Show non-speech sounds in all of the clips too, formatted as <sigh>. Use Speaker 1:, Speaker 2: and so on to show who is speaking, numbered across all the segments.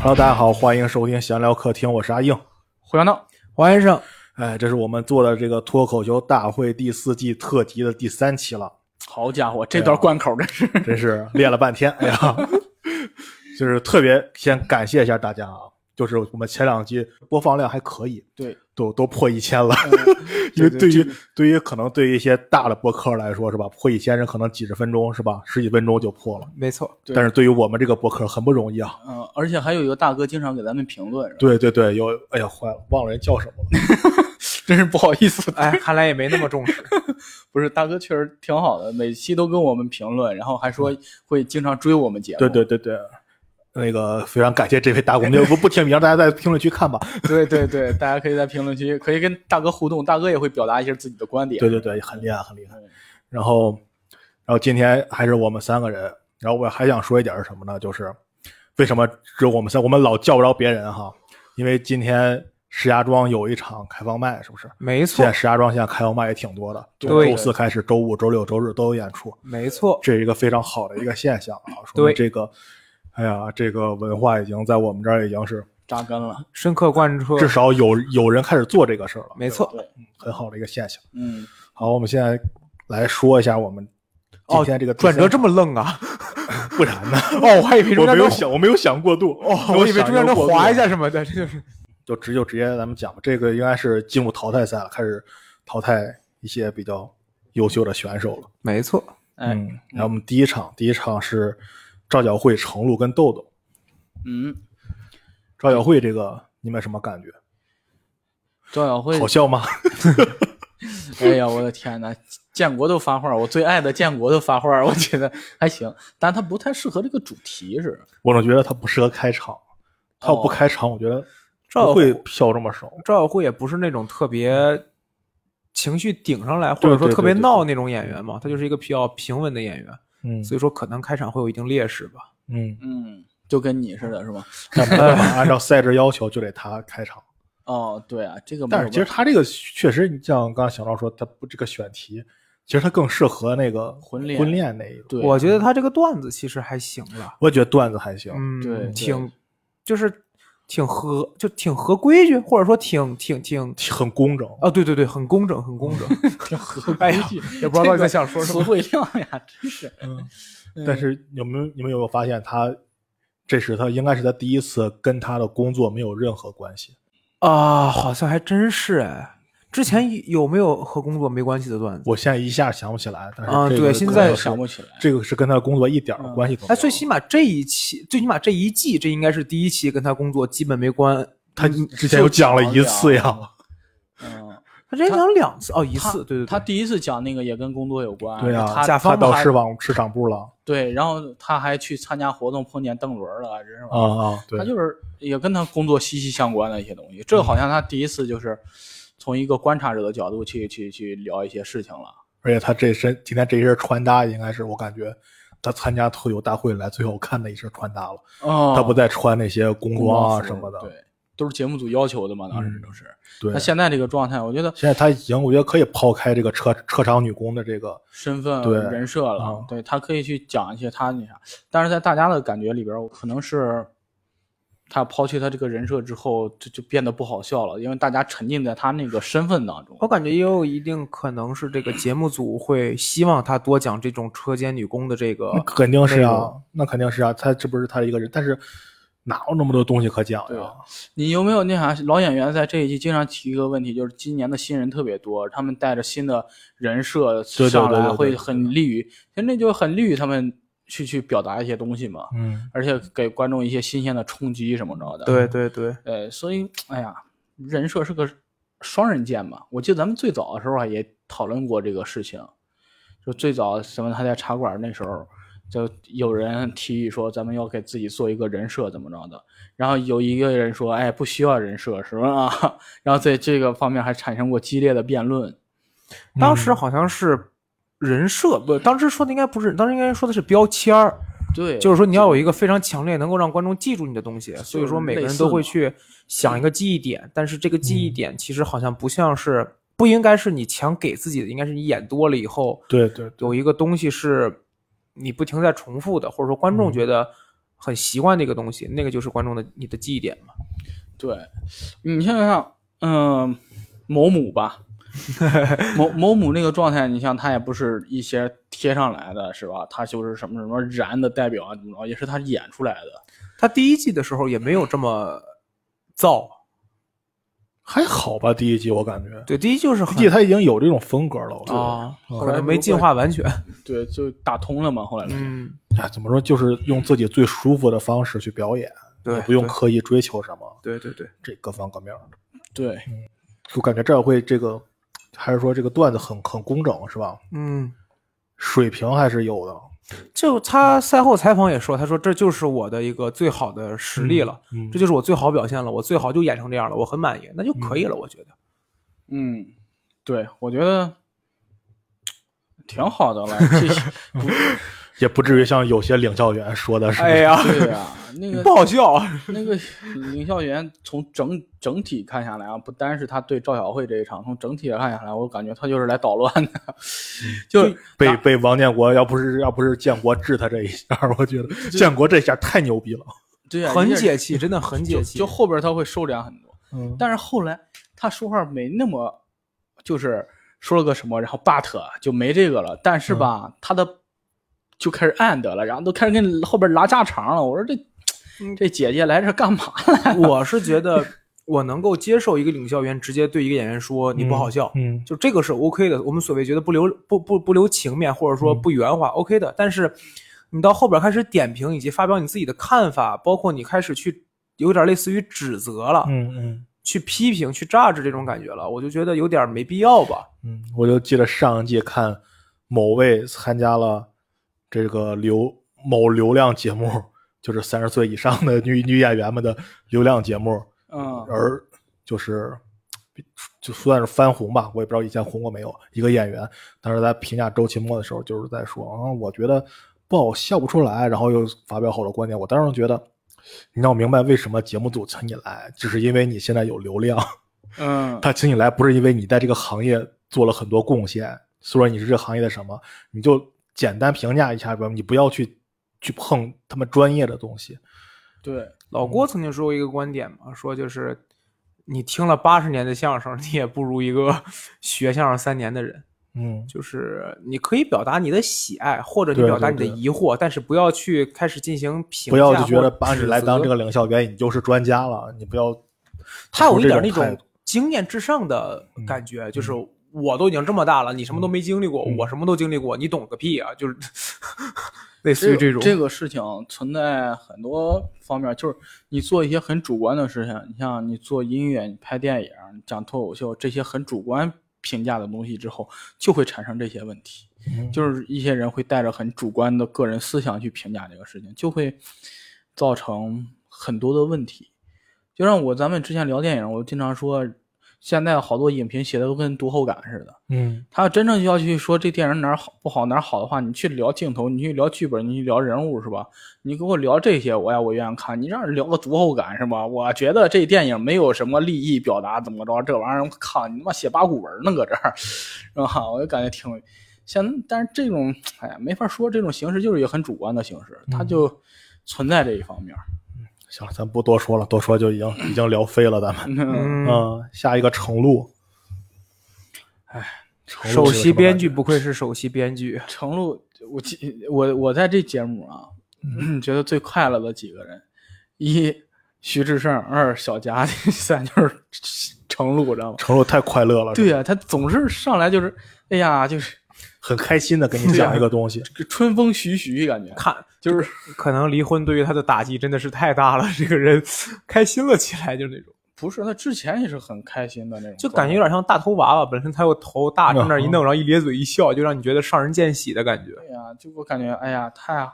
Speaker 1: Hello，大家好，欢迎收听闲聊客厅，我是阿硬。
Speaker 2: 胡小闹，
Speaker 3: 黄先生，
Speaker 1: 哎，这是我们做的这个脱口秀大会第四季特辑的第三期
Speaker 2: <laughs>
Speaker 1: 了，
Speaker 2: 好家伙，这段贯口真是，
Speaker 1: 真是练了半天，哎呀， <laughs> 就是特别先感谢一下大家啊，就是我们前两期播放量还可以，
Speaker 2: <laughs> 对，
Speaker 1: 都都破一千了，因 <laughs>
Speaker 2: 嗯对
Speaker 1: 为
Speaker 2: 对
Speaker 1: 对于
Speaker 2: 这个
Speaker 1: 对于可能对于一些大的播客来说是吧，破一千人可能几十分钟是吧，十几分钟就破了，
Speaker 3: 没错，
Speaker 2: 对
Speaker 1: 但是对于我们这个播客很不容易啊。
Speaker 2: 嗯、而且还有一个大哥经常给咱们评论，是吧，
Speaker 1: 对对对，有哎呀坏了，忘了人叫什么了。
Speaker 2: 真是不好意思，
Speaker 3: 哎，看来也没那么重视。 <laughs>
Speaker 2: 不是大哥确实挺好的，每期都跟我们评论，然后还说会经常追我们节目，
Speaker 1: 对对对对，那个非常感谢这位大公，我们就不不听名，大家在评论区看吧。
Speaker 2: 对对对，大家可以在评论区可以跟大哥互动，大哥也会表达一些自己的观点，
Speaker 1: 对对对，很厉害，很厉
Speaker 3: 嗯
Speaker 1: 害。然后，然后今天还是我们三个人。然后我还想说一点是什么呢？就是为什么只有我们三，我们老叫不着别人哈？因为今天石家庄有一场开放麦，是不是？
Speaker 3: 没
Speaker 1: 现
Speaker 3: 错
Speaker 1: 在，石家庄现在开放麦也挺多的，从
Speaker 3: 对
Speaker 1: 周四开始，周五、周六、周日都有演出，
Speaker 3: 没错，
Speaker 1: 这是一个非常好的一个现象啊，说明
Speaker 3: 对
Speaker 1: 这个，哎呀，这个文化已经在我们这儿已经是
Speaker 2: 扎根 <laughs> 了，
Speaker 3: 深刻贯彻，
Speaker 1: 至少有有人开始做这个事儿了，
Speaker 3: 没错。
Speaker 1: 很好的一个现象。
Speaker 2: 嗯，
Speaker 1: 好，我们现在来说一下我们今天这个、
Speaker 3: 哦转折这么愣啊！
Speaker 1: 不然呢？
Speaker 3: <laughs> 哦，我还以为中
Speaker 1: 我
Speaker 3: 间
Speaker 1: 没
Speaker 3: 能
Speaker 1: 有，想，我没有想过度，
Speaker 3: 哦，我以为中间能划一，下什么的，这就是
Speaker 1: 就直就直接咱们讲吧。这个应该是进入淘汰赛了，开始淘汰一些比较优秀的选手了。
Speaker 3: 没错，
Speaker 2: 哎，
Speaker 1: 嗯，然后我们第一场，第一场是赵小慧、程璐跟豆豆。
Speaker 2: 嗯，
Speaker 1: 赵小慧这个你们什么感觉？
Speaker 2: 赵小慧
Speaker 1: 好，笑吗？
Speaker 2: 哎呀，我的天呐，建国都发话，我最爱的建国都发话，我觉得还行，但他不太适合这个主题是。
Speaker 1: 我总觉得他不适合开场，他要不
Speaker 2: 哦
Speaker 1: 开场，我觉得
Speaker 3: 赵
Speaker 1: 不
Speaker 3: 小
Speaker 1: 会
Speaker 3: 慧
Speaker 1: 票这么少。
Speaker 3: 赵小慧也不是那种特别情绪顶上来，或
Speaker 1: 对
Speaker 3: 者说
Speaker 1: 对
Speaker 3: 特别
Speaker 1: 对对
Speaker 3: 闹那种演员嘛，他就是一个比较平稳的演员，
Speaker 1: 嗯
Speaker 3: 所以说可能开场会有一定劣势吧。
Speaker 1: <laughs> 嗯，
Speaker 2: 嗯，就跟你似的，是吗？
Speaker 1: 但没办法，按照赛制要求就得他开场。
Speaker 2: 哦，对啊，这个没
Speaker 1: 但
Speaker 2: 有
Speaker 1: 是其实
Speaker 2: 办
Speaker 1: 他这个确实，你像刚刚小赵说，他不这个选题，其实他更适合那个
Speaker 2: 婚恋
Speaker 1: 婚恋那一种。
Speaker 2: 对
Speaker 3: 我觉得他这个段子其实还行了，
Speaker 1: 我也觉得段子还行，
Speaker 3: 嗯，
Speaker 2: 对对
Speaker 3: 挺就是挺合，就挺合规矩，或者说挺挺挺
Speaker 1: 很工整。
Speaker 3: 啊，对对对，很工整，很工
Speaker 2: <laughs>
Speaker 3: 整。
Speaker 2: 法挺合
Speaker 3: 哎
Speaker 2: 规
Speaker 3: 呀
Speaker 2: 矩，
Speaker 3: 也不知道到底在想说什么
Speaker 2: 词汇量呀，真是。
Speaker 1: 嗯但是有没有你们有没有发现他？这是他应该是他第一次跟他的工作没有任何关系，
Speaker 3: 啊，好像还真是哎。之前有没有和工作没关系的段子？
Speaker 1: 我现在一下想不起来。但是
Speaker 3: 啊
Speaker 1: 这个可
Speaker 3: 对现
Speaker 1: 能
Speaker 3: 在
Speaker 1: 是
Speaker 2: 想不起来
Speaker 1: 这个是跟他的工作一点儿关系都没有。
Speaker 3: 哎，最起码这一期，最起码这一季，这应该是第一期跟他工作基本没关。
Speaker 1: 他之前有讲了一次呀，
Speaker 2: 嗯，
Speaker 3: 他之前讲两次哦，一
Speaker 2: 他
Speaker 3: 次，对对对，
Speaker 2: 他第一次讲那个也跟工作有关，
Speaker 1: <laughs> 对呀，
Speaker 2: 哎他
Speaker 3: 甲
Speaker 1: 他
Speaker 3: 方
Speaker 1: 到
Speaker 3: 还
Speaker 1: 市场市场部了
Speaker 2: 对，然后他还去参加活动，碰见邓伦了，真是吧。
Speaker 1: 啊啊，对
Speaker 2: 嗯他，就是也跟他工作息息相关的一些东西。
Speaker 3: 嗯
Speaker 2: 这好像他第一次就是从一个观察者的角度去去去聊一些事情了。
Speaker 1: 而且他这身今天这一身穿搭，应该是我感觉他参加脱口秀大会来最好看的一身穿搭了。
Speaker 2: 哦
Speaker 1: 他不再穿那些工
Speaker 2: 工
Speaker 1: 装
Speaker 2: 装
Speaker 1: 啊
Speaker 2: 服
Speaker 1: 什么的。
Speaker 2: 对，都是节目组要求的嘛，当
Speaker 3: 嗯
Speaker 2: 时都是。
Speaker 1: 对
Speaker 2: 那现在这个状态，我觉得
Speaker 1: 现在他已经，我觉得可以抛开这个车车厂女工的这个，
Speaker 2: 身份
Speaker 1: 对
Speaker 2: 人设了，
Speaker 1: 嗯
Speaker 2: 对他可以去讲一些他那啥，但是在大家的感觉里边，我可能是他抛弃他这个人设之后，就就变得不好笑了，因为大家沉浸在他那个身份当中。
Speaker 3: 我感觉也有一定可能是这个节目组会希望他多讲这种车间女工的这个
Speaker 2: 呃
Speaker 1: 那，肯定是
Speaker 3: 那
Speaker 1: 啊
Speaker 3: 个，
Speaker 1: 那肯定是啊，他这不是他一个人，但是哪有那么多东西可讲
Speaker 2: 对
Speaker 1: 呀
Speaker 2: 啊？你有没有那啥老演员在这一季经常提一个问题，就是今年的新人特别多，他们带着新的人设
Speaker 1: 对对
Speaker 2: 上
Speaker 1: 对
Speaker 2: 来
Speaker 1: 对
Speaker 2: 会
Speaker 1: 对
Speaker 2: 很利于，其实那就很利于他们去去表达一些东西嘛，
Speaker 1: 嗯，
Speaker 2: 而且给观众一些新鲜的冲击什么着的。
Speaker 3: 对对对，
Speaker 2: 呃，所以哎呀，人设是个双刃剑嘛。我记得咱们最早的时候啊，也讨论过这个事情，就最早咱们还在茶馆那时候，就有人提议说咱们要给自己做一个人设怎么着的，然后有一个人说，哎，不需要人设是吧？ <laughs> 啊，然后在这个方面还产生过激烈的辩论。嗯
Speaker 3: 当时好像是人设，不，当时说的应该不是，当时应该说的是标签儿。
Speaker 2: 对，
Speaker 3: 就是说你要有一个非常强烈能够让观众记住你的东西，所以
Speaker 2: 是
Speaker 3: 说每个
Speaker 2: 类
Speaker 3: 人
Speaker 2: 似
Speaker 3: 都会
Speaker 2: 嘛嗯
Speaker 3: 去想一个记忆点，但是这个记忆点其实好像不像是不应该是你强给自己的，应该是你演多了以后
Speaker 1: 对对对
Speaker 2: 嗯
Speaker 3: 有一个东西是你不停在重复的，或者说观众觉得很习惯这个东西，那个就是观众的你的记忆点嘛。
Speaker 2: 对，你想想，嗯、某母吧，某某母那个状态，你像他也不是一些贴上来的，是吧？他就是什么什么燃的代表啊，怎么着，也是他演出来的。
Speaker 3: 他第一季的时候也没有这么燥，
Speaker 1: 还好吧？第一季我感觉，
Speaker 3: 对，第一就是
Speaker 1: 第一季
Speaker 3: 很
Speaker 1: 他已经有这种风格了，我觉得。
Speaker 3: 啊，后
Speaker 2: 后来
Speaker 3: 来没
Speaker 2: 如果
Speaker 3: 进化完全，
Speaker 2: 对，就打通了嘛。后来，
Speaker 3: 嗯，
Speaker 1: 哎，怎么说，就是用自己最舒服的方式去表演，
Speaker 3: 对
Speaker 1: 也，不用
Speaker 3: 对
Speaker 1: 刻意追求什么，
Speaker 3: 对对对，
Speaker 1: 这各方各面的。
Speaker 2: 对，
Speaker 1: 我感觉这会这个，还是说这个段子很很工整，是吧？
Speaker 3: 嗯，
Speaker 1: 水平还是有的。
Speaker 3: 就他赛后采访也说，他说这就是我的一个最好的实力了，
Speaker 1: 嗯
Speaker 3: 这就是我最好表现了，我最好就演成这样了，我很满意，那就可以了，我觉得。
Speaker 2: 嗯，对，我觉得挺好的了。这些不
Speaker 1: 也不至于像有些领教员说的是，
Speaker 3: 哎呀，
Speaker 2: 对呀、那 <laughs> 个
Speaker 3: 不好笑，啊
Speaker 2: 那个林孝元从整整体看下来啊，不单是他对赵小慧这一场，从整体看下来，我感觉他就是来捣乱的，
Speaker 3: 嗯
Speaker 2: <laughs> 就是
Speaker 1: 被被王建国要不是要不是建国治他这一下， <laughs> 我觉得建国这下太牛逼了。
Speaker 2: 对呀、
Speaker 3: 很
Speaker 2: 有点
Speaker 3: 解气，真的很解气。
Speaker 2: 就后边他会收敛很多。
Speaker 1: 嗯，
Speaker 2: 但是后来他说话没那么，就是说了个什么，然后 but 就没这个了。但是吧，
Speaker 3: 嗯
Speaker 2: 他的就开始 and 了，然后都开始跟后边拉家常了。我说这
Speaker 3: 嗯
Speaker 2: 这姐姐来这干嘛来？
Speaker 3: 我是觉得我能够接受一个领笑员直接对一个演员说你不好笑，
Speaker 1: 嗯
Speaker 3: 就这个是 OK 的。我们所谓觉得不留不不不留情面，或者说不圆滑、OK 的。但是你到后边开始点评以及发表你自己的看法，包括你开始去有点类似于指责了，
Speaker 1: 嗯嗯
Speaker 3: 去批评、去 judge 这种感觉了，我就觉得有点没必要吧。
Speaker 1: 嗯，我就记得上一季看某位参加了这个流某流量节目，就是三十岁以上的女 <laughs> 女演员们的流量节目，
Speaker 2: <laughs> 嗯，
Speaker 1: 而就是就算是翻红吧，我也不知道以前红过没有。一个演员，当时在评价周奇墨的时候，就是在说啊，我觉得不好笑不出来，然后又发表好多观点。我当时觉得，你让我明白为什么节目组请你来，只是因为你现在有流量，
Speaker 2: 嗯，
Speaker 1: 他请你来不是因为你在这个行业做了很多贡献，所以你是这个行业的什么，你就简单评价一下吧，你不要去去碰他们专业的东西。
Speaker 2: 对，
Speaker 3: 老
Speaker 1: 嗯
Speaker 3: 郭曾经说过一个观点嘛，说就是你听了八十年的相声，你也不如一个 <laughs> 学相声三年的人。
Speaker 1: 嗯，
Speaker 3: 就是你可以表达你的喜爱，或者你
Speaker 1: 对
Speaker 3: 表达
Speaker 1: 对
Speaker 3: 你的
Speaker 1: 对
Speaker 3: 疑惑，但是不要去开始进行评价，
Speaker 1: 不要就觉得把你来当这
Speaker 3: 个。
Speaker 1: 个领笑员，你就是专家了，你不要。
Speaker 3: 他有一点那
Speaker 1: 这种态
Speaker 3: 种
Speaker 1: 度嗯
Speaker 3: 经验至上的感觉，就是我都已经这么大了，你什么都没经历过，
Speaker 1: 嗯
Speaker 3: 我什么都经历过，你懂个屁啊！就是 <laughs> 类似于种，
Speaker 2: 这个事情存在很多方面，就是你做一些很主观的事情，你像你做音乐、你拍电影、你讲脱口秀这些很主观评价的东西之后，就会产生这些问题。
Speaker 1: 嗯
Speaker 2: 就是一些人会带着很主观的个人思想去评价这个事情，就会造成很多的问题。就像我咱们之前聊电影，我经常说，现在好多影评写的都跟读后感似的。
Speaker 1: 嗯
Speaker 2: 他真正要去说这电影哪儿好不好哪儿好的话，你去聊镜头，你去聊剧本，你去聊人物是吧？你给我聊这些，我呀我愿意看。你让人聊个读后感是吧？我觉得这电影没有什么立意表达，怎么着？这玩意儿我靠，你他妈写八股文呢搁这儿， <laughs> 是吧？我就感觉挺像，但是这种哎呀没法说，这种形式就是一个很主观的形式，它就存在这一方面。
Speaker 1: 行了，咱不多说了，多说就已经已经聊飞了，咱们。
Speaker 2: 嗯，
Speaker 3: 嗯，
Speaker 1: 嗯，下一个程璐。哎，
Speaker 3: 首席编剧不愧是首席编剧，
Speaker 2: 程璐，我记我我在这节目啊， <clears throat> 觉得最快乐的几个人，一徐志胜，二小佳，第 <laughs> 三就是程璐，知道吗？
Speaker 1: 程璐太快乐了，
Speaker 2: 对呀、他总是上来就是，哎呀，就是
Speaker 1: 很开心的跟你讲一个东西。
Speaker 2: 这个春风徐徐，感
Speaker 3: <laughs>
Speaker 2: 觉
Speaker 3: 看
Speaker 2: 就是
Speaker 3: 可能离婚对于他的打击真的是太大了，这个人 <laughs> 开心了起来，就那种，
Speaker 2: 不是他之前也是很开心的那种，
Speaker 3: 就感觉有点像大头娃娃，本身他又头大，
Speaker 1: 嗯
Speaker 3: 往那儿一弄，然后一咧嘴一笑，就让你觉得上人见喜的感觉。
Speaker 2: 对呀、就我感觉，哎呀，太。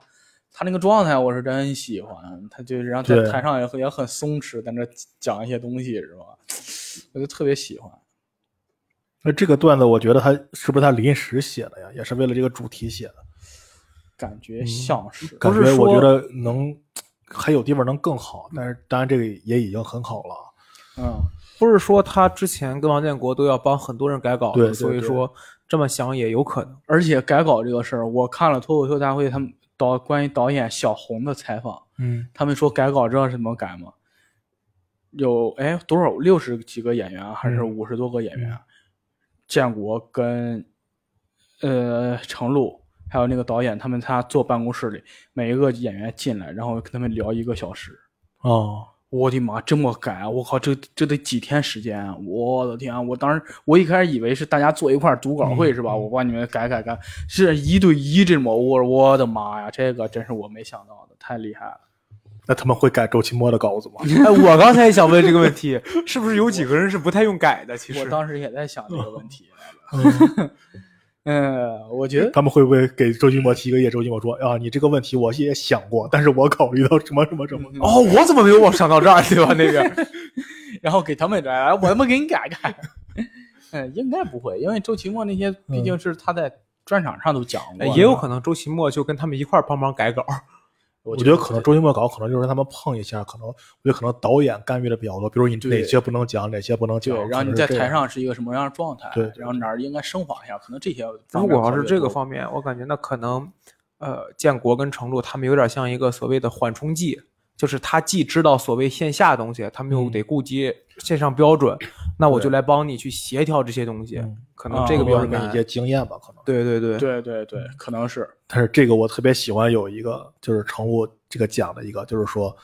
Speaker 2: 他那个状态我是真喜欢，他就然后在
Speaker 1: 对
Speaker 2: 台上也很也很松弛，在那讲一些东西是吧？ <sniffs> 我就特别喜欢。
Speaker 1: 那这个段子，我觉得他是不是他临时写的呀？也是为了这个主题写的。
Speaker 2: 感觉像是，
Speaker 1: 感
Speaker 3: 不是
Speaker 1: 觉
Speaker 3: 说
Speaker 1: 我觉得能还有地方能更好，但是当然这个也已经很好了。
Speaker 2: 嗯，
Speaker 3: 不是说他之前跟王建国都要帮很多人改稿的，
Speaker 1: 对对
Speaker 3: 所以
Speaker 1: 对
Speaker 3: 说这么想也有可能。
Speaker 2: 而且改稿这个事儿，我看了脱口秀大会他们导关于导演小红的采访，
Speaker 1: 嗯
Speaker 2: 他们说改稿知道是怎么改吗？有哎多少六十几个演员啊还是
Speaker 1: 嗯
Speaker 2: 五十多个演员啊？建国跟呃程璐还有那个导演，他们仨坐办公室里，每一个演员进来，然后跟他们聊一个小时。
Speaker 1: 哦，
Speaker 2: 我的妈，这么改啊！我靠，这这得几天时间啊！我的天啊！我当时我一开始以为是大家坐一块儿读
Speaker 3: 嗯
Speaker 2: 稿会、是吧？我帮你们改改改，是一对一这么，我我的妈呀，这个真是我没想到的，太厉害了。
Speaker 1: 那他们会改周奇墨的稿子吗？
Speaker 3: <laughs> 哎，我刚才也想问这个问题， <laughs> 是不是有几个人是不太用改的？其
Speaker 2: 我
Speaker 3: 实
Speaker 2: 当时也在想这
Speaker 3: <laughs>
Speaker 2: 个问题来了。嗯，我觉得
Speaker 1: <laughs> 他们会不会给周奇墨提个意见？周奇墨说啊，你这个问题我也想过，但是我考虑到什么什么什么，
Speaker 3: 哦，我怎么没有我想到这儿，对吧？那 <laughs> 个
Speaker 2: 然后给他们来，我他妈给你改改。 <laughs> 嗯，应该不会，因为周奇墨那些毕竟是他在专场上都讲过，
Speaker 3: 嗯哎也有可能周奇墨就跟他们一块儿帮忙改稿。
Speaker 1: 我
Speaker 2: 我
Speaker 1: 觉得可能周奇墨稿可能就是让他们碰一下，可能我觉得可能导演干预的比较多，比如你
Speaker 2: 对
Speaker 1: 哪些不能讲，哪些不能讲，
Speaker 2: 对，然后你
Speaker 1: 可能是
Speaker 2: 在
Speaker 1: 这样
Speaker 2: 台上是一个什么样的状态，
Speaker 1: 对对
Speaker 2: 然后哪儿应该升华一下，可能这些方
Speaker 3: 如
Speaker 2: 面
Speaker 3: 果
Speaker 2: 考
Speaker 3: 要
Speaker 2: 虑
Speaker 3: 是
Speaker 2: 得
Speaker 3: 这个
Speaker 2: 多
Speaker 3: 方面，我感觉那可能，呃，建国跟程璐他们有点像一个所谓的缓冲剂，就是他既知道所谓线下东西，他们又
Speaker 1: 嗯
Speaker 3: 得顾及线上标准，那我
Speaker 1: 对
Speaker 3: 就来帮你去协调这些东西
Speaker 1: 嗯，
Speaker 3: 可能这个比
Speaker 1: 或
Speaker 3: 较
Speaker 1: 者给你
Speaker 3: 难
Speaker 1: 一。些经验吧，可能。
Speaker 3: 对对对，
Speaker 2: 对对对，
Speaker 1: 嗯
Speaker 2: 可能是
Speaker 1: 但是这个我特别喜欢有一个就是程璐这个讲的一个，就是说，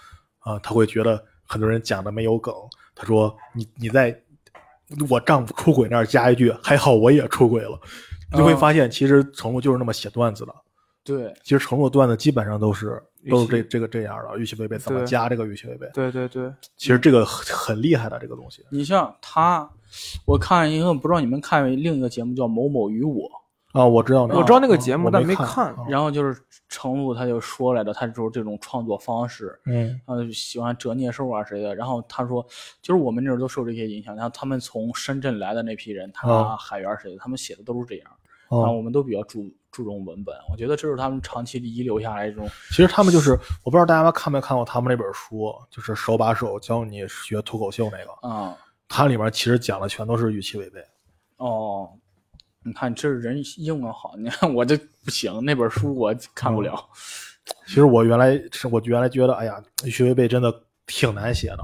Speaker 1: 啊、他会觉得很多人讲的没有梗，他说你你在我丈夫出轨那儿加一句，还好我也出轨了，你就会
Speaker 2: 哦
Speaker 1: 发现其实程璐就是那么写段子的。
Speaker 2: 对，
Speaker 1: 其实程璐段子基本上都是都是
Speaker 3: 预期
Speaker 1: 这这个这样的，预期违背怎么
Speaker 3: 对
Speaker 1: 加这个预期违背，
Speaker 3: 对对对，
Speaker 1: 其实这个很很厉害的这个东西。
Speaker 2: 你像他，我看一个不知道你们看另一个节目叫《某某与我
Speaker 1: 啊，我知道那个，
Speaker 3: 我知道那个
Speaker 1: 嗯
Speaker 3: 节目
Speaker 1: 我
Speaker 3: 但
Speaker 1: 没
Speaker 3: 没看
Speaker 1: 啊》，
Speaker 2: 然后就是程璐他就说来的，他就是这种创作方式，
Speaker 1: 嗯
Speaker 2: 他就喜欢折孽兽啊谁的，然后他说就是我们那儿都受这些影响，然后他们从深圳来的那批人，他
Speaker 1: 哦
Speaker 2: 海源谁的，他们写的都是这样，然后
Speaker 1: 哦，
Speaker 2: 我们都比较注注重文本，我觉得这是他们长期遗留下来这种
Speaker 1: 其实他们就是，我不知道大家看没看过他们那本书，就是手把手教你学脱口秀那个，
Speaker 2: 啊。
Speaker 1: 它里面其实讲的全都是预期违背。
Speaker 2: 哦，你看这人英文好，你看我这不行，那本书我
Speaker 1: 嗯
Speaker 2: 看不了。
Speaker 1: 其实我原来是我原来觉得，哎呀，预期违背真的挺难写的，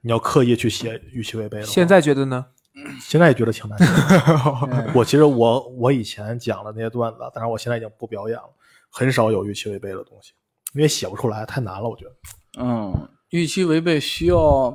Speaker 1: 你要刻意去写预期违背的话。
Speaker 3: 现在觉得呢？
Speaker 1: 现在也觉得挺难写的。
Speaker 2: 嗯
Speaker 1: <laughs> 我其实我我以前讲的那些段子，当然我现在已经不表演了，很少有预期违背的东西，因为写不出来，太难了，我觉得。
Speaker 2: 嗯，预期违背需要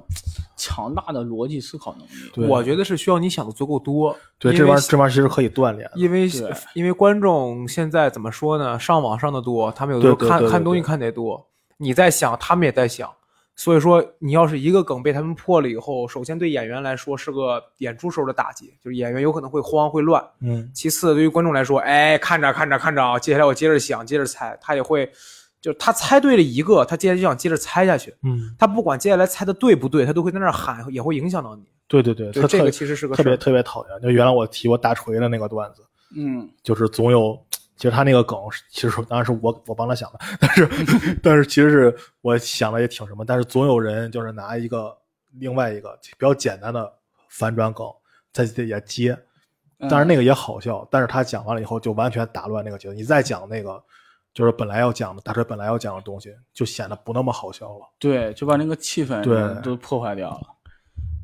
Speaker 2: 强大的逻辑思考能力。
Speaker 1: 对
Speaker 3: 我觉得是需要你想的足够多。
Speaker 1: 对，
Speaker 3: 因
Speaker 1: 这
Speaker 3: 为
Speaker 1: 玩意儿这玩意儿其实可以锻炼的。
Speaker 3: 因为
Speaker 2: 对
Speaker 3: 因为观众现在怎么说呢？上网上的多，他们有的时候
Speaker 1: 对对
Speaker 3: 看
Speaker 1: 对对
Speaker 3: 看东西
Speaker 1: 对
Speaker 3: 看得多，你在想，他们也在想。所以说，你要是一个梗被他们破了以后，首先对演员来说是个演出时候的打击，就是演员有可能会慌会乱。
Speaker 1: 嗯，
Speaker 3: 其次，对于观众来说，哎，看着看着看着啊，接下来我接着想，接着猜，他也会，就他猜对了一个，他接下来就想接着猜下去。
Speaker 1: 嗯，
Speaker 3: 他不管接下来猜的对不对，他都会在那儿喊，也会影响到你。
Speaker 1: 对对对，
Speaker 3: 对
Speaker 1: 他
Speaker 3: 这
Speaker 1: 特
Speaker 3: 个其实是个
Speaker 1: 特
Speaker 3: 事
Speaker 1: 别
Speaker 3: 儿
Speaker 1: 特别讨厌。就原来我提过大锤的那个段子，
Speaker 2: 嗯，
Speaker 1: 就是总有，其实他那个梗是，其实当然是我我帮他想的，但是 <laughs> 但是其实是我想的也挺什么，但是总有人就是拿一个另外一个比较简单的反转梗在自己也接，
Speaker 2: 嗯
Speaker 1: 但是那个也好笑，但是他讲完了以后就完全打乱那个节奏，你再讲那个就是本来要讲的，大锤本来要讲的东西就显得不那么好笑了。
Speaker 2: 对，就把那个气氛
Speaker 1: 对
Speaker 2: 都破坏掉了。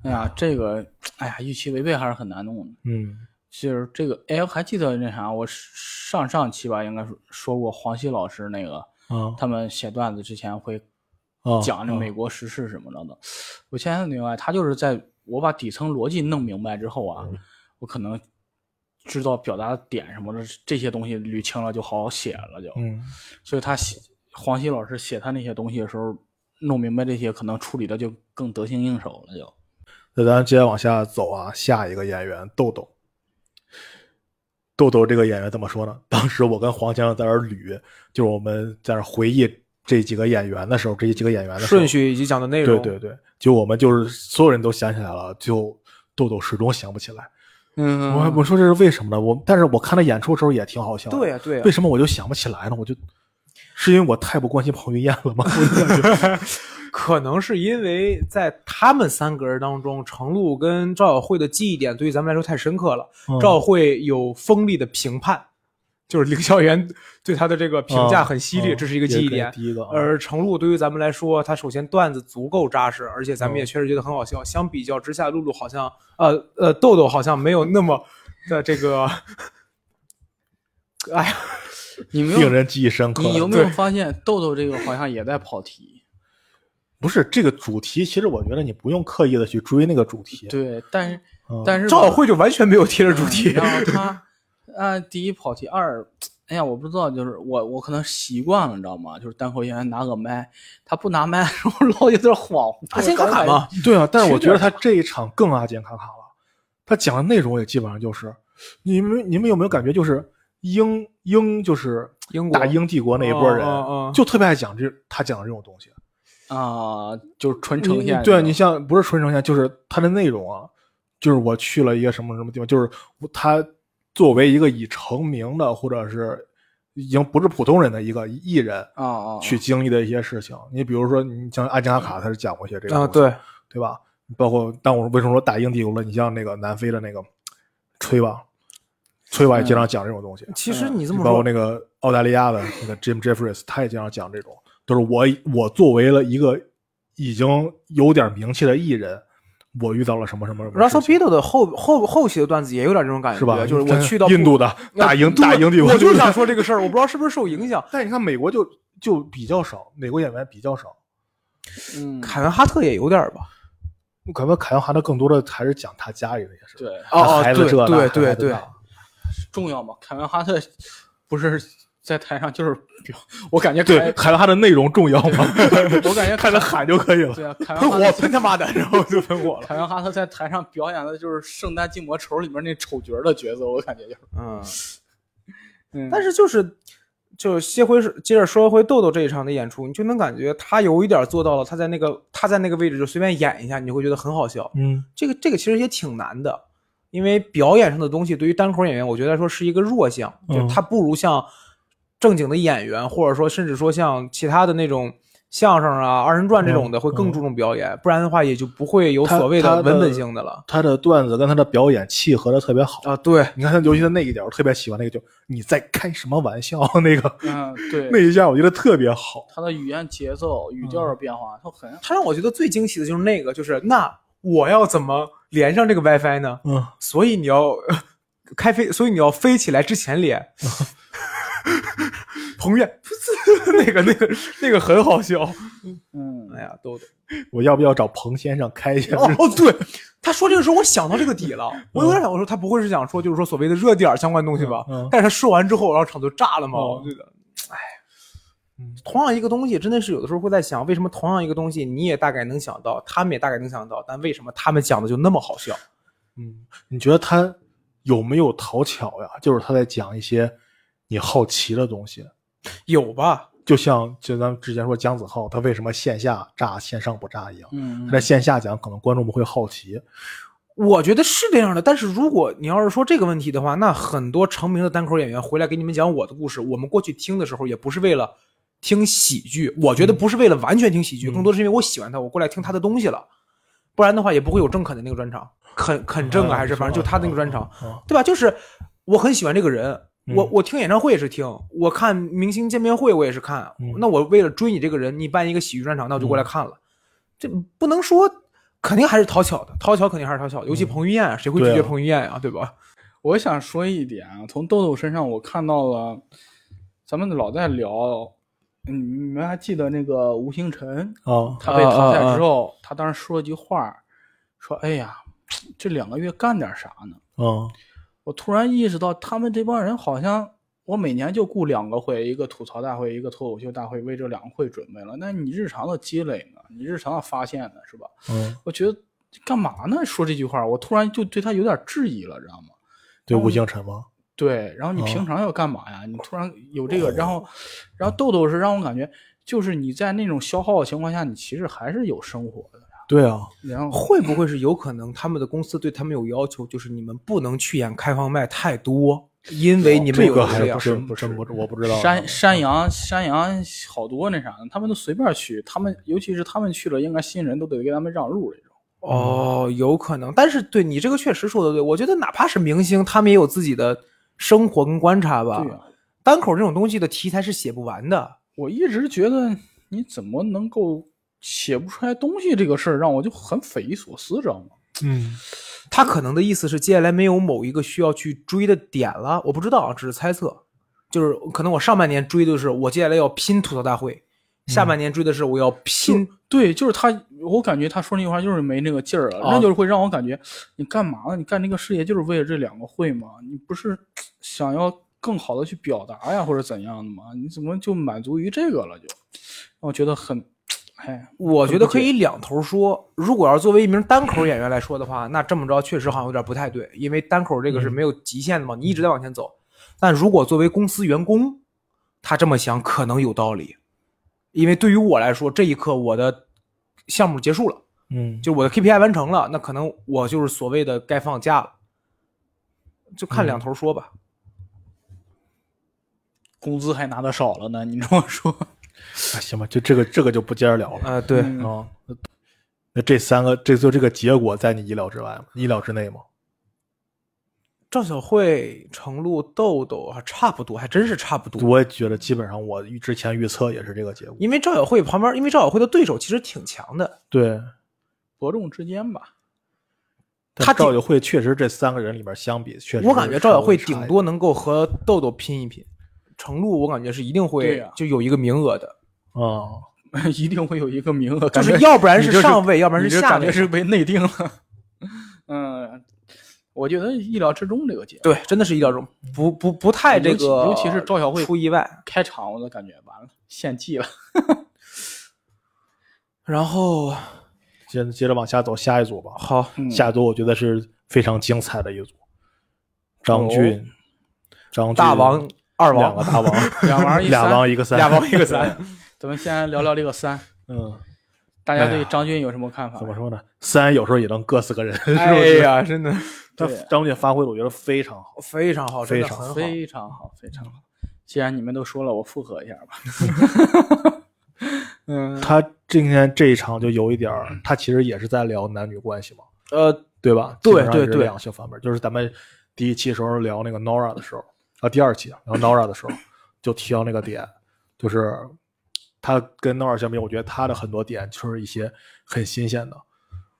Speaker 2: 哎呀，这个，哎呀，预期违背还是很难弄的。
Speaker 1: 嗯
Speaker 2: 就是这个，哎，我还记得那啥，我上上期吧，应该说说过黄西老师那个，
Speaker 1: 啊
Speaker 2: 他们写段子之前会
Speaker 1: 啊，
Speaker 2: 讲这
Speaker 1: 啊
Speaker 2: 美国时事什么的的。我现在明白，啊他就是在我把底层逻辑弄明白之后
Speaker 1: 嗯
Speaker 2: 啊，我可能知道表达的点什么的这些东西捋清了就好写了就。
Speaker 1: 嗯
Speaker 2: 所以他写黄西老师写他那些东西的时候，弄明白这些，可能处理的就更得心应手了就。
Speaker 1: 那咱接着往下走啊，下一个演员豆豆。豆豆这个演员怎么说呢？当时我跟黄先生在那儿捋，就是我们在那儿回忆这几个演员的时候，这几个演员的时候
Speaker 3: 顺，序以及讲的内
Speaker 1: 对
Speaker 3: 容，
Speaker 1: 对对，就我们就是所有人都想起来了，就豆豆始终想不起来。
Speaker 2: 嗯
Speaker 1: 我我说这是为什么呢？我但是我看他演出的时候也挺好笑的，
Speaker 3: 对呀啊对呀
Speaker 1: 为，什么我就想不起来呢？我就。是因为我太不关心彭于晏了吗？ <laughs> 我就感觉
Speaker 3: 可能是因为在他们三个人当中，程璐跟赵晓慧的记忆点对于咱们来说太深刻了。
Speaker 1: 嗯
Speaker 3: 赵晓慧有锋利的评判，就是凌霄岩对他的这个评价很犀利，
Speaker 1: 嗯
Speaker 3: 这是一个记忆点
Speaker 1: 也。可以第一个，嗯
Speaker 3: 而程璐对于咱们来说，他首先段子足够扎实，而且咱
Speaker 1: 嗯
Speaker 3: 们也确实觉得很好笑。相比较之下，露露好像，呃呃，豆豆好像没有那么的
Speaker 1: <laughs>
Speaker 3: 这个，哎呀，
Speaker 2: 你没
Speaker 1: 令
Speaker 2: 有，
Speaker 1: 人记忆深刻。
Speaker 2: 你有没有
Speaker 3: 对
Speaker 2: 发现豆豆这个好像也在跑题？
Speaker 1: 不是这个主题，其实我觉得你不用刻意的去追那个主题。
Speaker 2: 对，但是
Speaker 1: 嗯，
Speaker 2: 但是
Speaker 3: 赵
Speaker 2: 吧
Speaker 3: 小慧就完全没有贴着主题。
Speaker 2: 嗯然后他，呃，第一跑题，二，哎呀，我不知道，就是我我可能习惯了，你知道吗？就是单口演员拿个麦，他不拿麦，然后 <laughs> 老有点恍惚。
Speaker 1: 啊
Speaker 3: 阿信卡卡嘛，
Speaker 1: 对啊，但是我
Speaker 2: 其
Speaker 1: 觉
Speaker 2: 实
Speaker 1: 得他这一场更阿健卡卡了，他讲的内容也基本上就是，你们你们有没有感觉就是英英就是
Speaker 3: 英国
Speaker 1: 大英帝国那一波人，
Speaker 3: 嗯嗯嗯
Speaker 1: 就特别爱讲这他讲的这种东西。
Speaker 2: 啊、就是纯呈
Speaker 1: 你
Speaker 2: 现。
Speaker 1: 对啊，你像不是纯呈现，就是它的内容啊，就是我去了一个什么什么地方，就是我他作为一个已成名的或者是已经不是普通人的一个艺人
Speaker 2: 啊啊，
Speaker 1: 去经历的一些事情。你比如说，你像阿金卡卡，他是讲过一些这个东
Speaker 3: 啊，
Speaker 1: 西
Speaker 3: 对，
Speaker 1: 对吧？包括，但我为什么说大英帝国了？你像那个南非的那个崔吧，崔吧也经常讲这种东西。
Speaker 3: 嗯其实你这么
Speaker 1: 包括
Speaker 3: 说，
Speaker 1: 那个澳大利亚的那个 Jim Jeffries，他也经常讲这种，就是我我作为了一个已经有点名气的艺人，我遇到了什么什么什么
Speaker 3: Russell
Speaker 1: 事
Speaker 3: p
Speaker 1: 情
Speaker 3: i t o 的后后后期的段子也有点这种感觉，
Speaker 1: 是吧？
Speaker 3: 就是我
Speaker 1: 但
Speaker 3: 去到
Speaker 1: 印度的大英
Speaker 3: 对
Speaker 1: 大英帝国，
Speaker 3: 我就是想说这个事儿，我不知道是不是受影响。
Speaker 1: 但是你看美国就就比较少，美国演员比较少，
Speaker 2: 嗯，
Speaker 3: 凯文哈特也有点儿吧，
Speaker 1: 可能凯文哈特更多的还是讲他家里的一些事。
Speaker 2: 对
Speaker 1: 他
Speaker 3: 哦哦，
Speaker 1: 孩子
Speaker 3: 对
Speaker 1: 这那
Speaker 3: 对
Speaker 1: 他孩
Speaker 3: 对
Speaker 1: 子
Speaker 3: 对
Speaker 1: 那，
Speaker 2: 重要嘛？凯文哈特不是在台上就是表，我感觉
Speaker 1: 对，
Speaker 2: 凯，
Speaker 1: 凯文哈特内容重要吗？
Speaker 2: 我感觉
Speaker 1: 看他喊就可以 <laughs> 了，
Speaker 2: 对啊，凯文
Speaker 3: 喷
Speaker 2: 哈特
Speaker 3: 火喷 <laughs> 他妈的，然后就喷
Speaker 2: <laughs>
Speaker 3: 火了。
Speaker 2: 凯文哈特在台上表演的就是《圣诞寂寞愁》里面那丑角的角色，我感觉就是，
Speaker 3: 嗯，
Speaker 2: 嗯
Speaker 3: 但是就是就是接回接着说回豆豆这一场的演出，你就能感觉他有一点做到了，他在那个他在那个位置就随便演一下，你就会觉得很好笑。
Speaker 1: 嗯，
Speaker 3: 这个这个其实也挺难的，因为表演上的东西对于单口演员，我觉得来说是一个弱项，
Speaker 1: 嗯
Speaker 3: 就是他不如像正经的演员，或者说甚至说像其他的那种。相声啊，二人转这种的
Speaker 1: 嗯
Speaker 3: 会更
Speaker 1: 嗯
Speaker 3: 注重表演，不然的话也就不会有
Speaker 1: 他
Speaker 3: 所谓
Speaker 1: 他
Speaker 3: 的
Speaker 1: 的
Speaker 3: 文本性的了
Speaker 1: 他的段子跟他的表演契合的特别好。
Speaker 3: 啊。对，
Speaker 1: 你看他，尤其他那一点，我特别喜欢那个，就你在开什么玩笑那个
Speaker 2: 嗯，对，
Speaker 1: 那一下，我觉得特别好。
Speaker 2: 他的语言节奏、语调的变化，他很
Speaker 3: 他让我觉得最惊喜的就是那个，就是那我要怎么连上这个 WiFi 呢？
Speaker 1: 嗯，
Speaker 3: 所以你要呃开飞，所以你要飞起来之前连。
Speaker 1: <laughs>
Speaker 3: 彭越， <laughs> 那个那个那个很好笑。
Speaker 2: 嗯，
Speaker 3: 哎呀，豆豆，
Speaker 1: 我要不要找彭先生开一下？
Speaker 3: 哦哦，对，他说这个时候我想到这个底了，我有点想我说他不会是想说就是说所谓的热点儿相关东西吧？
Speaker 1: 嗯嗯
Speaker 3: 但是他说完之后，然后场就炸了嘛，
Speaker 1: 哦嗯
Speaker 3: 我觉得，哎，同样一个东西，真的是有的时候会在想，为什么同样一个东西你也大概能想到，他们也大概能想到，但为什么他们讲的就那么好笑？
Speaker 1: <laughs> 嗯，你觉得他有没有讨巧呀？就是他在讲一些你好奇的东西，
Speaker 3: 有吧？
Speaker 1: 就像就咱们之前说姜子浩，他为什么线下炸线上不炸一样，
Speaker 2: 嗯
Speaker 1: 他，在线下讲，可能观众们会好奇。
Speaker 3: 我觉得是这样的，但是如果你要是说这个问题的话，那很多成名的单口演员回来给你们讲我的故事，我们过去听的时候也不是为了听喜剧，我觉得不是为了完全听喜剧，
Speaker 1: 嗯
Speaker 3: 更多是因为我喜欢他，我过来听他的东西了，不然的话也不会有郑肯的那个专场，肯肯郑啊，还是反正就他那个专场，
Speaker 1: 嗯
Speaker 3: 对吧？就是我很喜欢这个人，我
Speaker 1: 嗯
Speaker 3: 我听演唱会也是听，我看明星见面会我也是看。
Speaker 1: 嗯
Speaker 3: 那我为了追你这个人，你办一个喜剧专场，那我就过来看了。这不能说，肯定还是讨巧的，讨巧肯定还是讨巧。尤其彭于晏啊，谁会拒
Speaker 1: 对啊
Speaker 3: 绝彭于晏啊？对吧？ <laughs>
Speaker 2: 我想说一点啊，从豆豆身上我看到了，咱们老在聊，你你们还记得那个吴星辰，
Speaker 1: 啊，
Speaker 2: 他被淘汰之
Speaker 3: 啊
Speaker 2: 后，他当时说了句话，说：“哎呀，这两个月干点啥呢
Speaker 1: 嗯，？”
Speaker 2: 我突然意识到，他们这帮人好像。我每年就雇两个会，一个吐槽大会，一个脱口秀大会，为这两个会准备了。那你日常的积累呢？你日常的发现呢？是吧？
Speaker 1: 嗯，
Speaker 2: 我觉得干嘛呢？说这句话，我突然就对他有点质疑了，知道吗？
Speaker 1: 对，
Speaker 3: 嗯
Speaker 1: 吴星辰吗？
Speaker 2: 对，然后你
Speaker 1: 哦
Speaker 2: 平常要干嘛呀？你突然有这个，然后，然后豆豆是让我感觉，就是你在那种消耗的情况下，你其实还是有生活的。
Speaker 1: 对啊，
Speaker 2: 然后，
Speaker 3: 会不会是有可能他们的公司对他们有要求，就是你们不能去演开放麦太多，因为你们
Speaker 1: 这
Speaker 3: 有
Speaker 1: 个
Speaker 3: 流
Speaker 1: 还
Speaker 3: 量。
Speaker 1: 真不真不我 <laughs> 不知道。啊
Speaker 2: 山山羊山羊好多那啥的，他们都随便去，他们尤其是他们去了，应该新人都得给他们让
Speaker 1: 啊
Speaker 2: 路这种。
Speaker 3: 哦，有可能，但是对你这个确实说的对，我觉得哪怕是明星，他们也有自己的生活跟观察吧。
Speaker 1: 啊
Speaker 2: 对呀、啊
Speaker 3: 单口这种东西的题材是写不完的。
Speaker 2: 我一直觉得你怎么能够写不出来东西这个事儿，让我就很匪夷所思，知道吗？
Speaker 1: 嗯，
Speaker 3: 他可能的意思是接下来没有某一个需要去追的点了，我不知道啊，只是猜测。就是可能我上半年追的是我接下来要拼吐槽大会，下半年追的是我要拼。
Speaker 2: 对，就是他，我感觉他说那句话就是没那个劲儿了，
Speaker 3: 啊
Speaker 2: 那就是会让我感觉你干嘛呢？你干这个事业就是为了这两个会吗？你不是想要更好的去表达呀，或者怎样的吗？你怎么就满足于这个了就？让我觉得很，哎，
Speaker 3: 我觉得可以两头说。如果要是作为一名单口演员来说的话，那这么着确实好像有点不太对，因为单口这个是没有极限的嘛，你一直在往前走。但如果作为公司员工，他这么想可能有道理，因为对于我来说，这一刻我的项目结束了，
Speaker 1: 嗯，
Speaker 3: 就是我的 KPI 完成了，那可能我就是所谓的该放假了，就看两头说吧。
Speaker 2: 工资还拿的少了呢，你这么说，
Speaker 1: 哎行吧，就这个这个就不接着聊了
Speaker 3: 呃， <laughs> 对，
Speaker 1: 啊、
Speaker 2: 嗯
Speaker 1: 哦那这三个，这就这个结果在你意料之外吗？意料之内吗？
Speaker 3: 赵小慧、程璐、豆豆还差不多，还真是差不多。
Speaker 1: 我也觉得基本上我预之前预测也是这个结果。
Speaker 3: 因为赵小慧旁边，因为赵小慧的对手其实挺强的，
Speaker 1: 对，
Speaker 2: 伯仲之间吧。 <laughs>
Speaker 1: 但
Speaker 3: 他
Speaker 1: 赵小
Speaker 3: 顶
Speaker 1: 慧确实这三个人里边相比，确实
Speaker 3: 我感觉赵小慧顶
Speaker 1: 稍微差一
Speaker 3: 多能够和豆豆拼一拼，程璐我感觉是一定
Speaker 2: 对
Speaker 3: 会
Speaker 2: 呀
Speaker 3: 就有一个名额的，
Speaker 1: 点啊、
Speaker 2: 一定会有一个名额，
Speaker 3: 就
Speaker 2: 感觉
Speaker 3: 是要不然
Speaker 2: 你这是
Speaker 3: 上位，要不然
Speaker 2: 你这
Speaker 3: 下
Speaker 2: 感觉
Speaker 3: 位。
Speaker 2: 是被内定了。嗯，我觉得意料之中这个结果。
Speaker 3: 对，真的是意料中，不不不太这个，
Speaker 2: 尤其尤其是赵小慧
Speaker 3: 出意外。
Speaker 2: 开场我都感觉完了，献祭了。
Speaker 3: 然后
Speaker 1: 接接着往下走，下一组吧。
Speaker 3: 好，
Speaker 2: 嗯
Speaker 1: 下一组我觉得是非常精彩的一组，
Speaker 2: 哦
Speaker 1: 张俊、张俊
Speaker 3: 大王、
Speaker 1: <laughs>
Speaker 3: 二
Speaker 1: 两个
Speaker 3: 王，
Speaker 1: 大
Speaker 2: <laughs>
Speaker 1: 王，
Speaker 2: 俩王一
Speaker 1: 俩
Speaker 2: 三
Speaker 1: 王一
Speaker 2: <laughs>
Speaker 1: 个三，
Speaker 2: 俩王一个三。咱们先聊聊这个三，
Speaker 1: 嗯，
Speaker 2: 大家
Speaker 1: 哎
Speaker 2: 对
Speaker 1: 呀
Speaker 2: 张军有什么看法？
Speaker 1: 怎么说呢？三有时候也能硌死个人，是不
Speaker 3: 哎
Speaker 1: 是？
Speaker 3: 呀，真的
Speaker 1: 他
Speaker 2: 对
Speaker 1: 张俊发挥的我觉得非常好，
Speaker 3: 非常好，真的
Speaker 1: 非常
Speaker 3: 很好。
Speaker 2: 非常好，非常好。既然你们都说了，我附和一下吧。嗯，
Speaker 1: 他今天这一场就有一点儿，他其实也是在聊男女关系嘛，
Speaker 3: 呃，
Speaker 1: 对吧？
Speaker 3: 对
Speaker 1: 基本上也
Speaker 3: 对
Speaker 1: 是
Speaker 3: 对
Speaker 1: 两性方面，就是咱们第一期时候聊那个 Nora 的时候，啊，第二期聊 Nora 的时候就提到那个点，就是他跟 Nora 相比，我觉得他的很多点就是一些很新鲜的，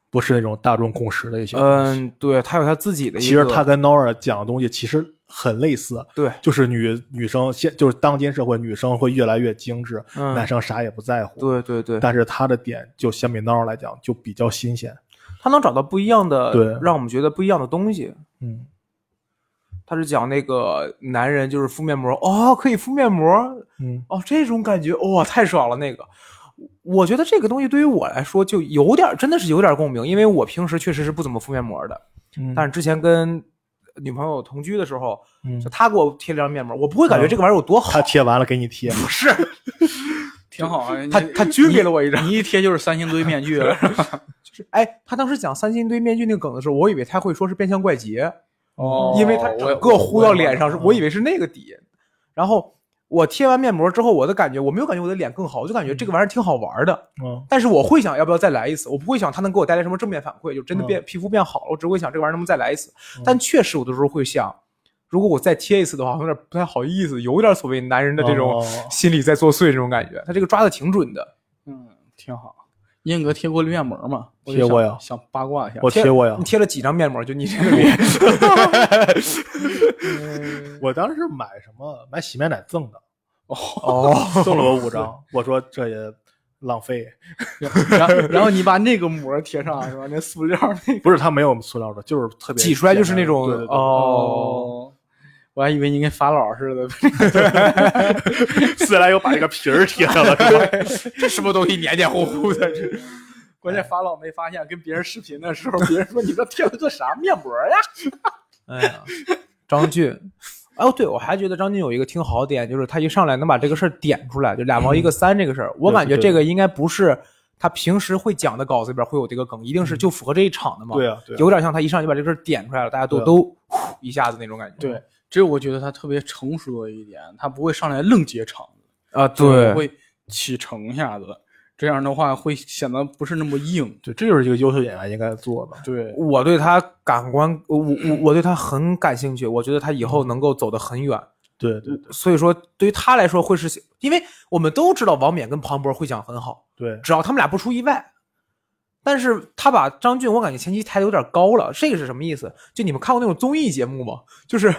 Speaker 1: 不是那种大众共识的一些东西。
Speaker 3: 嗯，对他有他自己的一个，
Speaker 1: 其实他跟 Nora 讲的东西其实很类似，
Speaker 3: 对，
Speaker 1: 就是女女生现就是当今社会女生会越来越精致，
Speaker 3: 嗯
Speaker 1: 男生啥也不在乎。
Speaker 3: 对对对，
Speaker 1: 但是他的点就相比 Nora 来讲就比较新鲜。
Speaker 3: 他能找到不一样的，
Speaker 1: 对
Speaker 3: 让我们觉得不一样的东西。
Speaker 1: 嗯，
Speaker 3: 他是讲那个男人就是敷面膜，哦，可以敷面膜，
Speaker 1: 嗯
Speaker 3: 哦，这种感觉哇、太爽了！那个，我觉得这个东西对于我来说就有点儿，真的是有点儿共鸣，因为我平时确实是不怎么敷面膜的，
Speaker 1: 嗯
Speaker 3: 但是之前跟女朋友同居的时候，
Speaker 1: 嗯
Speaker 3: 就她给我贴了张面膜，我不会感觉这个玩意儿有多好
Speaker 1: 他，贴完了给你贴，
Speaker 3: 啊不是，
Speaker 2: 挺好啊。
Speaker 3: 她她均给了我一张。
Speaker 2: 你一贴就是三星堆面具了。
Speaker 3: 就是哎，她当时讲三星堆面具那个梗的时候，我以为她会说是变相怪杰，
Speaker 1: 哦
Speaker 3: 因为它整个糊到脸上，是哦我以为是那个底。然后我贴完面膜之后，我的感觉我没有感觉我的脸更好，我就感觉这个玩意儿挺好玩的。
Speaker 1: 嗯
Speaker 3: 但是我会想要不要再来一次，我不会想它能给我带来什么正面反馈，就真的变
Speaker 1: 嗯
Speaker 3: 皮肤变好了，我只会想这个玩意儿能不能再来一次。但确实有的时候会想，如果我再贴一次的话，我有点不太好意思，有点所谓男人的这种
Speaker 1: 哦
Speaker 3: 心理在作祟这种感觉。他这个抓的挺准的，
Speaker 2: 嗯，挺好。英格贴过面膜吗？我就
Speaker 1: 贴过
Speaker 2: 想
Speaker 1: 呀
Speaker 2: 想八卦一下。
Speaker 1: 我贴过呀
Speaker 3: 你，贴了几张面膜？就你这个脸，
Speaker 1: 我当时买什么买洗面奶赠
Speaker 3: <laughs>
Speaker 1: 的，
Speaker 3: <laughs> 哦，
Speaker 1: 送了我五张，我说这也浪费，
Speaker 2: 然后然后你把那个膜贴上是吧？那塑料那个。
Speaker 1: 不是他没有塑料的，就是特别
Speaker 3: 挤出来就是那种
Speaker 1: 简单的对对 <laughs> 对
Speaker 3: 哦，，
Speaker 2: 我还以为你跟法老似的。
Speaker 1: 自然又把这个皮儿贴
Speaker 3: <laughs>
Speaker 1: 上了，是吧
Speaker 3: 这什么东西黏黏糊糊的？这
Speaker 2: 关键法老没发现，跟别人视频的时候，别人说你这贴了个啥面膜呀？
Speaker 3: 哎呀，张俊，哦，对，我还觉得张俊有一个挺好的点，就是他一上来能把这个事儿点出来，就俩
Speaker 1: 嗯
Speaker 3: 毛一个三这个事儿，我感觉这个应该不是他平时会讲的稿子里边会有这个梗，一定是就符合这一场的
Speaker 1: 嗯
Speaker 3: 嘛。
Speaker 1: 对啊对啊
Speaker 3: 有点像他一上来就把这个事儿点出来了，大家都、
Speaker 1: 对啊
Speaker 3: 都呼一下子那种感觉。
Speaker 2: 对，只有我觉得他特别成熟的一点，他不会上来愣接场子，
Speaker 3: 啊，
Speaker 2: 就是
Speaker 3: 对，
Speaker 2: 会起承一下子，这样的话会显得不是那么硬。
Speaker 1: 对，这就是一个优秀演员应该做的。
Speaker 2: 对，
Speaker 3: 我
Speaker 1: 嗯
Speaker 3: 对他感官，我我我对他很感兴趣，我觉得他以后能够走得很远。
Speaker 1: 对对
Speaker 3: 所以说对于他来说会是，因为我们都知道王冕跟庞博会讲很好，
Speaker 1: 对，
Speaker 3: 只要他们俩不出意外。但是他把张俊，我感觉前期抬的有点高了，这个是什么意思？就你们看过那种综艺节目吗？就是，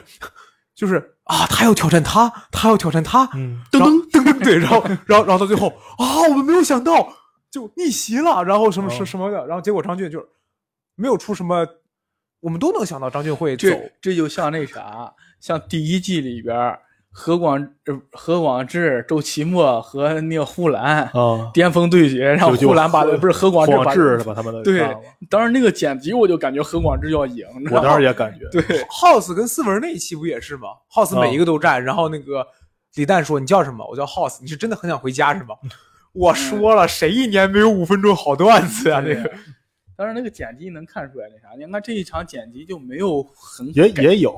Speaker 3: 就是啊，他要挑战他，他要挑战他，
Speaker 1: 嗯，
Speaker 3: 噔噔噔噔， <laughs> 对，然后然后然后到最后啊，我们没有想到就逆袭了，然后什么什
Speaker 1: 哦
Speaker 3: 什么的，然后结果张俊就是没有出什么，我们都能想到张俊会走，
Speaker 2: 这这就像那啥，像第一季里边儿何广呃何广智、周奇墨和那个呼兰
Speaker 1: 啊，
Speaker 2: 巅峰对决，让
Speaker 1: 就就
Speaker 2: 呼兰把
Speaker 1: 何
Speaker 2: 不是何广智把
Speaker 1: 广智把他们都给
Speaker 2: 对
Speaker 1: 干了，
Speaker 2: 当时那个剪辑我就感觉何广智要赢，你知
Speaker 1: 我
Speaker 2: 道
Speaker 1: 当时
Speaker 2: 吗
Speaker 1: 也感觉，
Speaker 2: 对 <laughs>
Speaker 3: House 跟思文那一期不也是吗？House
Speaker 1: 嗯
Speaker 3: 每一个都站，然后那个李诞说：“你叫什么？”我叫 House。你是真的很想回家是吗？
Speaker 1: 嗯
Speaker 3: 我说了，谁一年没有五分钟好段子啊？这
Speaker 2: 对
Speaker 3: 个
Speaker 2: 当时那个剪辑能看出来那啥，你看这一场剪辑就没有很
Speaker 1: 也
Speaker 2: 改
Speaker 1: 也有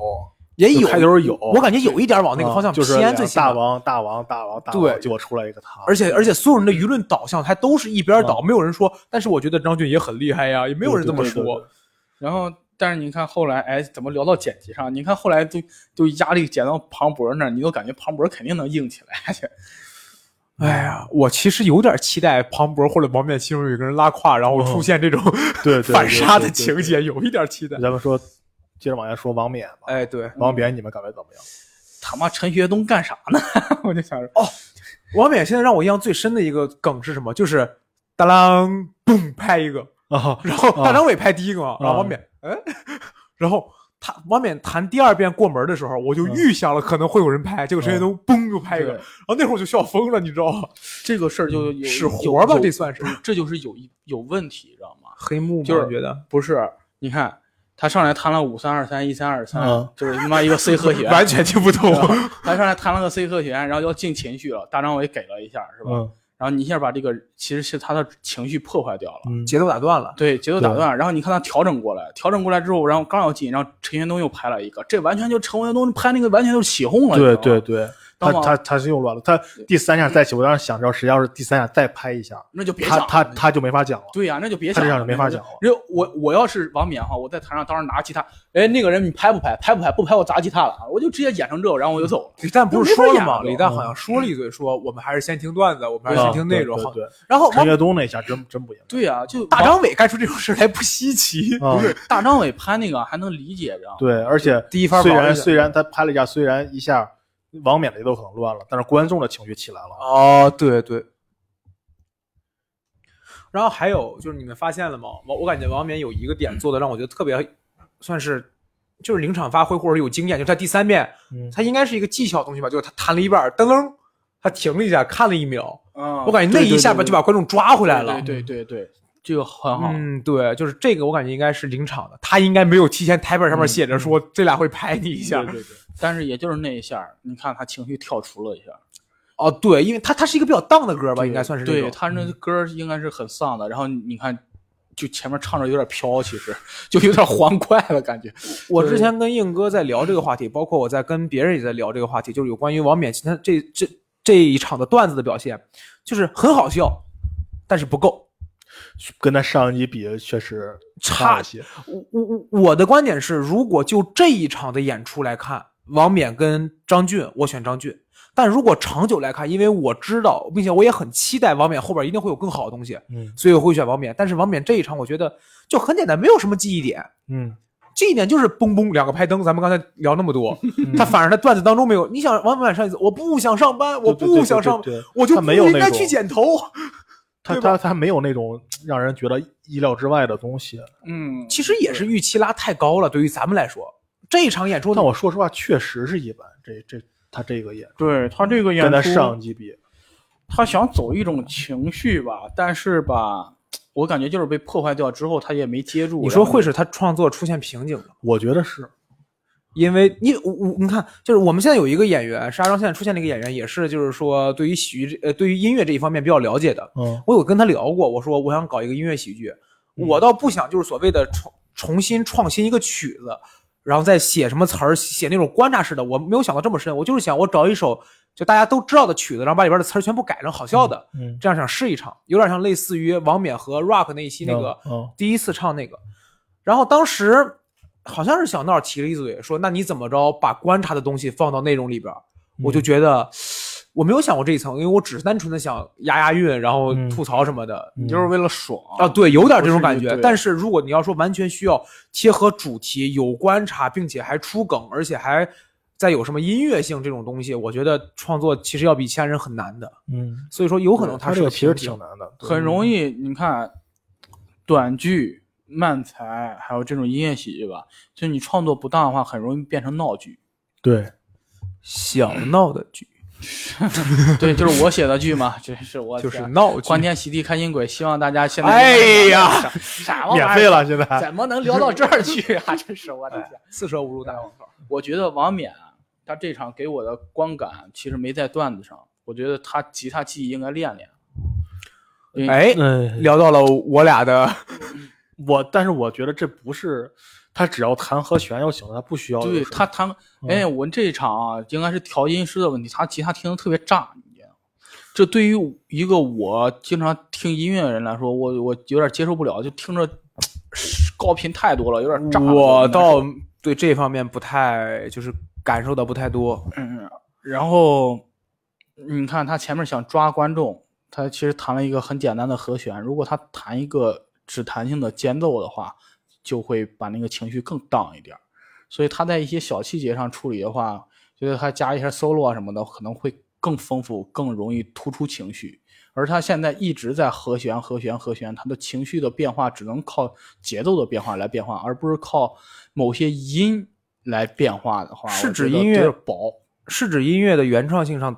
Speaker 3: 也
Speaker 1: 就开头有
Speaker 3: 我感觉有一点往那个方向
Speaker 1: 啊就是
Speaker 3: 偏，最起
Speaker 1: 大
Speaker 3: 码。
Speaker 1: 王大王大王大
Speaker 3: 对
Speaker 1: 王，结果出来一个他，
Speaker 3: 而且而且所有人的舆论导向，他都是一边倒，
Speaker 1: 嗯
Speaker 3: 没有人说。但是我觉得张俊也很厉害呀，也没有人这么
Speaker 1: 对对对
Speaker 3: 说。
Speaker 2: 然后，但是你看后来，哎，怎么聊到剪辑上？你看后来都都压力减到庞博那儿，你都感觉庞博肯定能硬起来去。
Speaker 3: 哎呀，我其实有点期待庞博或者王冕其中有一个人拉胯，然后出现这种
Speaker 1: 嗯对对对
Speaker 3: 反杀的
Speaker 1: 对对
Speaker 3: 情节，有一点期待。
Speaker 1: 咱们说，接着往下说王冕吧，
Speaker 3: 哎，对，
Speaker 1: 王冕你们感觉怎么样？
Speaker 2: 他妈陈学冬干啥呢？ <laughs> 我就想着，哦，
Speaker 3: 王冕现在让我印象最深的一个梗是什么？就是当啷嘣拍一个，
Speaker 1: 啊，
Speaker 3: 然后
Speaker 1: 啊
Speaker 3: 大张伟拍第一个嘛，然
Speaker 1: 啊
Speaker 3: 后王冕，哎， <laughs> 然后他王冕弹第二遍过门的时候，我就
Speaker 1: 嗯
Speaker 3: 预想了可能会有人拍，结果陈学冬嘣就拍一个，
Speaker 2: 对
Speaker 3: 然后那会儿我就笑疯了，你知道吗？
Speaker 2: 这个事儿就有
Speaker 3: 使活吧，这
Speaker 2: 这
Speaker 3: 算是
Speaker 2: 这就是有一有问题，知道吗？
Speaker 3: 黑幕吗
Speaker 2: 就是
Speaker 3: 我觉得
Speaker 2: 不是，你看他上来谈了五三二三一三二三
Speaker 1: 嗯，
Speaker 2: 就是他妈一个 C 和弦，
Speaker 3: <laughs> 完全听不懂。
Speaker 2: 他上来谈了个 C 和弦，然后要进情绪了，大张伟给了一下，是吧？
Speaker 1: 嗯
Speaker 2: 然后你一下把这个其实是他的情绪破坏掉了。
Speaker 1: 嗯，
Speaker 3: 节奏打断了，
Speaker 2: 对，节奏打断，然后你看他调整过来，调整过来之后，然后刚要进，然后陈学冬又拍了一个，这完全就陈学冬拍那个完全就起哄了，
Speaker 1: 对
Speaker 2: 你知道
Speaker 1: 对
Speaker 2: 吗，
Speaker 1: 对，
Speaker 2: 当
Speaker 1: 啊他
Speaker 2: 王
Speaker 1: 他他是又乱了，他第三下再起，我当时想着，谁要是第三下再拍一下，
Speaker 2: 那就别想
Speaker 1: 他
Speaker 2: 了
Speaker 1: 他他就没法讲了。
Speaker 2: 对呀、那就别
Speaker 1: 他
Speaker 2: 想
Speaker 1: 这
Speaker 2: 了，
Speaker 1: 样就没法
Speaker 2: 那
Speaker 1: 讲了
Speaker 2: 因为我我要是王冕哈，我在台上当时拿吉他，哎，那个人你拍不拍？拍不拍？不拍我砸吉他了，啊我就直接演成这，然后我就走了。
Speaker 3: 李诞不是说了吗？
Speaker 2: 没法演了
Speaker 3: 李诞好像说了一嘴，说我们还是先听段子，我们还是
Speaker 1: 啊
Speaker 3: 先听内容
Speaker 1: 对。对对，
Speaker 3: 然后
Speaker 1: 陈
Speaker 3: 哦王
Speaker 1: 学冬那一下真真不行。
Speaker 2: 对呀、就
Speaker 3: 大
Speaker 2: 王
Speaker 3: 张伟干出这种事来不稀奇，
Speaker 1: 啊
Speaker 2: 不是大张伟拍那个还能理解，知道吗？
Speaker 1: 对，而且
Speaker 3: 第一番
Speaker 1: 虽
Speaker 3: 玩一
Speaker 1: 然
Speaker 3: 下
Speaker 1: 虽然他拍了一下，虽然一下王冕的节奏可能乱了，但是观众的情绪起来了。
Speaker 3: 哦，对对。然后还有就是你们发现了吗？我我感觉王冕有一个点做的让我觉得特别，算是就是临场发挥或者有经验，就是他第三遍，
Speaker 1: 嗯，
Speaker 3: 他应该是一个技巧的东西吧，就是他弹了一半儿，噔噔，他停了一下，看了一秒，
Speaker 2: 嗯，
Speaker 3: 我感觉那一下吧就把观众抓回
Speaker 2: 回
Speaker 3: 来了。
Speaker 2: 对对对对，这个很好。
Speaker 3: 嗯，对，就是这个，我感觉应该是临场的，他应该没有提前台本
Speaker 2: 嗯
Speaker 3: 上面写着说、这俩会拍你一下。
Speaker 1: 对对对，
Speaker 2: 但是也就是那一下，你看他情绪跳出了一下，
Speaker 3: 哦，对，因为他他是一个比较荡的歌吧，应该算是那
Speaker 2: 对
Speaker 3: 种嗯
Speaker 2: 他那歌儿应该是很丧的，然后你看，就前面唱着有点飘，其实就有点欢快了感觉。
Speaker 3: 我之前跟硬哥在聊这个话题，包括我在跟别人也在聊这个话题，就是有关于王冕今天这这这一场的段子的表现，就是很好笑，但是不够。
Speaker 1: 跟他上一集比确实
Speaker 3: 差
Speaker 1: 一些。
Speaker 3: 我我我我的观点是，如果就这一场的演出来看，王冕跟张俊，我选张俊。但如果长久来看，因为我知道，并且我也很期待王冕后边一定会有更好的东西，
Speaker 1: 嗯
Speaker 3: 所以我会选王冕。但是王冕这一场，我觉得就很简单，没有什么记忆点。
Speaker 1: 嗯，
Speaker 3: 这一点就是嘣嘣两个拍灯，咱们刚才聊那么多，他反而他段子当中没有。你想王满上一次，我不想上班，我
Speaker 1: 对对对
Speaker 3: 不想上
Speaker 1: 对对对，
Speaker 3: 我就
Speaker 1: 他
Speaker 3: 不
Speaker 1: 没有
Speaker 3: 应
Speaker 1: 那
Speaker 3: 该
Speaker 1: 种
Speaker 3: 去剪头。
Speaker 1: 他
Speaker 3: 对
Speaker 1: 他
Speaker 3: 吧
Speaker 1: 他没有那种让人觉得意料之外的东西。
Speaker 2: 嗯，
Speaker 3: 其实也是预期拉太高了，对于咱们来说，这一场演出
Speaker 1: 但我说实话，确实是一般。这这他这个也
Speaker 2: 对他这个演
Speaker 1: 跟他
Speaker 2: 出，
Speaker 1: 上一集比，
Speaker 2: 他想走一种情绪吧，但是吧，我感觉就是被破坏掉之后，他也没接住。
Speaker 3: 你说
Speaker 2: 然后
Speaker 3: 会？是他创作出现瓶颈吗？
Speaker 1: 我觉得是
Speaker 3: 因为因为我我你看，就是我们现在有一个演员，沙张现在出现了一个演员，也是就是说对于喜剧这呃对于音乐这一方面比较了解的，
Speaker 1: 嗯
Speaker 3: 我有跟他聊过，我说我想搞一个音乐喜剧，我倒不想就是所谓的重重新创新一个曲子，然后再写什么词儿，写那种观察式的，我没有想到这么深，我就是想我找一首就大家都知道的曲子，然后把里边的词儿全部改成好笑的，
Speaker 1: 嗯，
Speaker 3: 这样想试一场，有点像类似于王冕和 Rock 那一期那个
Speaker 1: 嗯嗯
Speaker 3: 第一次唱那个，然后当时好像是小闹提了一嘴，说那你怎么着把观察的东西放到内容里边儿？
Speaker 1: 嗯
Speaker 3: 我就觉得我没有想过这一层，因为我只是单纯的想押押韵，然后
Speaker 1: 嗯
Speaker 3: 吐槽什么的。
Speaker 1: 嗯
Speaker 2: 你就是为了爽
Speaker 3: 啊，对，有点这种
Speaker 2: 不是
Speaker 3: 感
Speaker 2: 一个
Speaker 3: 觉。
Speaker 2: 对
Speaker 3: 但是如果你要说完全需要贴合主题、有观察，并且还出梗，而且还再有什么音乐性这种东西，我觉得创作其实要比其他人很难的。
Speaker 1: 嗯，
Speaker 3: 所以说，有可能
Speaker 1: 他
Speaker 3: 是
Speaker 1: 这
Speaker 3: 个
Speaker 1: 个其实挺
Speaker 3: 瓶颈。
Speaker 1: 难的，对
Speaker 2: 很容易。你看，短剧、漫才，还有这种音乐喜剧吧，就你创作不当的话，很容易变成闹
Speaker 3: <laughs>
Speaker 2: 剧。
Speaker 1: 对，
Speaker 3: 小闹的
Speaker 1: <laughs>
Speaker 3: 剧
Speaker 2: 对，就是我写的剧嘛，这是
Speaker 1: 啊
Speaker 2: 我
Speaker 3: 就是
Speaker 2: 天
Speaker 3: 闹剧
Speaker 2: 欢，天喜地开心鬼，希望大家现在
Speaker 3: 哎呀
Speaker 2: 什什么玩意
Speaker 1: 免
Speaker 2: 儿
Speaker 1: 费，了现在，
Speaker 2: 怎么能聊到 <laughs> 这儿去啊？真是我的天！
Speaker 3: 四舍五入打广告。
Speaker 2: 我觉得王冕他这场给我的观感其实没在段子上，我觉得他吉他技艺应该练练。嗯
Speaker 3: 哎，
Speaker 1: 嗯，
Speaker 3: 聊到了我俩的，
Speaker 1: 我但是我觉得这不是他只要弹和弦就行了，他不需要有什
Speaker 2: 对
Speaker 1: 么
Speaker 2: 他弹，哎，我这一场啊，应该是调音师的问题，他吉他听的特别炸，你知道吗这对于一个我经常听音乐的人来说，我我有点接受不了，就听着高频太多了，有点炸了。
Speaker 3: 我
Speaker 2: 有点难受
Speaker 3: 倒对这方面不太就是感受的不太多。
Speaker 2: 嗯，然后你看他前面想抓观众，他其实弹了一个很简单的和弦，如果他弹一个只弹性的间奏的话，就会把那个情绪更荡一点儿。所以他在一些小细节上处理的话，觉得他加一些 solo 啊什么的，可能会更丰富，更容易突出情绪。而他现在一直在和弦、和弦、和弦，他的情绪的变化只能靠节奏的变化来变化，而不是靠某些音来变化的话，
Speaker 3: 是
Speaker 2: 我
Speaker 3: 指
Speaker 2: 觉得
Speaker 3: 音乐
Speaker 2: 有点薄。
Speaker 3: 是指音乐的原创性上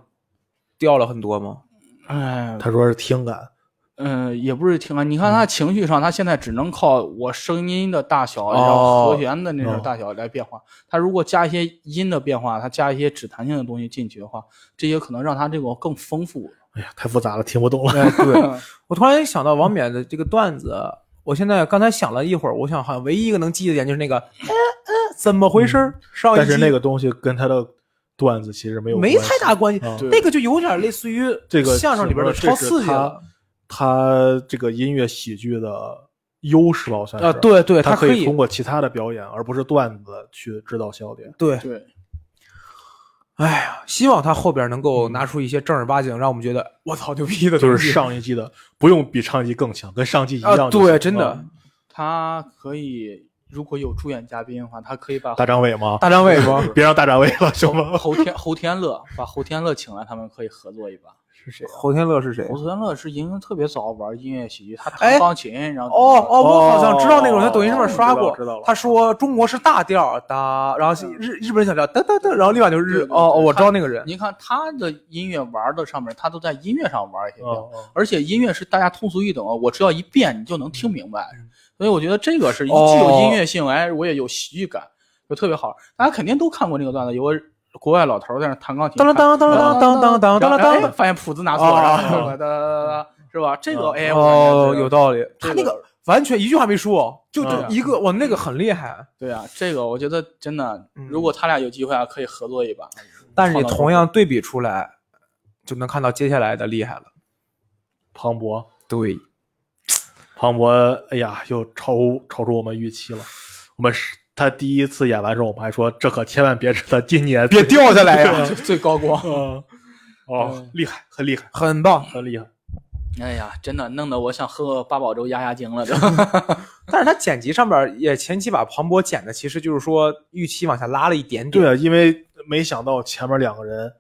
Speaker 3: 掉了很
Speaker 1: <laughs>
Speaker 3: 多吗？
Speaker 2: 哎，
Speaker 1: 他说是听感，
Speaker 2: 嗯，也不是挺啊。你看
Speaker 3: 嗯
Speaker 2: 他情绪上，他现在只能靠我声音的大小，然
Speaker 3: 哦
Speaker 2: 后和弦的那种大小来变化。他如果加一些音的变化，他加一些指弹性的东西进去的话，这些可能让他这个更丰富。
Speaker 1: 哎呀，太复杂了，听不懂了。
Speaker 3: 哎，对， <laughs> 我突然想到王冕的这个段子，我现在刚才想了一会儿，我想好像唯一一个能记得点就是那个， <laughs> 呃呃，怎么回事儿？上
Speaker 1: <laughs> 嗯
Speaker 3: 一
Speaker 1: 但
Speaker 3: 期
Speaker 1: 是那个东西跟他的段子其实没有
Speaker 3: 没
Speaker 1: 关系
Speaker 3: 太大关系，
Speaker 1: 啊
Speaker 2: 对
Speaker 3: 那个就有点类似于
Speaker 1: 这个
Speaker 3: 相声里边的
Speaker 1: 是不
Speaker 3: 超
Speaker 1: 是
Speaker 3: 刺激了
Speaker 1: 他这个音乐喜剧的优势吧，算是
Speaker 3: 啊！对对，
Speaker 1: 他
Speaker 3: 可
Speaker 1: 以
Speaker 3: 以
Speaker 1: 通过其他的表演，而不是段子去制造笑点。
Speaker 3: 对，
Speaker 2: 对，
Speaker 3: 哎呀，希望他后边能够拿出一些正儿八经，让我们觉得我操牛逼的
Speaker 1: 就
Speaker 3: 东
Speaker 1: 是
Speaker 3: 西
Speaker 1: 上一季的，不用比上一季更强，跟上季一样就行
Speaker 3: 啊，
Speaker 1: 了。
Speaker 3: 对，真的
Speaker 2: 他可以如果有助演嘉宾的话，他可以把
Speaker 1: 大张伟吗？
Speaker 3: 大张伟吗？
Speaker 1: <laughs> 别让大张伟了，行吗？
Speaker 2: 侯天侯天乐把侯天乐请来，他们可以合作一把。
Speaker 1: 是 <laughs> 谁？
Speaker 3: 侯天 <laughs> 乐是谁？
Speaker 2: 侯天乐是因为特别早玩音乐喜剧，他
Speaker 3: 哎
Speaker 2: 弹钢琴，然后
Speaker 3: 哦哦，我好像知道那种，
Speaker 1: 哦
Speaker 3: 在抖音上面刷过
Speaker 1: 知道知道了。
Speaker 3: 他说中国是大调哒，然后是日日本人想聊哒哒哒，然后另外就是日
Speaker 2: 对对对
Speaker 3: 哦，哦我
Speaker 2: 他
Speaker 3: 知道那个人。
Speaker 2: 你看他的音乐玩的上面，他都在音乐上玩一些调，
Speaker 1: 哦哦
Speaker 2: 而且音乐是大家通俗易懂，啊我只要一遍你就能听明白。所以我觉得这个是既
Speaker 3: 嗯哦
Speaker 2: 有音乐性，哎，我也有喜剧感，就特别好。大家肯定都看过那个段子，有个国外老头儿在那弹钢琴，
Speaker 3: 当当当当当当当当
Speaker 2: 然后然
Speaker 3: 当
Speaker 2: 后
Speaker 3: 当
Speaker 2: 哎发现谱子拿错了，
Speaker 3: 哦
Speaker 2: 然 <laughs> 后哒哒哒哒哒，是吧？这个
Speaker 1: 哦
Speaker 2: 哎，
Speaker 3: 当。
Speaker 2: 我感
Speaker 3: 哦，
Speaker 2: 觉
Speaker 3: 有道理。
Speaker 2: 这
Speaker 3: 他
Speaker 2: 个
Speaker 3: 那个完全一句话没说，就就
Speaker 1: 嗯
Speaker 3: 一个，哇，那个很厉害。
Speaker 2: 对啊，这个我觉得真的
Speaker 3: 嗯，
Speaker 2: 如果他俩有机会啊，可以合作一把。
Speaker 3: <laughs> 但是你同样对比出来，就能看到接下来的厉害了。
Speaker 1: 庞博，
Speaker 3: 对，
Speaker 1: 庞博，哎呀，又超乎超出我们预期了。我们是他第一次演完之后，我们还说这可千万别是他今年
Speaker 3: 别掉下来呀，
Speaker 2: 最最高光，
Speaker 1: <laughs> 嗯，哦，厉害，很厉害，
Speaker 3: 很棒。
Speaker 1: 很厉害。
Speaker 2: <laughs> 哎呀，真的弄得我想喝个八宝粥压压惊
Speaker 3: <laughs>
Speaker 2: 了，都。
Speaker 1: <laughs>
Speaker 3: 但是他剪辑上边也前期把庞博剪的，其实就是说预期往下拉了一点点。
Speaker 1: 对啊，因为没想到前面两个人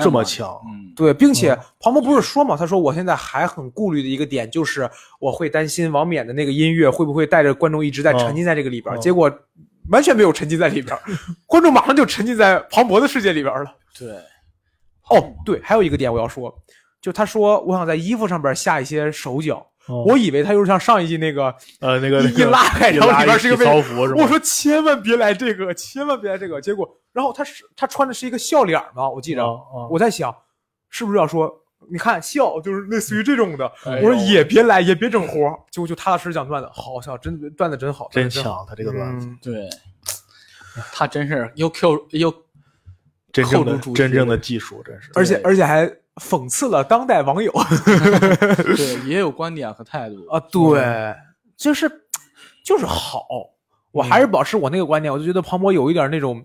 Speaker 1: 这么强，
Speaker 2: 嗯，
Speaker 3: 对，并且庞博不是说嘛，他说我现在还很顾虑的一个点就是，我会担心王冕的那个音乐会不会带着观众一直在沉浸在这个里边
Speaker 1: 嗯
Speaker 3: 儿，
Speaker 1: 嗯
Speaker 3: 结果完全没有沉浸在里边儿， <laughs> 观众马上就沉浸在庞博的世界里边
Speaker 1: <laughs>
Speaker 3: 儿了。
Speaker 2: 对，
Speaker 3: 哦，对，还有一个点我要说，就他说我想在衣服上边下一些手脚，
Speaker 1: 哦
Speaker 3: 我以为他又是像上一季那个，
Speaker 1: 呃那个
Speaker 3: 一
Speaker 1: 那个
Speaker 3: 一拉开
Speaker 1: 一
Speaker 3: 然后
Speaker 1: 拉
Speaker 3: 里边是
Speaker 1: 一
Speaker 3: 个
Speaker 1: 体
Speaker 3: 位
Speaker 1: 操服是吧？
Speaker 3: 我说千万别来这个，千万别来这个，结果然后他是他穿的是一个笑脸儿嘛，我记着，
Speaker 1: 哦，
Speaker 3: 我在想，是不是要说，你看笑就是类似于这种的。
Speaker 2: 哎
Speaker 3: 我
Speaker 2: 呦
Speaker 3: 说也别来，也别整活儿，结果就踏踏实实讲段子，好笑，真段子真好，
Speaker 1: 真
Speaker 3: 段子好。
Speaker 1: 强，他这个段子，
Speaker 3: 嗯，
Speaker 2: 对，他真是又 Q
Speaker 3: <laughs>
Speaker 2: 又
Speaker 1: 真正的
Speaker 2: 扣住主题
Speaker 1: 真正的技术，真是。
Speaker 3: 而且而且还讽刺了当代网友
Speaker 2: 对，也有观点和态度。
Speaker 3: 啊，对，就是就是好，我还是保持我那个观点，我就觉得庞博有一点那种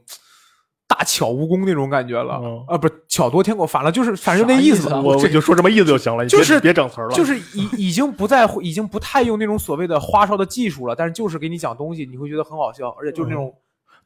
Speaker 3: 大巧无功那种感觉了
Speaker 1: 嗯
Speaker 3: 啊，不是巧夺天工，反正就是反正就那
Speaker 2: 啥
Speaker 3: 意
Speaker 2: 意
Speaker 3: 思
Speaker 2: 思啊
Speaker 3: 吧。
Speaker 1: 我我
Speaker 3: 这
Speaker 1: 就说这么意思就行了，你别
Speaker 3: 就是
Speaker 1: 别整词儿了，
Speaker 3: 就是已已经不再会已经不太用那种所谓的花哨的技术了，但是就是给你讲东西，你会觉得很好笑，而且就是那种、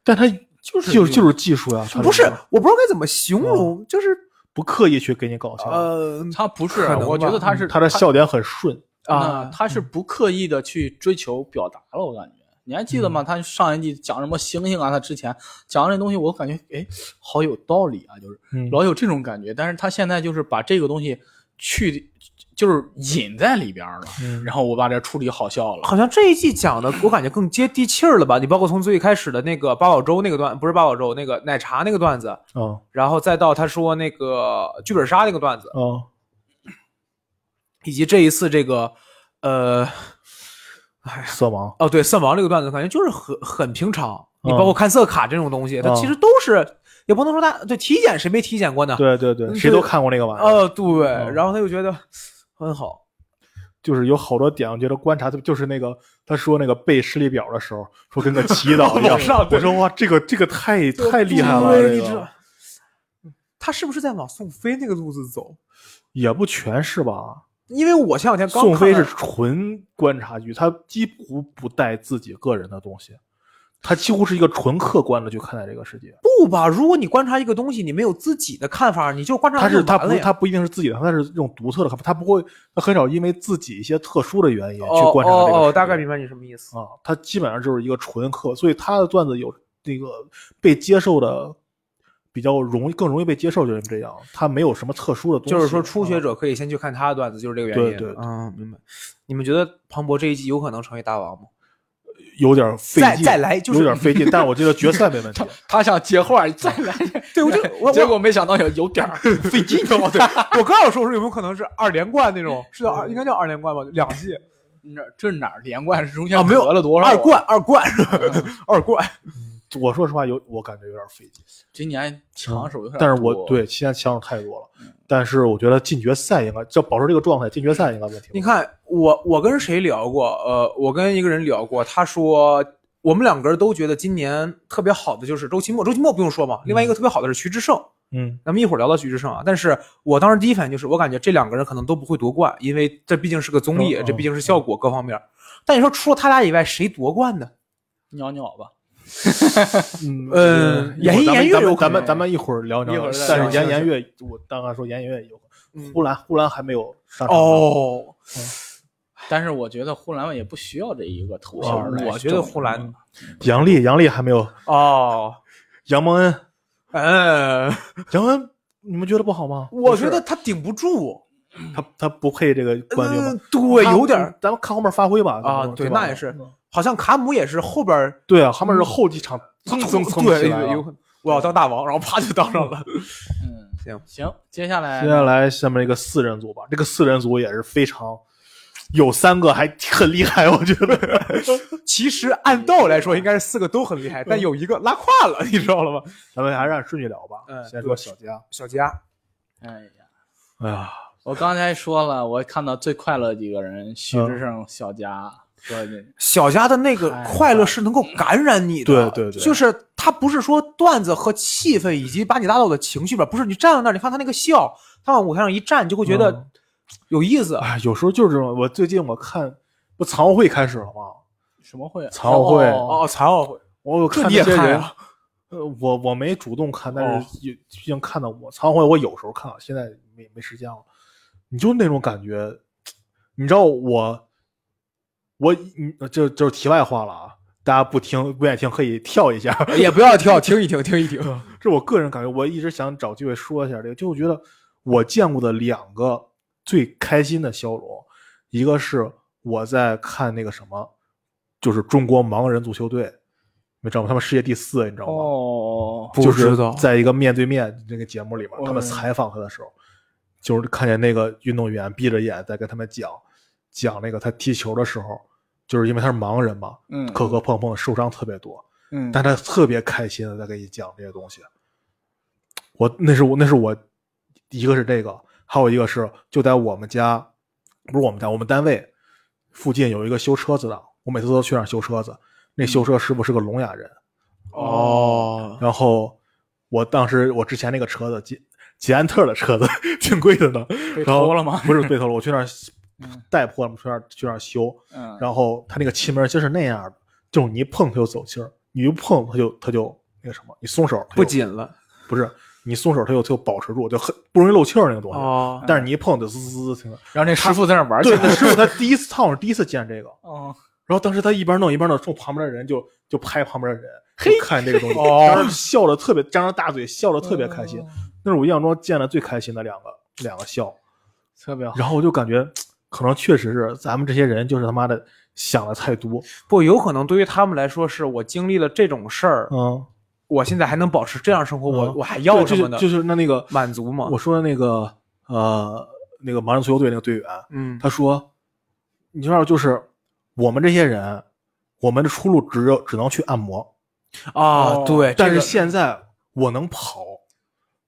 Speaker 1: 但他
Speaker 2: 嗯就是
Speaker 1: 就是就是技术呀，它
Speaker 3: 不是我不知道该怎么形
Speaker 2: 嗯
Speaker 3: 容，就是
Speaker 1: 不刻意去给你搞
Speaker 2: 啊
Speaker 1: 笑，嗯
Speaker 3: 呃
Speaker 2: 他不是
Speaker 3: 可能，吧
Speaker 2: 我觉得他是
Speaker 1: 他的笑点很顺，
Speaker 2: 啊，
Speaker 3: 啊，
Speaker 2: 他是不刻意的去追求表达了，我感觉。你还记得
Speaker 3: 嗯
Speaker 2: 吗？他上一季讲什么星星啊？他之前讲的那东西，我感觉哎，好有道理啊，就是
Speaker 1: 嗯
Speaker 2: 老有这种感觉。但是他现在就是把这个东西去，就是引在里边了，
Speaker 1: 嗯
Speaker 2: 然后我把这处理好笑了。
Speaker 3: 好像这一季讲的我感觉更接地气儿了吧？你包括从最开始的那个八宝粥那个段，不是八宝粥那个奶茶那个段子，
Speaker 1: 哦
Speaker 3: 然后再到他说那个剧本杀那个段子，
Speaker 1: 哦，
Speaker 3: 以及这一次这个呃
Speaker 1: 色盲，
Speaker 3: 哦，对，色盲这个段子感觉就是很很平常。你
Speaker 1: 嗯
Speaker 3: 包括看色卡这种东西，它
Speaker 1: 嗯
Speaker 3: 其实都是，也不能说它对体检谁没体检过呢？
Speaker 1: 对嗯对对，谁都看过那个玩意儿，
Speaker 3: 嗯呃，对，然后他就觉得很好，
Speaker 1: 就是有好多点，我觉得观察就是那个他说那个背视力表的时候，说跟个祈祷一
Speaker 3: <laughs> 往上
Speaker 1: 样，
Speaker 3: 对
Speaker 1: 我说哇，这个这个太太厉害了，
Speaker 3: 对，
Speaker 1: 这
Speaker 3: 你知道
Speaker 1: 个，
Speaker 3: 他是不是在往宋飞那个路子走？
Speaker 1: 也不全是吧？
Speaker 3: 因为我前两天刚
Speaker 1: 宋飞
Speaker 3: 看
Speaker 1: 是
Speaker 3: 了
Speaker 1: 纯观察剧，他几乎不带自己个人的东西，他几乎是一个纯客观的去看待这个世界。
Speaker 3: 不吧？如果你观察一个东西，你没有自己的看法，你就观察
Speaker 1: 他是
Speaker 3: 就
Speaker 1: 他
Speaker 3: 完
Speaker 1: 不
Speaker 3: 了
Speaker 1: 是
Speaker 3: 呀
Speaker 1: 他不一定是自己的，他是这种独特的看法，他不会他很少因为自己一些特殊的原因
Speaker 3: 哦
Speaker 1: 去观察这个世界。
Speaker 3: 哦哦，大概明白你什么意思。
Speaker 1: 啊，他基本上就是一个纯客，所以他的段子有那个被接受的比较容易，更容易被接受，就是这样。他没有什么特殊的东西，
Speaker 3: 就是说，初学
Speaker 1: 啊
Speaker 3: 者可以先去看他的段子，就是这个原
Speaker 1: 对
Speaker 3: 因。
Speaker 1: 对对
Speaker 3: 嗯，明白。你们觉得庞博这一季有可能成为大王吗？
Speaker 1: 啊有点费
Speaker 3: 再
Speaker 1: 劲，
Speaker 3: 再来就是
Speaker 1: 有点费劲。但是我觉得决赛没问题，
Speaker 2: 他想接话 <laughs> 再来，
Speaker 3: 对，我就我
Speaker 2: 结
Speaker 3: 我
Speaker 2: 果没想到有有
Speaker 3: <laughs>
Speaker 2: 点儿费劲，
Speaker 3: 哦，
Speaker 2: <laughs>
Speaker 3: 对，我刚要说是有没有可能是二连冠那种，是叫二应该叫二连冠吧，两季
Speaker 2: 哪这哪儿连贯？是中间
Speaker 3: 啊没有
Speaker 2: 隔了多少？
Speaker 3: 二，冠二冠二冠，
Speaker 1: 我说实话有，我感觉有点费劲。
Speaker 2: 今年抢手有点多，
Speaker 1: 但是我对现在想手太多了，但是我觉得进决赛应该就保持这个状态，进决赛应该问题不大。
Speaker 3: 你看，我我跟谁聊过？呃，我跟一个人聊过，他说我们两个人都觉得今年特别好的就是周奇墨，周奇墨不用说嘛。另外一个特别好的是徐志胜，
Speaker 1: 嗯，
Speaker 3: 咱们一会儿聊到徐志胜啊。但是我当时第一反应就是，我感觉这两个人可能都不会夺冠，因为这毕竟是个综艺
Speaker 1: 嗯，嗯
Speaker 3: 这毕竟是效果各方面。但你说除了他俩以外，谁夺冠呢？
Speaker 2: 鸟鸟吧，
Speaker 1: 嗯
Speaker 3: 呃
Speaker 1: 嗯
Speaker 3: 颜
Speaker 1: 咱们
Speaker 3: 颜悦
Speaker 1: 咱
Speaker 3: 有
Speaker 1: 们
Speaker 3: 可
Speaker 1: 咱
Speaker 3: 能
Speaker 1: 们咱们一会儿聊聊，
Speaker 2: 一会儿再
Speaker 1: 但
Speaker 3: 聊
Speaker 1: 是颜
Speaker 3: 行
Speaker 1: 颜悦，我刚刚说颜颜悦有，
Speaker 3: 嗯
Speaker 1: 呼兰呼兰还没有上场呢，
Speaker 3: 哦，
Speaker 2: 但是我觉得呼兰也不需要这一个头衔
Speaker 1: 哦
Speaker 2: 来证嗯明。
Speaker 3: 我觉得呼兰
Speaker 1: 杨丽杨丽还没有，
Speaker 3: 哦，
Speaker 1: 杨蒙恩
Speaker 3: 嗯，
Speaker 1: 杨恩，你们哎觉得不好吗？
Speaker 3: 我觉得他顶不住，
Speaker 1: 他他不配这个冠军
Speaker 3: 嗯
Speaker 1: 吗？
Speaker 3: 对，
Speaker 1: 他
Speaker 3: 有点儿，
Speaker 1: 咱们看后面发挥吧。
Speaker 3: 啊
Speaker 1: 咱们
Speaker 3: 对
Speaker 1: 吧
Speaker 3: 那也是嗯
Speaker 1: 嗯
Speaker 3: 好像卡姆也是后边儿
Speaker 1: 对啊，后面是后几场蹭蹭蹭
Speaker 3: 对，哎
Speaker 1: 起来
Speaker 3: 有
Speaker 1: 了
Speaker 3: 有可能我要当大王，然后啪就当上了。
Speaker 2: 嗯，
Speaker 3: 行
Speaker 2: 行，接下来
Speaker 1: 接下来下面一个四人组吧，这个四人组也是非常有三个还很厉害，我觉得。
Speaker 3: <laughs> 其实按道理来说，应该是四个都很厉
Speaker 1: 嗯
Speaker 3: 害，但有一个拉胯了，你知道了吧？
Speaker 1: 咱们还是按顺序聊吧。
Speaker 3: 嗯
Speaker 1: 先说小佳。
Speaker 3: 小佳，
Speaker 2: 哎呀，
Speaker 1: 哎呀，
Speaker 2: 我刚才说了，我看到最快乐几个人，徐
Speaker 1: 嗯
Speaker 2: 志胜、小佳，说这
Speaker 3: 小佳的那个
Speaker 2: 太
Speaker 3: 快乐是能够感染你的，
Speaker 1: 哎对对对
Speaker 3: 就是他不是说段子和气氛以及把你拉到的情绪吧，不是你站在那儿，你看他那个笑，他往舞台上一站，你就会觉得
Speaker 1: 嗯
Speaker 3: 有意思。
Speaker 1: 哎，有时候就是这种。我最近我看不残奥会开始了吗？
Speaker 2: 什么会？
Speaker 1: 残奥会
Speaker 2: 哦，
Speaker 3: 哦，残奥会，
Speaker 1: 我有看那
Speaker 3: 这你也
Speaker 1: 些
Speaker 3: 看
Speaker 1: 人
Speaker 3: 啊，
Speaker 1: 呃，我我没主动看，但
Speaker 3: 哦
Speaker 1: 是也毕竟看到我残奥会，我有时候看，现在没没时间了。你就那种感觉，你知道我，我你这就是题外话了啊，大家不听不愿意听可以跳一下。
Speaker 3: <laughs> 也不要跳，听一听，听一听。
Speaker 1: <laughs> 这是我个人感觉，我一直想找机会说一下这个，就我觉得我见过的两个最开心的消融，一个是我在看那个什么，就是中国盲人足球队，你知道吗？他们世界第四，你知道吗？
Speaker 2: 哦，
Speaker 3: 不
Speaker 1: 就是
Speaker 3: 知道
Speaker 1: 在一个面对面那个节目里面，他
Speaker 2: 嗯
Speaker 1: 们采访他的时候，就是看见那个运动员闭着眼在跟他们讲讲那个他踢球的时候，就是因为他是盲人嘛，
Speaker 2: 嗯，
Speaker 1: 磕磕碰碰受伤特别多，
Speaker 2: 嗯，
Speaker 1: 但他特别开心的在给你讲这些东西。我那是我那是我，一个是这个，还有一个是就在我们家，不是我们家，我们单位附近有一个修车子的，我每次都去
Speaker 3: 嗯
Speaker 1: 那儿修车子，那修车师傅是个聋哑人。
Speaker 2: 哦，
Speaker 1: 然后我当时我之前那个车子捷捷安特的车子挺贵的呢，
Speaker 2: 被
Speaker 1: 然后
Speaker 2: 偷了吗？
Speaker 1: 不是被偷了，我去那儿带破了，去那儿去那儿修，
Speaker 2: 嗯，
Speaker 1: 然后它那个气门就是那样的，就是你一碰它就走气儿，你一碰它就它就那个什么，你松手它就
Speaker 3: 不紧了
Speaker 1: 不是你松手它就它就保持住，就很不容易漏气儿那个东西。
Speaker 3: 哦
Speaker 1: 但是你一碰就滋滋滋停了。
Speaker 2: 然后那师傅在那玩起
Speaker 1: 对，
Speaker 2: 来
Speaker 1: 那
Speaker 2: 了。
Speaker 1: 师傅他第一次烫，我第一次见这个，
Speaker 2: 哦，
Speaker 1: 然后当时他一边弄一边弄，冲旁边的人就就拍旁边的人，
Speaker 2: 嘿
Speaker 1: 就看这个东西，当
Speaker 3: 哦
Speaker 1: 时笑的特别张着大嘴，笑的特别开
Speaker 2: 哦
Speaker 1: 心。那是我印象中见的最开心的两个两个笑。
Speaker 2: 特别好。
Speaker 1: 然后我就感觉，可能确实是咱们这些人就是他妈的想的太多，
Speaker 3: 不，有可能对于他们来说，是我经历了这种事儿，
Speaker 1: 嗯，
Speaker 3: 我现在还能保持这样生活，我
Speaker 1: 嗯
Speaker 3: 我还要什
Speaker 1: 对
Speaker 3: 么呢？
Speaker 1: 就是就是那那个
Speaker 3: 满足嘛。
Speaker 1: 我说的那个呃那个盲人足球队那个队员，
Speaker 3: 嗯，
Speaker 1: 他说，你知道就是我们这些人，我们的出路只有只能去按摩，
Speaker 3: 啊，对，
Speaker 1: 但是
Speaker 3: 这个
Speaker 1: 现在我能跑。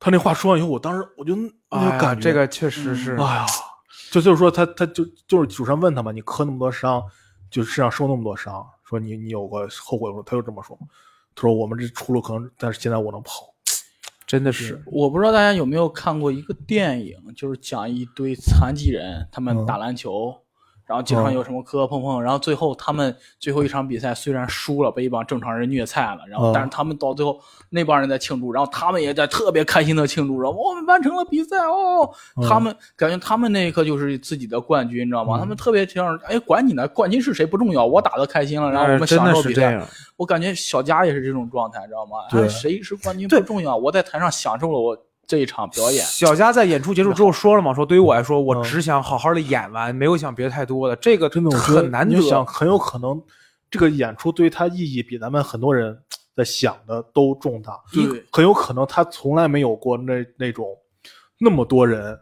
Speaker 1: 他那话说完以后，我当时我就那
Speaker 3: 哎
Speaker 1: 种
Speaker 3: 呀
Speaker 1: 感觉，
Speaker 3: 这个嗯确实是
Speaker 1: 哎呀，就就是说他他就就是主持人问他嘛，你磕那么多伤，就身上受那么多伤，说你你有个后悔吗？他就这么说，他说我们这出路可能，但是现在我能跑，
Speaker 3: 真的是
Speaker 2: 我不知道大家有没有看过一个电影，就是讲一堆残疾人他们
Speaker 1: 嗯
Speaker 2: 打篮球，然后经
Speaker 3: 嗯
Speaker 2: 常有什么磕磕碰碰，然后最后他们最后一场比赛虽然输了，被一帮正常人虐菜了，然后
Speaker 1: 嗯
Speaker 2: 但是他们到最后那帮人在庆祝，然后他们也在特别开心的庆祝，然后我们完成了比赛哦，
Speaker 3: 嗯
Speaker 2: 他们感觉他们那一刻就是自己的冠军，你知道吗？他们特别像是哎，管你呢，冠军是谁不重要，我打的开心了，然后我
Speaker 3: 哎
Speaker 2: 们
Speaker 3: 真
Speaker 2: 享
Speaker 3: 的
Speaker 2: 受
Speaker 3: 是
Speaker 2: 比
Speaker 3: 这
Speaker 2: 赛，
Speaker 3: 样。
Speaker 2: 我感觉小佳也是这种状态，知道吗？
Speaker 1: 对
Speaker 2: 哎谁是冠军不重要，我在台上享受了我这一场表演。
Speaker 3: 小佳在演出结束之后说了嘛，说对于我来说，我只想好好的演完，没有想别的太多的。这个
Speaker 1: 真的我觉得
Speaker 3: 很难
Speaker 1: 你
Speaker 3: 得
Speaker 1: 就，想很有可能这个演出对他意义比咱们很多人在想的都重大，
Speaker 2: 对
Speaker 1: 很有可能他从来没有过那那种那么多人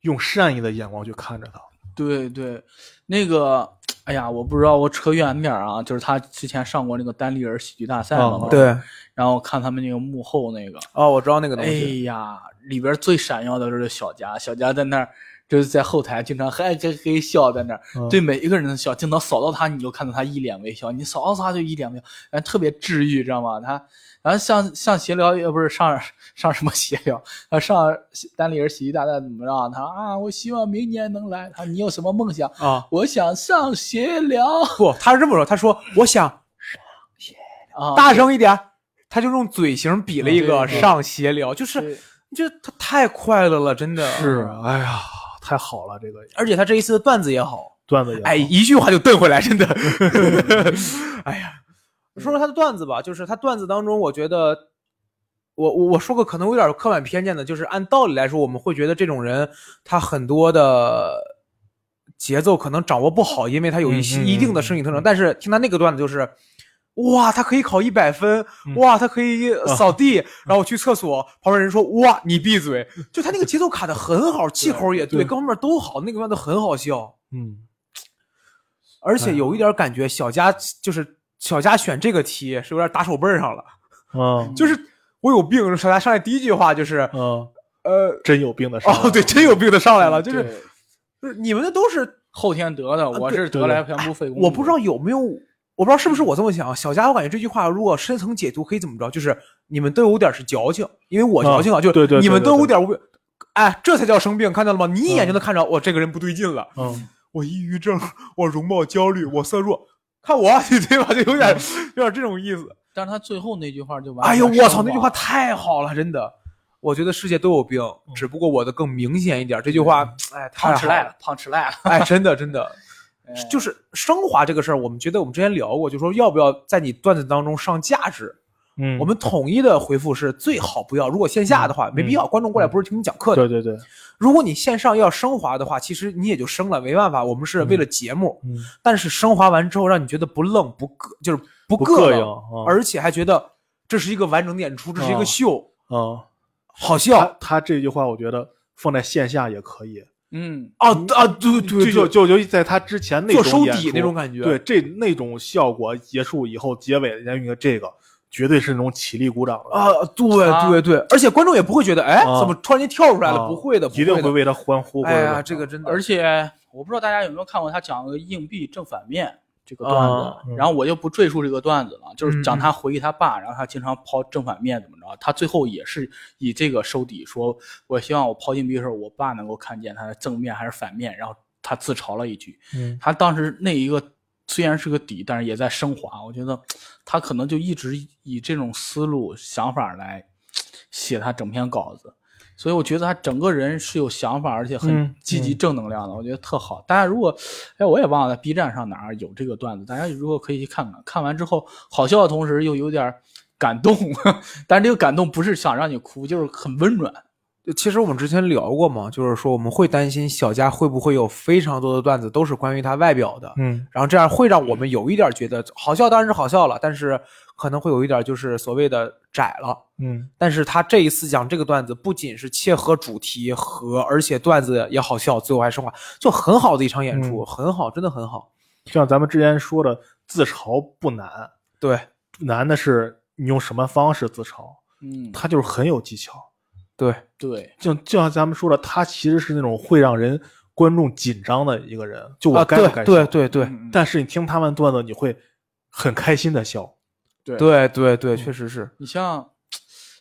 Speaker 1: 用善意的眼光去看着他，
Speaker 2: 对对，那个，哎呀，我不知道，我扯远点儿啊，就是他之前上过那个单立人喜剧大赛嘛，
Speaker 1: 嗯
Speaker 2: 不是
Speaker 3: 哦对，
Speaker 2: 然后看他们那个幕后那个，
Speaker 3: 哦，我知道那个东
Speaker 2: 哎
Speaker 3: 西，
Speaker 2: 呀，里边最闪耀的就是小佳，小佳在那儿就是在后台经常嘿嘿嘿笑，在那儿、
Speaker 1: 嗯
Speaker 2: 对每一个人的笑，经常扫到他你就看到他一脸微笑，你扫到他就一脸微笑，然后特别治愈，知道吗？他然后上上协聊呃也不是上 <laughs> 上什么协聊，他上单立人喜剧大赛怎么着？他啊，我希望明年能来。他你有什么梦想？
Speaker 3: 啊，
Speaker 2: 我想上协聊
Speaker 3: 不，他是这么说，他说我想
Speaker 2: 啊，
Speaker 3: 大声一点，他就用嘴型比了一
Speaker 2: 啊
Speaker 3: 个
Speaker 2: 对对
Speaker 3: 上斜聊，就是
Speaker 2: 对啊
Speaker 3: 就他太快乐了，真的
Speaker 1: 是，哎呀，太好了，这个
Speaker 3: 而且他这一次的段子也好，
Speaker 1: 段子也好
Speaker 3: 哎，一句话就瞪回来， <laughs> 真的。哎呀，说说他的段子吧，就是他段子当中，我觉得，我我我说个可能有点刻板偏见的，就是按道理来说，我们会觉得这种人他很多的节奏可能掌握不好，因为他有一些
Speaker 1: 嗯嗯嗯
Speaker 3: 一定的生理特征。但是听他那个段子就是。哇，他可以考一百分！
Speaker 1: 嗯
Speaker 3: 哇，他可以扫地，然后我去厕所，旁边人说：“哇，你闭嘴！”就他那个节奏卡的很好，气口也 <laughs> 对，
Speaker 1: 对
Speaker 3: 各方面都好，那个段子很好笑。
Speaker 1: 嗯，
Speaker 3: 而
Speaker 1: 哎
Speaker 3: 且有一点感觉，小佳就是小佳选这个题是有点打手背儿上了，
Speaker 1: 嗯
Speaker 3: 就是我有病，小佳上来第一句话就是
Speaker 1: 嗯，
Speaker 3: 呃，
Speaker 1: 真有病的时候，
Speaker 3: 哦，对，真有病的上来了，就是啊
Speaker 2: 对
Speaker 3: 就是你们的都是
Speaker 2: 后天得的，我是得
Speaker 1: 对
Speaker 2: 来全不费工夫。
Speaker 3: 哎我不知道有没有，我不知道是不是我这么想，小佳我感觉这句话如果深层解读可以怎么着，就是你们都有点是矫情，因为我矫情啊，
Speaker 1: 嗯
Speaker 3: 就
Speaker 1: 对对对
Speaker 3: 你们都
Speaker 1: 对
Speaker 3: 有点无病，哎，这才叫生病，看到了吗？你一眼就能看着，我这个人不对劲了。
Speaker 1: 嗯，
Speaker 3: 我抑郁症，我容貌焦虑，我色弱，看我，啊对吧？就有点
Speaker 1: 嗯
Speaker 3: 有点这种意思。
Speaker 2: 但是他最后那句话就完。
Speaker 3: 哎呦，我操，那句话太好了，真的。我觉得世界都有病，
Speaker 1: 嗯
Speaker 3: 只不过我的更明显一点。这句话， <laughs> 哎，太
Speaker 2: 胖
Speaker 3: 好
Speaker 2: 吃赖了，，胖吃赖了。
Speaker 3: 哎，真
Speaker 1: <laughs>
Speaker 3: 的，真的，
Speaker 2: 哎
Speaker 3: 就是升华这个事儿，我们觉得我们之前聊过，就说要不要在你段子当中上价值。
Speaker 1: 嗯嗯
Speaker 3: 我们统一的回复是最好不要，如果线下的话没必要，观众过来不是听你讲课的。
Speaker 1: 对对对，
Speaker 3: 如果你线上要升华的话，其实你也就升了，没办法，我们是为了节目。
Speaker 1: 嗯，
Speaker 3: 但是升华完之后，让你觉得不愣不膈，就是不
Speaker 1: 不
Speaker 3: 膈
Speaker 1: 膈
Speaker 3: 应
Speaker 1: 应，啊
Speaker 3: 而且还觉得这是一个完整的演出，这是一个
Speaker 1: 啊
Speaker 3: 秀。
Speaker 1: 嗯，
Speaker 3: 好
Speaker 1: 他
Speaker 3: 笑
Speaker 1: 他这句话我觉得放在线下也可以，
Speaker 2: 嗯，
Speaker 3: 啊啊！对对
Speaker 1: 就
Speaker 3: 对，
Speaker 1: 就就在他之前那种
Speaker 3: 做收底
Speaker 1: 演出
Speaker 3: 那种感觉
Speaker 1: 对，这那种效果结束以后，结尾人家用一个这个，绝对是那种起立鼓掌的，
Speaker 3: 啊，对
Speaker 2: 啊
Speaker 3: 对对，而且观众也不会觉得，哎，
Speaker 1: 啊
Speaker 3: 怎么突然间跳出来了？
Speaker 1: 啊
Speaker 3: 不会的，
Speaker 1: 一定
Speaker 3: 不
Speaker 1: 会啊
Speaker 3: 会的。
Speaker 1: 为他欢呼。
Speaker 3: 哎
Speaker 1: 或
Speaker 3: 呀，
Speaker 1: 者
Speaker 3: 这个真的，
Speaker 2: 而且我不知道大家有没有看过他讲个硬币正反面，这个段子，
Speaker 3: 啊
Speaker 1: 嗯
Speaker 2: 然后我就不赘述这个段子了，就是讲
Speaker 3: 嗯嗯
Speaker 2: 他回忆他爸，然后他经常抛正反面怎么着，他最后也是以这个收底，说我希望我抛硬币的时候，我爸能够看见他的正面还是反面，然后他自嘲了一句，
Speaker 1: 嗯
Speaker 2: 他当时那一个虽然是个底，但是也在升华。我觉得他可能就一直以这种思路、想法来写他整篇稿子，所以我觉得他整个人是有想法，而且很
Speaker 1: 嗯
Speaker 2: 积极正能量的，我觉得特好。大家如果，哎，我也忘了在 B 站上哪儿有这个段子，大家如果可以去看看。看完之后，好笑的同时又有点儿感动， <laughs> 但是这个感动不是想让你哭，就是很温暖。
Speaker 3: 其实我们之前聊过嘛，就是说我们会担心小佳会不会有非常多的段子都是关于他外表的，
Speaker 1: 嗯
Speaker 3: 然后这样会让我们有一点觉得好笑，当然是好笑了，但是可能会有一点就是所谓的窄了。
Speaker 1: 嗯
Speaker 3: 但是他这一次讲这个段子，不仅是切合主题和，而且段子也好笑，最后还升华，就很好的一场演
Speaker 1: 嗯
Speaker 3: 出，很好，真的很好。
Speaker 1: 就像咱们之前说的，自嘲不难，
Speaker 3: 对
Speaker 1: 难的是你用什么方式自嘲，
Speaker 2: 嗯，
Speaker 1: 他就是很有技巧。
Speaker 3: 对，
Speaker 2: 对，
Speaker 1: 就就像咱们说的，他其实是那种会让人观众紧张的一个人。就我
Speaker 3: 啊，
Speaker 1: 该不
Speaker 3: 对
Speaker 1: 该笑？
Speaker 3: 对对对
Speaker 2: 嗯
Speaker 1: 但是你听他们段子，你会很开心的笑。
Speaker 2: 对
Speaker 3: 对对对，确实是，
Speaker 2: 你像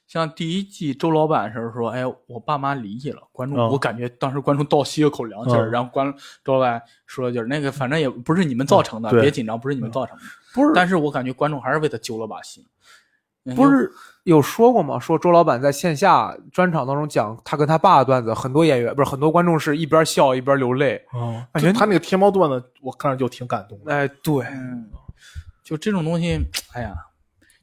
Speaker 2: 像第一季周老板的时候说，哎，我爸妈离异了，观众、
Speaker 1: 嗯
Speaker 2: 我感觉当时观众倒吸了口凉气儿，
Speaker 1: 嗯
Speaker 2: 然后观周老板说就是那个反正也不是你们造成的，
Speaker 1: 嗯对
Speaker 2: 别紧张，不是你们造成的，
Speaker 3: 不是
Speaker 2: 但是我感觉观众还是为他揪了把心，嗯
Speaker 3: 不是有说过吗？说周老板在线下专场当中讲他跟他爸的段子，很多演员不是很多观众是一边笑一边流泪。
Speaker 1: 哦，
Speaker 3: 感
Speaker 1: 感觉
Speaker 3: 觉
Speaker 1: 他那个天猫段子，我看着就挺感动的。
Speaker 3: 哎，对，
Speaker 2: 嗯，就这种东西，哎呀。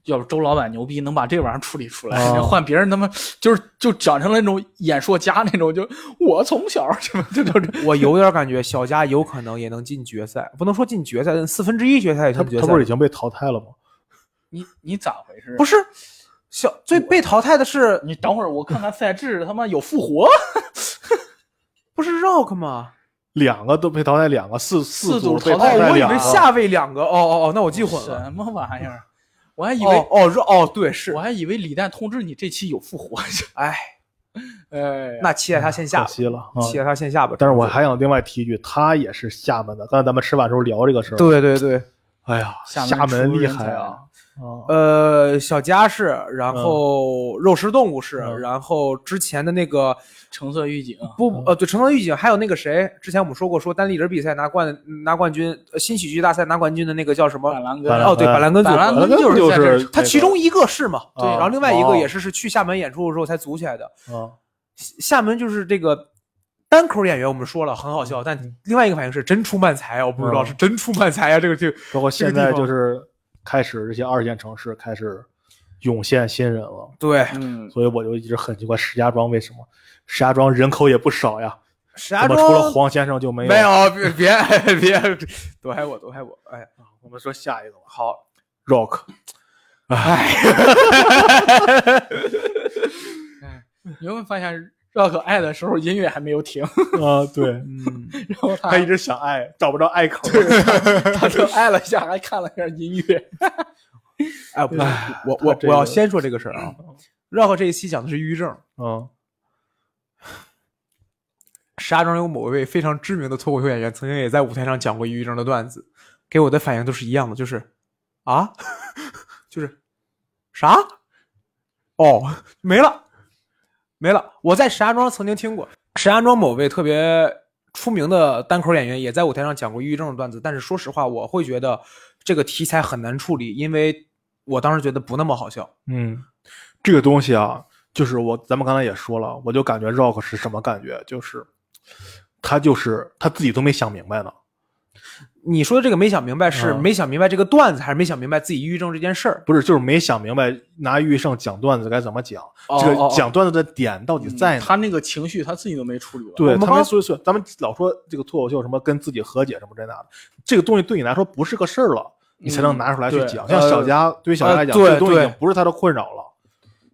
Speaker 2: 要是周老板牛逼，能把这玩意儿处理出来，
Speaker 1: 哦
Speaker 2: <laughs> 换别人他妈就是就长成了那种演说家那种，就我从小就就就是
Speaker 3: 我有点感觉小佳有可能也能进决赛，不能说进决赛，四分之一决赛也
Speaker 1: 他
Speaker 3: 进决
Speaker 1: 他
Speaker 3: 赛。
Speaker 1: 不是已经被淘汰了吗？
Speaker 2: 你你咋回事？
Speaker 3: 不是小最被淘汰的是
Speaker 2: 你等会儿我看看赛制，他妈有复活，
Speaker 3: 不是 Rock 吗？
Speaker 1: 两个都被淘汰，两个四
Speaker 2: 四
Speaker 1: 组
Speaker 2: 组
Speaker 1: 被
Speaker 2: 淘
Speaker 1: 淘
Speaker 2: 汰
Speaker 1: 汰
Speaker 3: 哦，我以
Speaker 1: 两
Speaker 3: 为
Speaker 1: 个。
Speaker 3: 下位两个，哦哦哦，那我记混了。
Speaker 2: 什么玩意儿？我还以为、
Speaker 3: 哦哦是哦，对是
Speaker 2: 我，还以为李诞通知你这期有复活，
Speaker 3: 哎，
Speaker 2: 哎，
Speaker 3: 那期待他线下
Speaker 1: 可
Speaker 3: 吧，
Speaker 1: 惜了啊！
Speaker 3: 期待他线下吧。
Speaker 1: 但是我还想另外提一句，他也是厦门的。刚才咱们吃饭的时候聊这个事儿，
Speaker 3: 对对对，
Speaker 1: 哎呀，
Speaker 2: 厦
Speaker 1: 厦
Speaker 2: 门
Speaker 1: 门
Speaker 2: 出
Speaker 1: 厉
Speaker 2: 人
Speaker 1: 害
Speaker 2: 才
Speaker 1: 啊！！啊，
Speaker 3: 呃，小家是，然后肉食动物是，
Speaker 1: 嗯
Speaker 3: 然后之前的那个
Speaker 2: 橙色预警，
Speaker 3: 不呃对，城东预警，还有那个谁，之前我们说过，说单立人比赛拿冠拿冠军，呃新喜剧大赛拿冠军的那个叫什么
Speaker 2: 板？蓝根，
Speaker 1: 板蓝
Speaker 3: 哦，对，
Speaker 1: 板
Speaker 3: 板蓝根组
Speaker 2: 板蓝
Speaker 3: 合。
Speaker 2: 根就是
Speaker 1: 就
Speaker 2: 在这儿
Speaker 1: 是
Speaker 3: 他其中一个是嘛？
Speaker 1: 对
Speaker 3: 然后另外一
Speaker 1: 哦
Speaker 3: 个也是是去厦门演出的时候才组起来的。
Speaker 1: 啊，
Speaker 3: 厦门就是这个单口演员，我们说了很好笑，但另外一个反应是真出慢才啊，我不知道
Speaker 1: 嗯
Speaker 3: 是真出慢才啊，这个这个
Speaker 1: 包括
Speaker 3: 这个
Speaker 1: 现
Speaker 3: 地
Speaker 1: 在
Speaker 3: 方
Speaker 1: 就是开始这些二线城市开始涌现新人了，
Speaker 3: 对，
Speaker 2: 嗯，
Speaker 1: 所以我就一直很奇怪石家庄为什么？石家庄人口也不少呀，
Speaker 3: 石
Speaker 1: 怎
Speaker 3: 家
Speaker 1: 么
Speaker 3: 庄
Speaker 1: 除了黄先生就没有？
Speaker 3: 没有，别别 <laughs> 别，躲开我，躲开我，哎，
Speaker 1: 我们说下一个吧
Speaker 3: 好， <laughs>
Speaker 1: ，Rock。
Speaker 2: 你会发现 Rock 爱的时候音乐还没有停，
Speaker 1: 啊，
Speaker 3: <laughs>
Speaker 1: 对，
Speaker 3: 嗯，
Speaker 2: 然后他
Speaker 1: 他一直想爱，找不着爱口。
Speaker 3: <laughs>
Speaker 2: 他就爱了一下，还看了一下音乐，
Speaker 3: 哎，不是
Speaker 1: 哎
Speaker 3: 我
Speaker 1: 他
Speaker 3: 我
Speaker 1: 这
Speaker 3: 我要
Speaker 1: 个
Speaker 3: 先说这个事儿啊。Rock 这一期讲的是抑郁症，
Speaker 1: 嗯，
Speaker 3: 石家庄有某一位非常知名的脱口秀演员，曾经也在舞台上讲过抑郁症的段子，给我的反应都是一样的，就是啊， <laughs> 就是啥，哦，没了，没了。我在石家庄曾经听过，石家庄某位特别出名的单口演员也在舞台上讲过抑郁症的段子，但是说实话，我会觉得这个题材很难处理，因为我当时觉得不那么好笑。
Speaker 1: 嗯，这个东西啊，就是我咱们刚才也说了，我就感觉 Rock 是什么感觉，就是他就是他自己都没想明白呢。
Speaker 3: 你说的这个没想明白是
Speaker 1: 嗯
Speaker 3: 没想明白这个段子，还是没想明白自己抑郁症这件事儿？
Speaker 1: 不是，就是没想明白拿郁胜讲段子该怎么讲，
Speaker 3: 哦
Speaker 1: 这
Speaker 3: 哦哦
Speaker 1: 个讲段子的点到底在
Speaker 2: 嗯
Speaker 1: 哪？
Speaker 2: 他那个情绪他自己都没处理完，
Speaker 1: 对
Speaker 3: 我们
Speaker 1: 他
Speaker 3: 刚
Speaker 1: 们说说，咱们老说这个脱口秀什么跟自己和解什么这那的，这个东西对你来说不是个事儿了，你才能拿出来去
Speaker 2: 对
Speaker 1: 讲。像小
Speaker 3: 嗯呃
Speaker 1: 佳，对于小佳来讲，
Speaker 3: 呃
Speaker 1: 这个
Speaker 3: 对
Speaker 1: 东西已
Speaker 3: 对
Speaker 1: 经不是他的困扰了。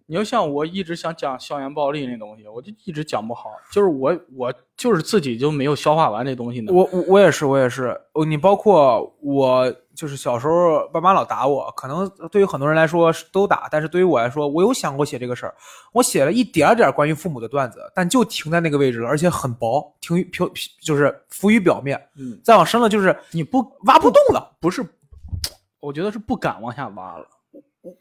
Speaker 2: 你就像我一直想讲校园暴力那东西，我就一直讲不好，就是我我就是自己就没有消化完这东西呢。
Speaker 3: 我我我也是，我也是。哦，你包括我，就是小时候爸妈老打我，可能对于很多人来说是都打，但是对于我来说，我有想过写这个事儿。我写了一点儿点儿关于父母的段子，但就停在那个位置了，而且很薄，停于漂，就是浮于表面。
Speaker 2: 嗯，
Speaker 3: 再往深了，就是
Speaker 2: 你不
Speaker 3: 挖不动了。
Speaker 2: 不是，我觉得是不敢往下挖了。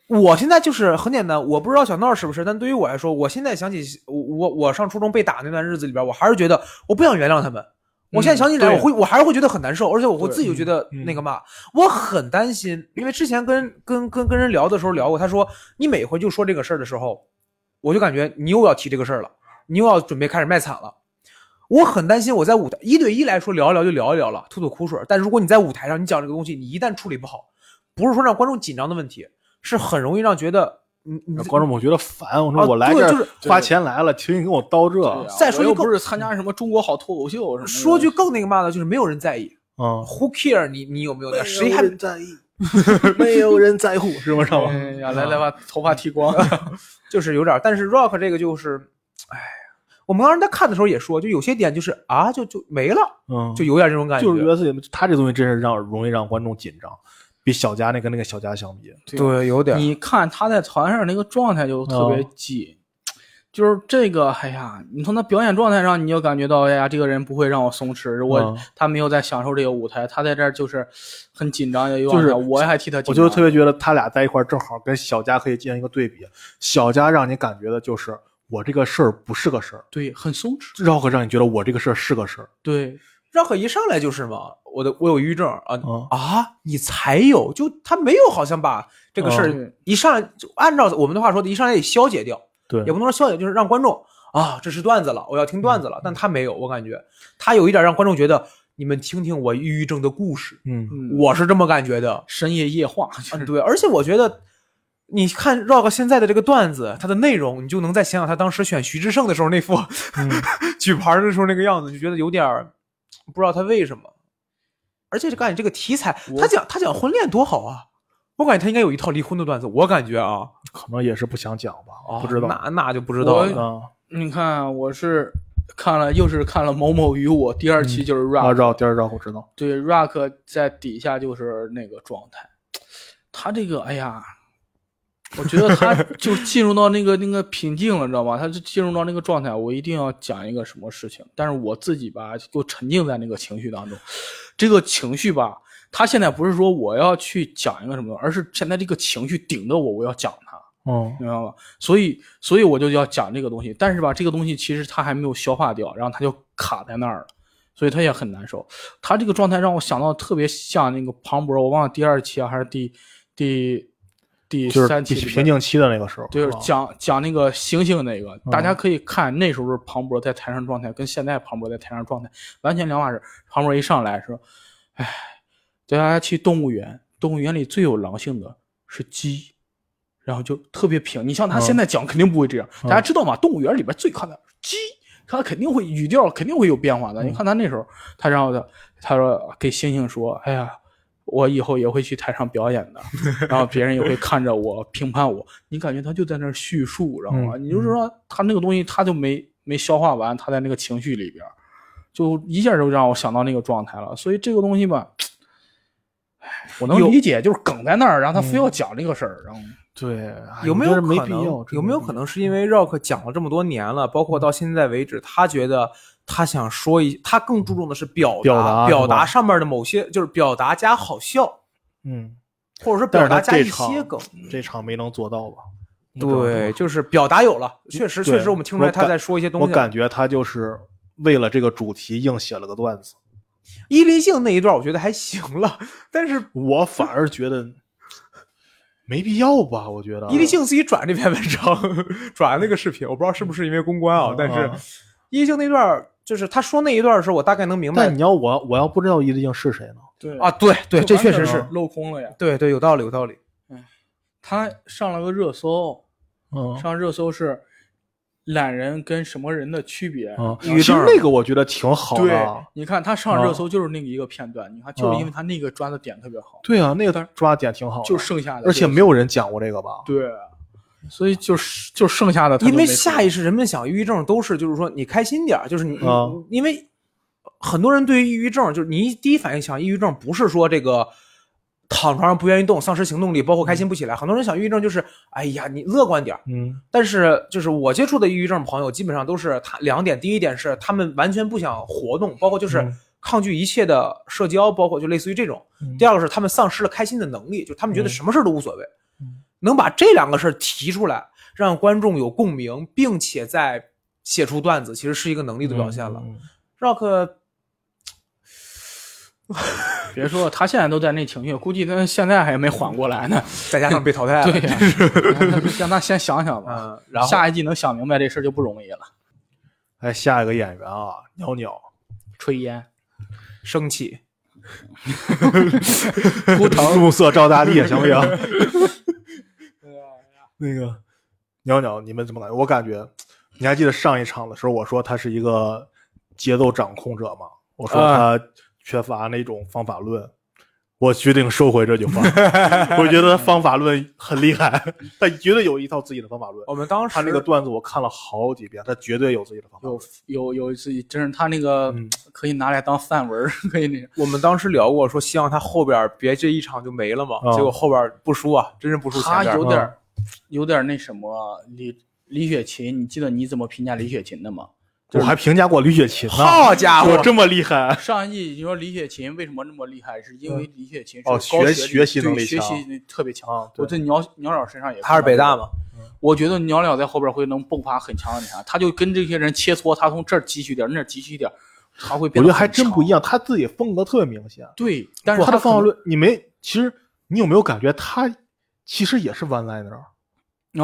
Speaker 3: 我现在就是很简单，我不知道小闹是不是，但对于我来说，我现在想起我我我上初中被打那段日子里边，我还是觉得我不想原谅他们。我现在想起来，
Speaker 2: 对
Speaker 3: 我会我还是会觉得很难受，而且我会
Speaker 2: 对
Speaker 3: 自己就觉得
Speaker 1: 嗯
Speaker 3: 那个嘛，我很担心，因为之前跟跟跟跟人聊的时候聊过，他说你每回就说这个事儿的时候，我就感觉你又要提这个事儿了，你又要准备开始卖惨了。我很担心，我在舞台一对一来说聊一聊就聊一聊了，吐吐苦水儿。但如果你在舞台上，你讲这个东西，你一旦处理不好，不是说让观众紧张的问题，是很容易让觉得你你
Speaker 1: 让观众我觉得烦，我说
Speaker 3: 啊
Speaker 1: 我来
Speaker 3: 对
Speaker 1: 这
Speaker 3: 就
Speaker 1: 儿
Speaker 3: 是
Speaker 1: 花钱来了，请你跟我叨这，
Speaker 2: 对啊
Speaker 3: 再说
Speaker 2: 我
Speaker 3: 一
Speaker 2: 又
Speaker 3: 个
Speaker 2: 不是参加什么中国好脱口秀什么的。
Speaker 3: 说句更那个嘛的，就是没有人在意
Speaker 1: 嗯，
Speaker 3: ，Who care 你你有没有在？谁还
Speaker 1: 在意？ <laughs> 没有人在乎，是吗？上
Speaker 3: 嗯
Speaker 2: 哎呀，
Speaker 3: <laughs>
Speaker 2: 来来把头发剃光。
Speaker 3: 就是有点儿，但是 Rock 这个就是，哎呀，我们当时在看的时候也说，就有些点就是啊，就就没了，
Speaker 1: 嗯，
Speaker 3: 就有点这种感觉。
Speaker 1: 就是觉得自己他这东西真是让容易让观众紧张，比小佳那跟那个小佳相比，
Speaker 3: 对，有点儿。
Speaker 2: 你看他在台上那个状态就特
Speaker 1: 哦
Speaker 2: 别挤，就是这个，哎呀，你从他表演状态上，你就感觉到，哎呀，这个人不会让我松弛，我、
Speaker 1: 嗯
Speaker 2: 他没有在享受这个舞台，他在这儿就是很紧张，也有
Speaker 1: 就是
Speaker 2: 点我还替他紧
Speaker 1: 我
Speaker 2: 张，
Speaker 1: 就是特别觉得他俩在一块儿正好跟小佳可以进行一个对比。小佳让你感觉的就是我这个事儿不是个事儿，
Speaker 2: 对，很松弛，
Speaker 1: 然后让你觉得我这个事儿是个事儿。
Speaker 2: 对，
Speaker 3: Rock 一上来就是嘛，我的我有抑郁症啊、
Speaker 1: 嗯
Speaker 3: 啊，你才有，就他没有好像把这个事儿、
Speaker 2: 嗯
Speaker 3: 一上来就按照我们的话说的，一上来得消解掉，
Speaker 1: 对
Speaker 3: 也，不能说消解，就是让观众啊，这是段子了，我要听段子了。但他没有，我感觉他有一点让观众觉得，你们听听我抑郁症的故事，
Speaker 1: 嗯，
Speaker 2: 嗯，
Speaker 3: 我是这么感觉的。
Speaker 2: 深夜夜话，
Speaker 3: <laughs> 嗯，对，而且我觉得。你看 Rock 现在的这个段子，它的内容，你就能再想想他当时选徐志胜的时候那副 <laughs> 举牌儿的时候那个样子，就觉得有点儿不知道他为什么。而且就感觉这个题材，
Speaker 2: 我
Speaker 3: 他讲他讲婚恋多好啊，我感觉他应该有一套离婚的段子，我感觉啊，
Speaker 1: 可能也是不想讲吧，
Speaker 3: 哦
Speaker 1: 不知道。
Speaker 3: 那那就不知道了。
Speaker 1: 啊，
Speaker 2: 你看我是看了又是看了某某与我第二期就是 rap，、
Speaker 1: 啊，绕第二绕我知道。
Speaker 2: 对，Rock 在底下就是那个状态，他这个哎呀，我觉得他就进入到那个那个瓶颈了，你知道吗？他就进入到那个状态，我一定要讲一个什么事情，但是我自己吧，就沉浸在那个情绪当中，这个情绪吧，他现在不是说我要去讲一个什么，而是现在这个情绪顶着我，我要讲它。
Speaker 1: 嗯
Speaker 2: 明白吗？所以，所以我就要讲这个东西，但是吧，这个东西其实它还没有消化掉，然后它就卡在那儿了，所以它也很难受。他这个状态让我想到特别像那个庞博，我忘了第二期啊还是第第第
Speaker 1: 就是
Speaker 2: 三期里边
Speaker 1: 瓶，颈期的那个时候，
Speaker 2: 就是
Speaker 1: 吧嗯
Speaker 2: 讲讲那个星星那个，大家可以看那时候庞博在台上状态跟现在庞博在台上状态完全两码事。庞博一上来说，哎，带大家去动物园，动物园里最有狼性的是鸡，然后就特别平。你像
Speaker 1: 嗯
Speaker 2: 他现在讲，肯定不会这样。大家知道吗？动物园里边最看的是鸡，他肯定会语调肯定会有变化的。
Speaker 1: 嗯
Speaker 2: 你看他那时候，他然后他他说给星星说，哎呀。我以后也会去台上表演 <laughs> 的，然后别人也会看着我评判我。你感觉他就在那儿叙述，知道吗？
Speaker 1: 嗯
Speaker 2: 你就是说他那个东西他就没没消化完，他在那个情绪里边儿，就一下就让我想到那个状态了。所以这个东西 <sighs> 吧，唉我能
Speaker 3: 有
Speaker 2: 理解，就是梗在那儿，然后他非要讲这个事儿，然后
Speaker 1: 对，哎
Speaker 3: 有没
Speaker 1: 你这
Speaker 3: 有
Speaker 1: 是没
Speaker 3: 可
Speaker 1: 必
Speaker 3: 能
Speaker 1: 要？
Speaker 3: 有没有可能是
Speaker 1: 嗯
Speaker 3: 因为 Rock 讲了这么多年了，包括到现在为止，他觉得他想说一，他更注重的是表达，
Speaker 1: 表达
Speaker 3: 表
Speaker 1: 是吧
Speaker 3: 达上面的某些，就是表达加好笑，
Speaker 1: 嗯，
Speaker 3: 或者说
Speaker 1: 但
Speaker 3: 表
Speaker 1: 是他
Speaker 3: 达加
Speaker 1: 这
Speaker 3: 一
Speaker 1: 场
Speaker 3: 些梗。
Speaker 1: 这场没能做到吧？
Speaker 3: 对，就是表达有了，确实
Speaker 1: 对
Speaker 3: 确实，我们听出来
Speaker 1: 我
Speaker 3: 他
Speaker 1: 感
Speaker 3: 在说一些
Speaker 1: 我
Speaker 3: 东西。
Speaker 1: 感觉他就是为了这个主题硬写了个段子，
Speaker 3: 伊犁性那一段我觉得还行了，但是
Speaker 1: 我反而觉得没必要吧？我觉得
Speaker 3: 伊犁性自己转这篇文章， <laughs> 转那个视频，我不知道是不是因为公关啊， <laughs> 但是
Speaker 1: 啊
Speaker 3: 伊犁性那段儿就是他说那一段儿的时候，我大概能明白
Speaker 1: 但你要我，我要不知道伊丽静是谁呢？
Speaker 2: 对
Speaker 3: 啊，，对对，这确实
Speaker 1: 完全
Speaker 3: 是
Speaker 1: 了
Speaker 2: 镂空了呀。
Speaker 3: 对对，有道理有道理。
Speaker 2: 他上了个热搜，
Speaker 1: 嗯
Speaker 2: 上热搜是懒人跟什么人的区别。
Speaker 1: 嗯，
Speaker 3: 抑郁
Speaker 1: 其实
Speaker 3: 症儿
Speaker 1: 那个我觉得挺好的
Speaker 2: 对
Speaker 1: 啊。，
Speaker 2: 你看他上热搜就是那个一个片段，你看就是因为他那个抓的点特别好，
Speaker 1: 对啊，那个抓的点挺好的，
Speaker 2: 就剩下的
Speaker 1: 而且没有人讲过这个吧？
Speaker 2: 对，所以就是就剩下的他就
Speaker 3: 因为
Speaker 2: 没说
Speaker 3: 下意识人们想抑郁症都是就是说你开心点儿，就是你、
Speaker 1: 啊
Speaker 3: 你因为很多人对于抑郁症就是你一第一反应想抑郁症不是说这个躺床上不愿意动、丧失行动力，包括开心不起来，很多人想抑郁症就是哎呀你乐观点儿。
Speaker 1: 嗯
Speaker 3: 但是就是我接触的抑郁症朋友基本上都是他两点，第一点是他们完全不想活动，包括就是
Speaker 1: 嗯
Speaker 3: 抗拒一切的社交，包括就类似于这种。
Speaker 1: 嗯
Speaker 3: 第二个是他们丧失了开心的能力，就他们觉得
Speaker 1: 嗯
Speaker 3: 什么事儿都无所谓。
Speaker 1: 嗯
Speaker 3: 能把这两个事儿提出来，让观众有共鸣，并且在写出段子，其实是一个能力的表现了。
Speaker 1: 嗯
Speaker 3: Rock
Speaker 2: 别说他现在都在那情绪，估计他现在还没缓过来呢。
Speaker 3: 再
Speaker 1: <laughs>
Speaker 3: 加上被淘汰了，
Speaker 2: 对呀、让他让他先想想吧。
Speaker 3: 嗯，然后
Speaker 2: 下一季能想明白这事儿就不容易了。
Speaker 1: 哎，下一个演员啊，鸟鸟，
Speaker 2: 炊烟、
Speaker 3: 生气，
Speaker 2: 枯藤，
Speaker 1: 暮色照大地，行不行？那个鸟鸟，你们怎么感觉？我感觉，你还记得上一场的时候，我说他是一个节奏掌控者吗？我说
Speaker 3: 啊
Speaker 1: 他缺乏那种方法论。我决定收回这句
Speaker 3: <laughs>
Speaker 1: 话，我觉得方法论很厉害，他绝对有一套自己的方法论。
Speaker 3: 我们当时
Speaker 1: 他那个段子我看了好几遍，他绝对有自己的方法论。
Speaker 2: 有有有自己，真是他那个、
Speaker 1: 嗯
Speaker 2: 可以拿来当范文儿，可以那
Speaker 3: 我们当时聊过，说希望他后边儿别这一场就没了嘛。
Speaker 1: 嗯
Speaker 3: 结果后边儿不输啊，真是不输前
Speaker 2: 他
Speaker 3: 边儿。嗯
Speaker 2: 有点儿有点儿那什么啊李李雪琴，你记得你怎么评价李雪琴的吗？
Speaker 1: 我还评价过李雪琴呢，
Speaker 3: 好家伙
Speaker 1: 我这么厉害，
Speaker 2: 上一季你说李雪琴为什么那么厉害，是因为李雪琴是
Speaker 1: 哦
Speaker 2: 高
Speaker 1: 学
Speaker 2: 学历
Speaker 1: 学习能
Speaker 2: 对
Speaker 1: 力
Speaker 2: 学
Speaker 1: 强
Speaker 2: 习特别强。
Speaker 1: 啊对
Speaker 2: 我在鸟鸟鸟身上也
Speaker 3: 他是北大
Speaker 2: 嘛，
Speaker 3: 嘛，
Speaker 2: 我觉得鸟鸟在后边会能迸发很强的那啥，他就跟这些人切磋，他从这儿汲取点儿，那儿汲取点儿，他
Speaker 1: 我
Speaker 2: 会变
Speaker 1: 觉
Speaker 2: 得
Speaker 1: 得还
Speaker 2: 很
Speaker 1: 真
Speaker 2: 强
Speaker 1: 不一。样，他自己风格特别明显。
Speaker 2: 对，但是
Speaker 1: 他的
Speaker 2: 可
Speaker 1: 方法
Speaker 2: 能
Speaker 1: 论，你没，其实你有没有感觉他其实也是 one liner，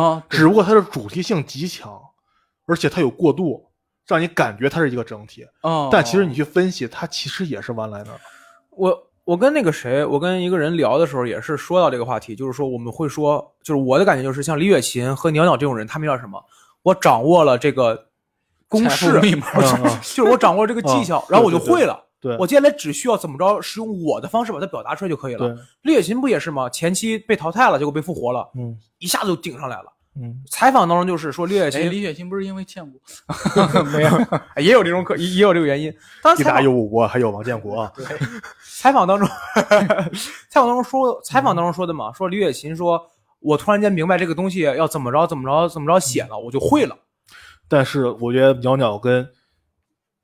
Speaker 2: 啊，对
Speaker 1: 只不过他的主题性极强，而且他有过渡，让你感觉它是一个整体。
Speaker 2: 哦，
Speaker 1: 但其实你去分析，它其实也是 one liner。
Speaker 3: 我我跟那个谁，我跟一个人聊的时候也是说到这个话题，就是说我们会说，就是我的感觉就是像李雪琴和鸟鸟这种人，他们叫什么？我掌握了这个公
Speaker 2: 财富
Speaker 3: 式，
Speaker 2: 密码
Speaker 3: 我掌
Speaker 1: 嗯嗯
Speaker 3: <laughs> 就是我掌握了这个技巧
Speaker 1: 嗯，
Speaker 3: 然后我就
Speaker 1: 对对对
Speaker 3: 会了。
Speaker 1: 对，
Speaker 3: 我接下来只需要怎么着，使用我的方式把它表达出来就可以
Speaker 1: 对
Speaker 3: 了。，李雪琴不也是吗？前期被淘汰了，结果被复活了，
Speaker 1: 嗯
Speaker 3: 一下子就顶上来了。
Speaker 1: 嗯，
Speaker 3: 采访当中就是说李雪
Speaker 2: <laughs> 哎，李
Speaker 3: 琴
Speaker 2: 雪琴不是因为欠过， <laughs>
Speaker 3: 没有，哎也有这种可也也有这个原因。当时
Speaker 1: 一
Speaker 3: 采
Speaker 1: 打
Speaker 3: 访
Speaker 1: 有五国，还有王建国啊。
Speaker 3: 采访
Speaker 1: <laughs>
Speaker 3: 当中，采访当中说，采访当中说的嘛，说李雪琴说，我突然间明白这个东西要怎么着怎么着怎么着写了，我就会了。
Speaker 1: 但是我觉得袅袅跟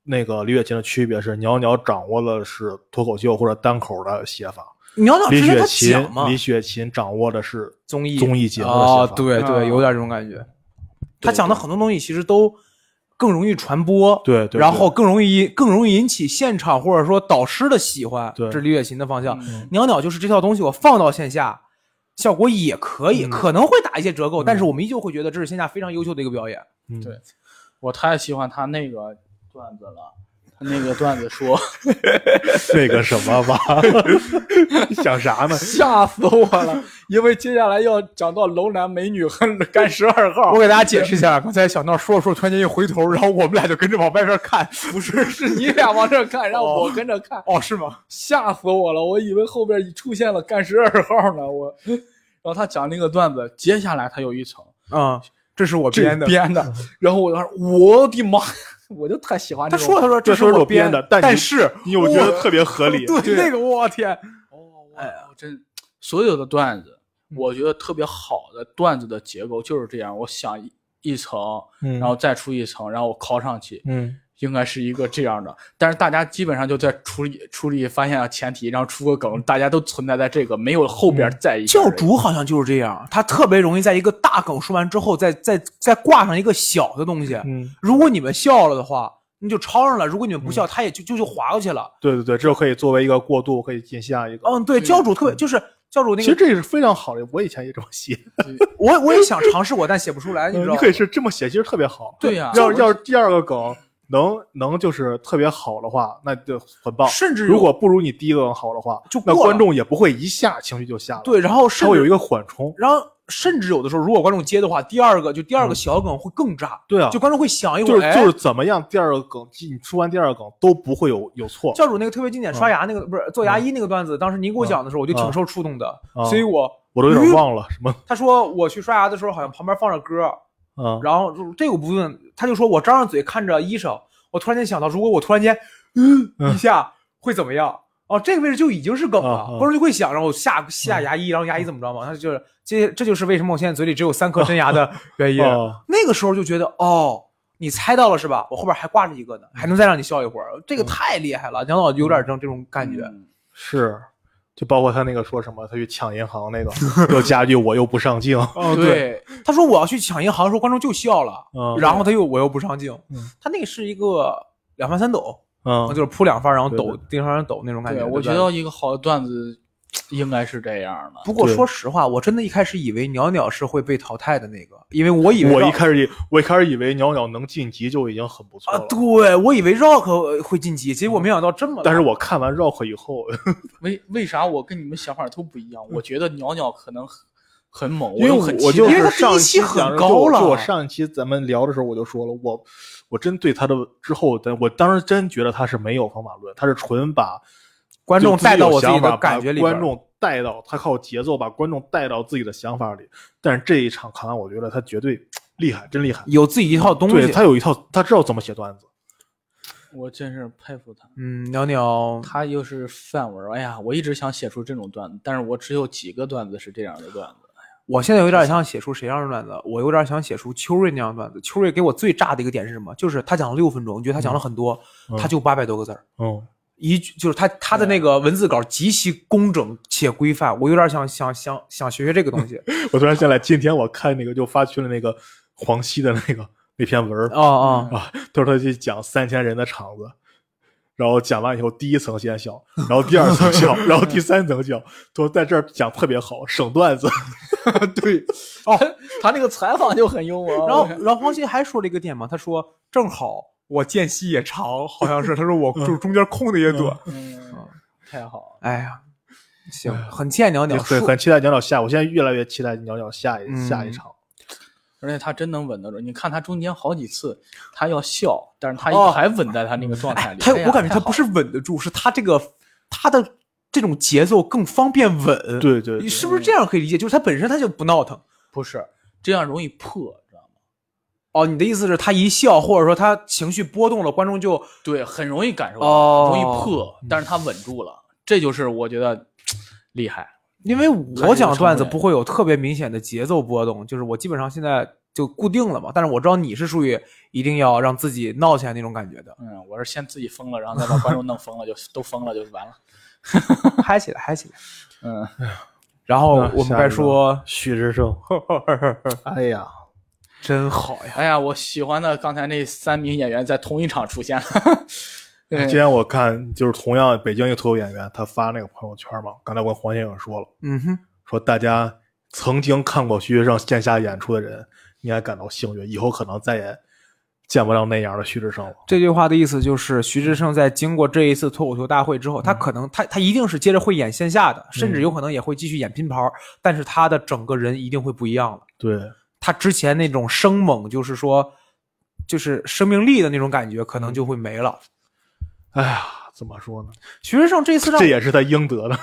Speaker 1: 那个李雪琴的区别是，袅袅掌握了是脱口秀或者单口的写法，
Speaker 3: 鸟鸟
Speaker 1: 李
Speaker 3: 之前
Speaker 1: 雪
Speaker 3: 他
Speaker 1: 琴
Speaker 3: 讲嘛，
Speaker 1: 李雪琴掌握的是
Speaker 3: 综艺
Speaker 1: 综艺节目的写
Speaker 3: 啊，
Speaker 1: 法。嗯
Speaker 3: 对
Speaker 2: 啊
Speaker 3: 对，有点这种感觉。他
Speaker 2: 对
Speaker 3: 讲的很多东西其实都更容易传播，
Speaker 1: 对对
Speaker 3: 然
Speaker 1: 对
Speaker 3: 后更容易更容易引起现场或者说导师的喜欢，
Speaker 1: 对
Speaker 3: 这是李雪琴的方
Speaker 1: 啊
Speaker 3: 向。
Speaker 2: 嗯
Speaker 3: 鸟鸟就是这套东西我放到线下，效果也可以，
Speaker 1: 嗯
Speaker 3: 可能会打一些折扣，
Speaker 1: 嗯
Speaker 3: 但是我们依旧会觉得这是线下非常优秀的一个表演。
Speaker 1: 嗯
Speaker 2: 对我太喜欢他那个段子了。他那个段子说 <laughs>
Speaker 1: 那个什么吧， <laughs> 想啥呢？
Speaker 2: 吓死我了，因为接下来要讲到楼南美女和 <laughs> 干十二号
Speaker 3: 我，给大家解释一下， <laughs> 刚才小闹说着说着，突然间一回头，然后我们俩就跟着往外边看。不是，
Speaker 2: 是你俩往这看，让我跟着看，
Speaker 3: <laughs> 哦，是吗？
Speaker 2: 吓死我了！我以为后边出现了干十二号呢，我。然后他讲那个段子，接下来他有一层
Speaker 3: 嗯，这是我编的。嗯
Speaker 2: 编的，然后我当时我的妈，我就太喜欢
Speaker 3: 他
Speaker 2: 这
Speaker 3: 说
Speaker 2: 种
Speaker 3: 了，他说
Speaker 1: 这
Speaker 3: 这
Speaker 1: 是
Speaker 3: 是
Speaker 1: 我编
Speaker 3: 编
Speaker 1: 的但
Speaker 3: 但
Speaker 1: 你
Speaker 3: 是
Speaker 1: 你我觉得
Speaker 3: 哇
Speaker 1: 特别合理。
Speaker 3: <laughs> 对那个，我天，
Speaker 2: 哦，哎呀，真所有的段子，
Speaker 3: 嗯
Speaker 2: 我觉得特别好的段子的结构就是这样，我想一一层，
Speaker 1: 嗯
Speaker 2: 然后再出一层，然后我拷上去，
Speaker 1: 嗯，
Speaker 2: 应该是一个这样的，但是大家基本上就在处理处理发现了啊前提，然后出个梗，大家都存在在这个，没有后边再一个
Speaker 3: 教
Speaker 2: 人、
Speaker 3: 主好像嗯就是这样，他特别容易在一个大梗说完之后，再再再挂上一个小的东西。
Speaker 1: 嗯，
Speaker 3: 如果你们笑了的话，那就抄上了；如果你们不笑，他也就就就划过去了。
Speaker 1: 对对对，这可以作为一个过渡，可以进下一个。
Speaker 3: 嗯，对，
Speaker 2: 对
Speaker 3: 教主特别就是教主那
Speaker 1: 其实
Speaker 3: 个，
Speaker 1: 这也是非常好的，我以前也这么
Speaker 3: <laughs>
Speaker 1: 写，
Speaker 3: 我我也想尝试过，但写不出来，嗯你知
Speaker 1: 你
Speaker 3: 道吗
Speaker 1: 可？以是这么写，其实特别好。
Speaker 2: 对呀、
Speaker 1: 要要是第二个梗能能就是特别好的话，那就很棒。
Speaker 3: 甚至有
Speaker 1: 如果不如你第一个梗好的话，
Speaker 3: 就过
Speaker 1: 那
Speaker 3: 了
Speaker 1: 观众也不会一下情绪就下了，
Speaker 3: 对，然后
Speaker 1: 它
Speaker 3: 甚
Speaker 1: 会
Speaker 3: 至
Speaker 1: 有一个缓冲。
Speaker 3: 然后甚至有的时候，如果观众接的话，第二个就第二个小梗会更炸，
Speaker 1: 对啊，
Speaker 3: 就哎观众会想一会
Speaker 1: 嗯就
Speaker 3: 儿，
Speaker 1: 是就是怎么样，第二个梗你出完第二个梗都不会有有错
Speaker 3: 哎。
Speaker 1: 嗯
Speaker 3: 教主那个特别经典刷牙那个、不是做牙医那个段子，当时您给我讲的时候，我就挺受触动的，
Speaker 1: 啊
Speaker 3: 所以我
Speaker 1: 我都有点忘了什么
Speaker 3: 他说我去刷牙的时候，好像旁边放着歌，
Speaker 1: 啊，
Speaker 3: 然后就这个部分，他就说我张着嘴看着医生，我突然间想到，如果我突然间嗯一下会怎么样？哦，这个位置就已经是梗了
Speaker 1: 啊，啊
Speaker 3: 观众就会想，然后下下牙医，然后牙医怎么着嘛？他就是这，这就是为什么我现在嘴里只有三颗真牙的原因。
Speaker 1: 哦
Speaker 3: 那个时候就觉得，哦，你猜到了是吧？我后边还挂着一个
Speaker 1: 嗯
Speaker 3: 呢，还能再让你笑一会儿，这个太厉害了，杨导有点这这种感觉。
Speaker 2: 嗯
Speaker 1: 是，就包括他那个说什么，他去抢银行那个， <laughs> 又加一句我又不上镜，
Speaker 3: 哦，
Speaker 2: 对，
Speaker 3: 他说我要去抢银行的时候，观众就笑了，
Speaker 1: 嗯
Speaker 3: 然后他又我又不上镜
Speaker 1: 嗯，
Speaker 3: 他那个是一个两翻三抖，
Speaker 1: 嗯
Speaker 3: 就是扑两发，然后
Speaker 1: 对
Speaker 3: 抖，盯上人抖那种感觉。
Speaker 2: 对，我
Speaker 3: 对
Speaker 2: 觉
Speaker 3: 吧
Speaker 2: 得一个好的段子应该是这样的。
Speaker 3: 不过
Speaker 1: 对
Speaker 3: 说实话，我真的一开始以为袅袅是会被淘汰的那个，因为我以为
Speaker 1: 我一
Speaker 3: Rock-
Speaker 1: 开始以我一开始以为袅袅能晋级就已经很不错
Speaker 3: 啊，
Speaker 1: 了，
Speaker 3: 对我以为 Rock 会晋级，结果没想到这么。
Speaker 1: 但是我看完 Rock 以后，
Speaker 2: 为为啥我跟你们想法都不一样？我觉得袅袅可能很很猛，
Speaker 1: 因为
Speaker 2: 我都
Speaker 1: 我
Speaker 2: 很
Speaker 1: 我
Speaker 2: 期待
Speaker 1: 就
Speaker 3: 因为
Speaker 1: 是
Speaker 3: 他
Speaker 1: 上
Speaker 3: 第一
Speaker 1: 一
Speaker 3: 期很
Speaker 1: 讲的
Speaker 3: 高
Speaker 1: 就我
Speaker 3: 了
Speaker 1: 就我上一期咱们聊的时候我就说了，我我真对他的之后的，我当时真觉得他是没有方法论，他是纯把
Speaker 3: 观众
Speaker 1: 就自己
Speaker 3: 带到我自己
Speaker 1: 有想
Speaker 3: 的
Speaker 1: 法
Speaker 3: 感觉里
Speaker 1: 把
Speaker 3: 边儿，
Speaker 1: 观众带到他靠节奏把观众带到自己的想法里。但是这一场看完，我觉得他绝对厉害，真厉害。
Speaker 3: 有自己一套东
Speaker 1: 对
Speaker 3: 西。
Speaker 1: 他有一套，他知道怎么写段子。
Speaker 2: 我真是佩服他。
Speaker 3: 嗯，袅袅，
Speaker 2: 他又是范文，哎呀，我一直想写出这种段子，但是我只有几个段子是这样的段子。
Speaker 3: 我现在有点想写出谁样的段子，我有点想写出秋瑞那样的段子。秋瑞给我最炸的一个点是什么？就是他讲了六分钟，你觉得他讲了很多，
Speaker 1: 嗯
Speaker 3: 他就八百多个字儿。
Speaker 1: 嗯，
Speaker 3: 一句就是他他的那个文字稿极其工整且规范，我有点想想想想学学这个
Speaker 1: <laughs>
Speaker 3: 东西。
Speaker 1: 我突然想起来，今天我看那个就发去了那个黄西的那个 <laughs> 那篇文儿，
Speaker 3: 哦哦，
Speaker 2: 嗯
Speaker 1: 啊，他说他去讲三千人的场子，然后讲完以后，第一层先
Speaker 3: <laughs>
Speaker 1: 笑，然后第二层笑，然后第三层笑，说在这儿讲特别好，省段
Speaker 3: <laughs>
Speaker 1: 子。对，
Speaker 2: 他那个采访就很幽默，
Speaker 3: 然后，然后黄鑫还说了一个点嘛，他说正好我间隙也长，好像是，他说我
Speaker 1: 嗯
Speaker 3: 就是中间空的也短。啊
Speaker 2: 嗯，太好了，
Speaker 3: 哎呀，行，很欠
Speaker 1: <laughs>
Speaker 3: 袅
Speaker 1: 对哎
Speaker 3: 袅，，
Speaker 1: 很很期待鸟鸟下，我现在越来越期待鸟鸟下一、
Speaker 3: 嗯
Speaker 1: 下一场。
Speaker 2: 而且他真能稳得住。你看他中间好几次，他要笑，但是他
Speaker 3: 哦
Speaker 2: 还稳在他那个状态里。
Speaker 3: 他
Speaker 2: 哎呀
Speaker 3: 我感觉
Speaker 2: 太
Speaker 3: 他
Speaker 2: 好
Speaker 3: 不是稳得住，是他这个他的这种节奏更方便稳。，
Speaker 1: 对对
Speaker 3: 你
Speaker 1: 对，
Speaker 3: 是不是这样可以理解？就是他本身他就不闹腾。
Speaker 2: 不是这样容易破，知道吗？
Speaker 3: 哦，你的意思是，他一笑，或者说他情绪波动了，观众就
Speaker 2: 对，很容易感受到，
Speaker 3: 哦
Speaker 2: 容易破，但是他稳住了，这就是我觉得厉害。
Speaker 3: 因为我
Speaker 2: 还是
Speaker 3: 讲
Speaker 2: 有
Speaker 3: 段子
Speaker 2: 成本，
Speaker 3: 不会有特别明显的节奏波动，就是我基本上现在就固定了嘛。但是我知道你是属于一定要让自己闹起来那种感觉的
Speaker 2: 嗯，我是先自己疯了，然后再把观众弄疯了，就都疯了就完
Speaker 3: <laughs>
Speaker 2: 了。
Speaker 3: <laughs> 嗨起来，嗨起来。
Speaker 2: 嗯，
Speaker 3: 然后
Speaker 1: 嗯
Speaker 3: 我们
Speaker 1: 下
Speaker 3: 该
Speaker 1: 一个
Speaker 3: 说，
Speaker 1: 许志
Speaker 3: <laughs>
Speaker 1: 胜？哎呀，
Speaker 3: 真好呀！
Speaker 2: 哎呀，我喜欢的刚才那三名演员在同一场出现
Speaker 3: <laughs>
Speaker 2: 了。
Speaker 1: 今
Speaker 2: 对，
Speaker 1: 天我看就是同样北京一个脱口演员，他发那个朋友圈嘛，刚才我跟黄先生说了，
Speaker 3: 嗯哼，
Speaker 1: 说大家曾经看过徐志胜线下演出的人，应该感到幸运，以后可能再也见不到那样的徐志胜了。
Speaker 3: 这句话的意思就是，徐志胜在经过这一次脱口秀大会之后，
Speaker 1: 嗯
Speaker 3: 他可能他他一定是接着会演线下的，甚至有可能也会继续演拼盘儿，但是他的整个人一定会不一样了。
Speaker 1: 对，
Speaker 3: 他之前那种生猛，就是说，就是生命力的那种感觉，可能就会没了。
Speaker 1: 哎呀，怎么说呢？
Speaker 3: 徐志胜这次让
Speaker 1: 这也是他应得的，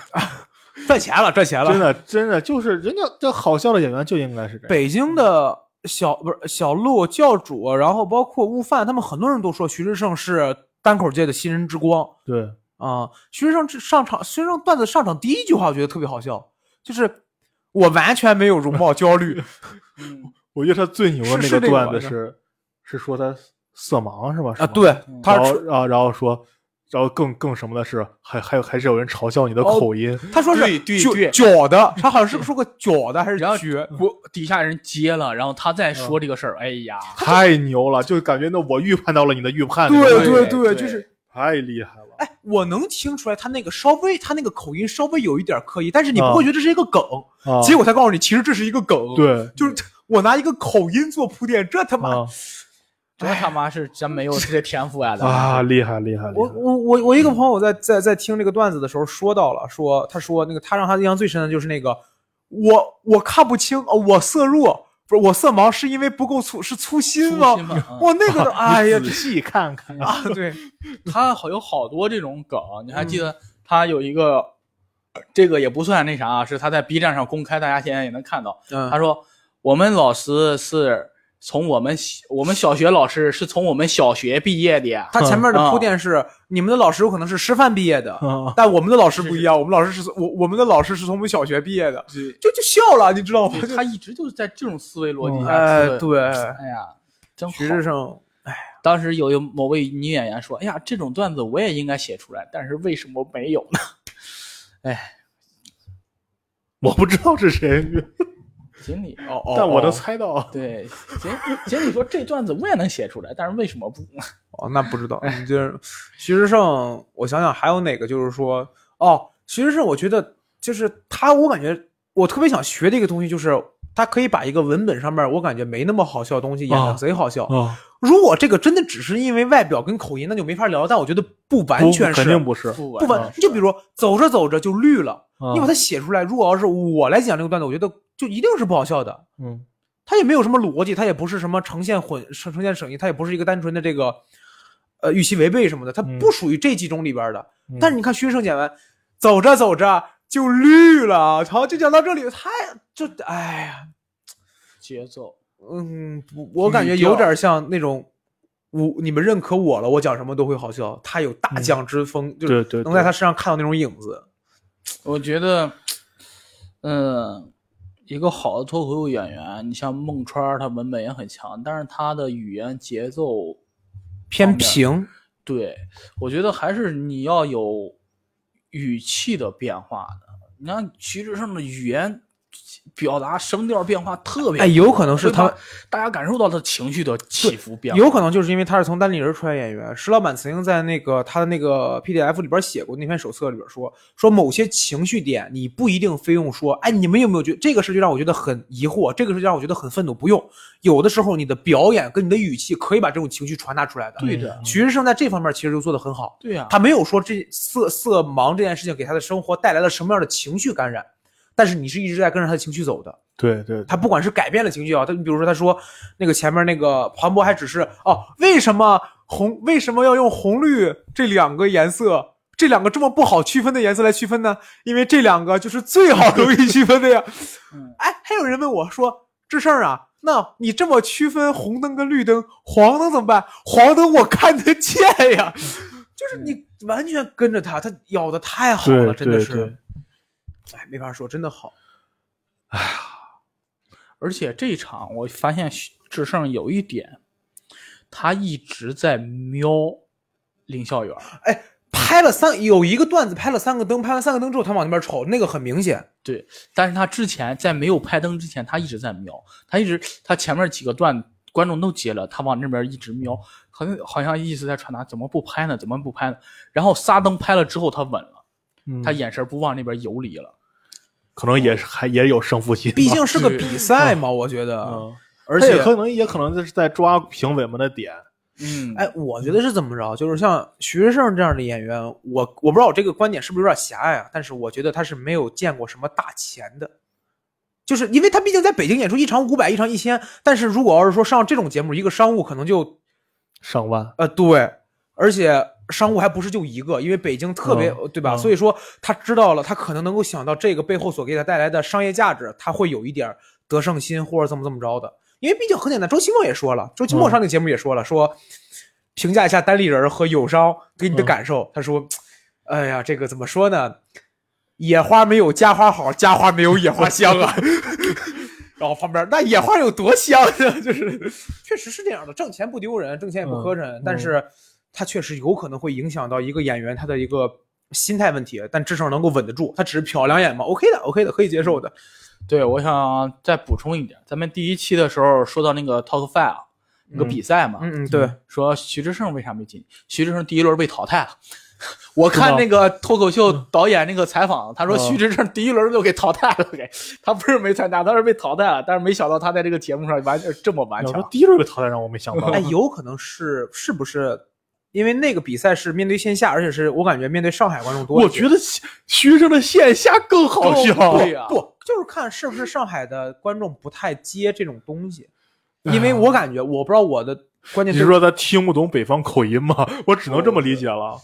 Speaker 3: 赚钱了，赚钱了。
Speaker 1: 真的，真的就是人家这好笑的演员就应该是这样。
Speaker 3: 北京的小不是小鹿教主，然后包括悟饭，他们很多人都说徐志胜是单口界的新人之光
Speaker 1: 对，
Speaker 3: 啊、徐志胜这上场，徐志胜段子上场第一句话，我觉得特别好笑，就是我完全没有容貌焦
Speaker 1: <laughs>
Speaker 3: 虑。
Speaker 2: 嗯
Speaker 1: 我觉得他最牛的那
Speaker 3: 是是这个
Speaker 1: 段
Speaker 3: 吧
Speaker 1: 子是是说他色盲是吧？是
Speaker 3: 啊，
Speaker 1: 吗，
Speaker 3: 对，他
Speaker 1: 然后
Speaker 3: 说
Speaker 1: 啊，然后说，然后更更什么的是，还还有还是有人嘲笑你的口音，
Speaker 3: 哦他说
Speaker 2: 对
Speaker 3: 是
Speaker 2: 对
Speaker 3: 脚
Speaker 2: 对
Speaker 3: 脚的，他好像是说个脚的还是
Speaker 2: 然后
Speaker 3: 撅，
Speaker 2: 我底下人接了，然后他再说
Speaker 3: 嗯
Speaker 2: 这个事儿，哎呀，
Speaker 1: 太牛了，就感觉那我预判到了你的预判，
Speaker 3: 对
Speaker 2: 对
Speaker 3: 对，
Speaker 2: 对
Speaker 3: 就是
Speaker 1: 太厉害了。
Speaker 3: 哎，我能听出来他那个稍微他那个口音稍微有一点刻意，但是你不会
Speaker 1: 啊
Speaker 3: 觉得这是一个梗，
Speaker 1: 啊，
Speaker 3: 结果他告诉你其实这是一个梗，，
Speaker 1: 对，
Speaker 3: 就是我拿一个口音做铺垫，这他妈、
Speaker 1: 啊
Speaker 2: 这他妈是真没有这天赋呀！咱们
Speaker 3: 哎
Speaker 1: 啊，厉害厉害厉
Speaker 3: 我
Speaker 1: 害，
Speaker 3: 我我我一个朋友在在在听这个段子的时候说到了，说他说那个他让他印象最深的就是那个我我看不清，哦，我色弱不是我色盲是因为不够粗是粗心吗？
Speaker 2: 粗心嘛嗯
Speaker 3: 哇，那 <laughs> 个都哎呀
Speaker 1: 你仔细看看
Speaker 3: 啊对
Speaker 2: 他好有好多这种梗，你还记得他有一个呃这个也不算那啥，啊是他在 B 站上公开，大家现在也能看到。
Speaker 3: 嗯
Speaker 2: 他说我们老师是从我们小我们小学老师是从我们小学毕业的
Speaker 3: <laughs>
Speaker 2: 呀，
Speaker 3: <laughs> 他前面的
Speaker 2: 嗯
Speaker 3: 铺垫是，你们的老师有可能是师范毕业的，
Speaker 1: 啊，
Speaker 3: <laughs> 但我们的老师不一样，我们老师嗯是我我们的老师是从我们小学毕业的，就就笑了，你知道吗？
Speaker 2: 对他一直就是在这种思维逻辑
Speaker 1: 嗯
Speaker 2: 下。思
Speaker 3: <laughs> 哎，
Speaker 2: 维
Speaker 3: 对，
Speaker 2: 哎呀，真好。
Speaker 3: 徐志胜，
Speaker 2: 当时有有某位女演员说：“哎呀，这种段子我也应该写出来，但是为什么没有呢？” <laughs> 哎，
Speaker 1: 我不知道是谁，
Speaker 2: 经理，
Speaker 3: 哦哦，
Speaker 1: 但我能
Speaker 3: 哦
Speaker 1: 猜到。
Speaker 2: 对，经经理说这段子我也能写出来，但是为什么不？
Speaker 3: 哦，那不知道，
Speaker 1: 哎
Speaker 3: 你就是徐志胜，我想想还有哪个就是说，哦，徐志胜，我觉得就是他，我感觉我特别想学的一个东西就是。他可以把一个文本上面我感觉没那么好笑的东西演
Speaker 1: 啊
Speaker 3: 的贼好笑。
Speaker 1: 啊，
Speaker 3: 如果这个真的只是因为外表跟口音，那就没法聊。但我觉得不完
Speaker 1: 不
Speaker 3: 全是，
Speaker 1: 肯定不啊是，
Speaker 2: 不
Speaker 3: 不
Speaker 2: 完
Speaker 3: 完，就比如走着走着就绿了，
Speaker 1: 啊
Speaker 3: 你把它写出来，如果要是我来讲这个段子，我觉得就一定是不好笑的。
Speaker 1: 嗯
Speaker 3: 它也没有什么逻辑，它也不是什么呈现混呈呈现省议，它也不是一个单纯的这个呃预期违背什么的，它
Speaker 1: 嗯
Speaker 3: 不属于这几种里边的。
Speaker 1: 嗯
Speaker 3: 但是你看薛胜讲完，走着走着就绿了，好，就讲到这里，太就哎呀，
Speaker 2: 节奏，
Speaker 3: 嗯，不我感觉有点像那种。我你们认可我了，我讲什么都会好笑。他有大将之风，就是
Speaker 1: 对嗯对
Speaker 3: 能在
Speaker 1: 对
Speaker 3: 他身上看到那种影子。
Speaker 2: 我觉得，嗯、一个好的脱口秀演员，你像孟川儿，他文本也很强，但是他的语言节奏
Speaker 3: 偏平，
Speaker 2: 对，我觉得还是你要有语气的变化的。你看徐志胜的语言表达声调变化特别，
Speaker 3: 哎有可能是他
Speaker 2: 会把大家感受到他情绪的起伏变化，
Speaker 3: 有可能就是因为他是从单立人出来演员。石老板曾经在那个他的那个 PDF 里边写过那篇手册里边说，说某些情绪点你不一定非用说，哎，你们有没有觉这个事就让我觉得很疑惑，这个事就让我觉得很愤怒，不用。有的时候你的表演跟你的语气可以把这种情绪传达出来的。
Speaker 2: 对的，
Speaker 3: 徐志胜在这方面其实就做得很好，
Speaker 2: 对呀、啊
Speaker 3: 他没有说这色色盲这件事情给他的生活带来了什么样的情绪感染，但是你是一直在跟着他的情绪走的。
Speaker 1: 对对，
Speaker 3: 他不管是改变了情绪啊，他你比如说他说那个前面那个庞博还只是哦，为什么红为什么要用红绿这两个颜色？这两个这么不好区分的颜色来区分呢？因为这两个就是最好容易区分的呀
Speaker 2: 嗯。
Speaker 3: 哎，还有人问我说：“这事儿啊，那你这么区分红灯跟绿灯，黄灯怎么办？黄灯我看得见呀，就是你完全跟着他，他咬的太好
Speaker 1: 对
Speaker 3: 了，真的
Speaker 1: 对
Speaker 3: 是
Speaker 1: 对，，
Speaker 3: 哎，没法说，真的好。
Speaker 2: 而且这一场我发现徐志胜有一点，他一直在瞄林孝远儿，
Speaker 3: 拍了三有一个段子拍了三个灯，拍完三个灯之后他往那边瞅，那个很明显。
Speaker 2: 对，但是他之前在没有拍灯之前，他一直在瞄，他一直他前面几个段观众都接了，他往那边一直瞄，好像好像一直在传达怎么不拍呢，怎么不拍呢？然后撒灯拍了之后，他稳了，
Speaker 1: 嗯
Speaker 2: 他眼神不往那边游离了，
Speaker 1: 可能也是还也有胜负心吧，
Speaker 3: 毕竟是个比赛嘛，我觉得。
Speaker 1: 嗯，
Speaker 3: 而
Speaker 1: 他也
Speaker 3: 且，
Speaker 1: 可能也可能就是在抓评委们的点，
Speaker 2: 嗯，
Speaker 3: 哎，我觉得是怎么着？就是像徐志胜这样的演员，我我不知道我这个观点是不是有点狭隘啊，但是我觉得他是没有见过什么大钱的。就是因为他毕竟在北京演出一场五百一场一千，但是如果要是说上这种节目，一个商务可能就
Speaker 1: 上万，
Speaker 3: 呃，对，而且商务还不是就一个，因为北京特别、
Speaker 1: 嗯
Speaker 3: 对吧？
Speaker 1: 嗯
Speaker 3: 所以说他知道了，他可能能够想到这个背后所给他带来的商业价值，他会有一点得胜心或者怎么怎么着的。因为毕竟很简单，周奇墨也说了，周奇墨
Speaker 1: 嗯
Speaker 3: 上那个节目也说了，说评价一下单立人和友商给
Speaker 1: 嗯
Speaker 3: 你的感受。他说：“哎呀，这个怎么说呢？野花没有家花好，家花没有野花香
Speaker 1: <laughs>
Speaker 3: 啊。”然后旁边那野花有多香啊？就是确实是这样的，挣钱不丢人，挣钱也不
Speaker 1: 嗯
Speaker 3: 磕碜，但
Speaker 1: 嗯
Speaker 3: 是他确实有可能会影响到一个演员他的一个心态问题，但至少能够稳得住。他只是瞟两眼嘛，OK 的，OK 的，可以接受的。
Speaker 2: 对，我想再补充一点，咱们第一期的时候说到那个 Talk Five 啊那个比赛嘛，
Speaker 3: 嗯嗯，对，
Speaker 2: 说徐志胜为啥没进？徐志胜第一轮被淘汰了。 <laughs> 我看那个脱口秀
Speaker 3: 嗯
Speaker 2: 导演那个采访，他说
Speaker 1: 嗯
Speaker 2: 徐志胜第一轮就给淘汰了，给他不是没参加，他是被淘汰了，但是没想到他在这个节目上完这么顽
Speaker 1: 要说
Speaker 2: 强。
Speaker 1: 第一轮被淘汰让我没想到，
Speaker 3: 哎，有可能是是不是？因为那个比赛是面对线下，而且是我感觉面对上海观众多一些。
Speaker 1: 我觉哦得徐徐峥的线下更好笑，
Speaker 2: 对呀、
Speaker 3: 不，就是看是不是上海的观众不太接这种东西，因为我感觉我不知道我的观
Speaker 1: 你哦
Speaker 3: 点
Speaker 1: 是说他听不懂北方口音吗？我只能这么理解了。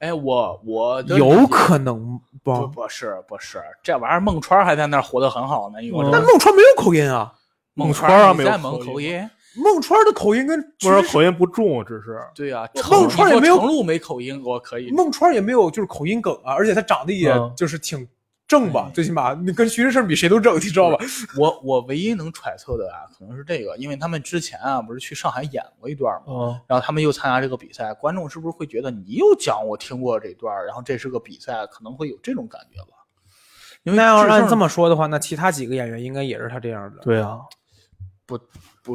Speaker 2: 哎，我我的
Speaker 3: 有可能
Speaker 2: 不
Speaker 3: 吧？
Speaker 2: 不是不是，这玩意儿孟川还在那儿活得很好呢。你说
Speaker 1: 嗯
Speaker 2: 这
Speaker 3: 但孟川没有口音啊，
Speaker 1: 孟
Speaker 2: 川
Speaker 1: 川啊
Speaker 2: 你
Speaker 1: 没有
Speaker 2: 在
Speaker 1: 口
Speaker 2: 蒙口
Speaker 1: 音
Speaker 2: 音？
Speaker 3: 孟川的口音跟
Speaker 1: 不是口音不重，只是
Speaker 2: 对啊，成
Speaker 3: 孟川
Speaker 2: 你
Speaker 3: 也
Speaker 2: 说
Speaker 3: 没有
Speaker 2: 成露没口音，我可以。
Speaker 3: 孟川也没有就是口音梗啊，而且他长得也
Speaker 1: 嗯
Speaker 3: 就是挺正吧，最起码你跟徐志胜比谁都正，你知道吧？
Speaker 2: 我我唯一能揣测的啊，可能是这个，因为他们之前啊不是去上海演过一段吗？
Speaker 1: 嗯，
Speaker 2: 然后他们又参加这个比赛，观众是不是会觉得你又讲我听过这段儿，然后这是个比赛，可能会有这种感觉吧？因为
Speaker 3: 那要
Speaker 2: 志
Speaker 3: 是按
Speaker 2: 胜
Speaker 3: 这么说的话，那其他几个演员应该也是他这样的。
Speaker 1: 对啊，
Speaker 2: 不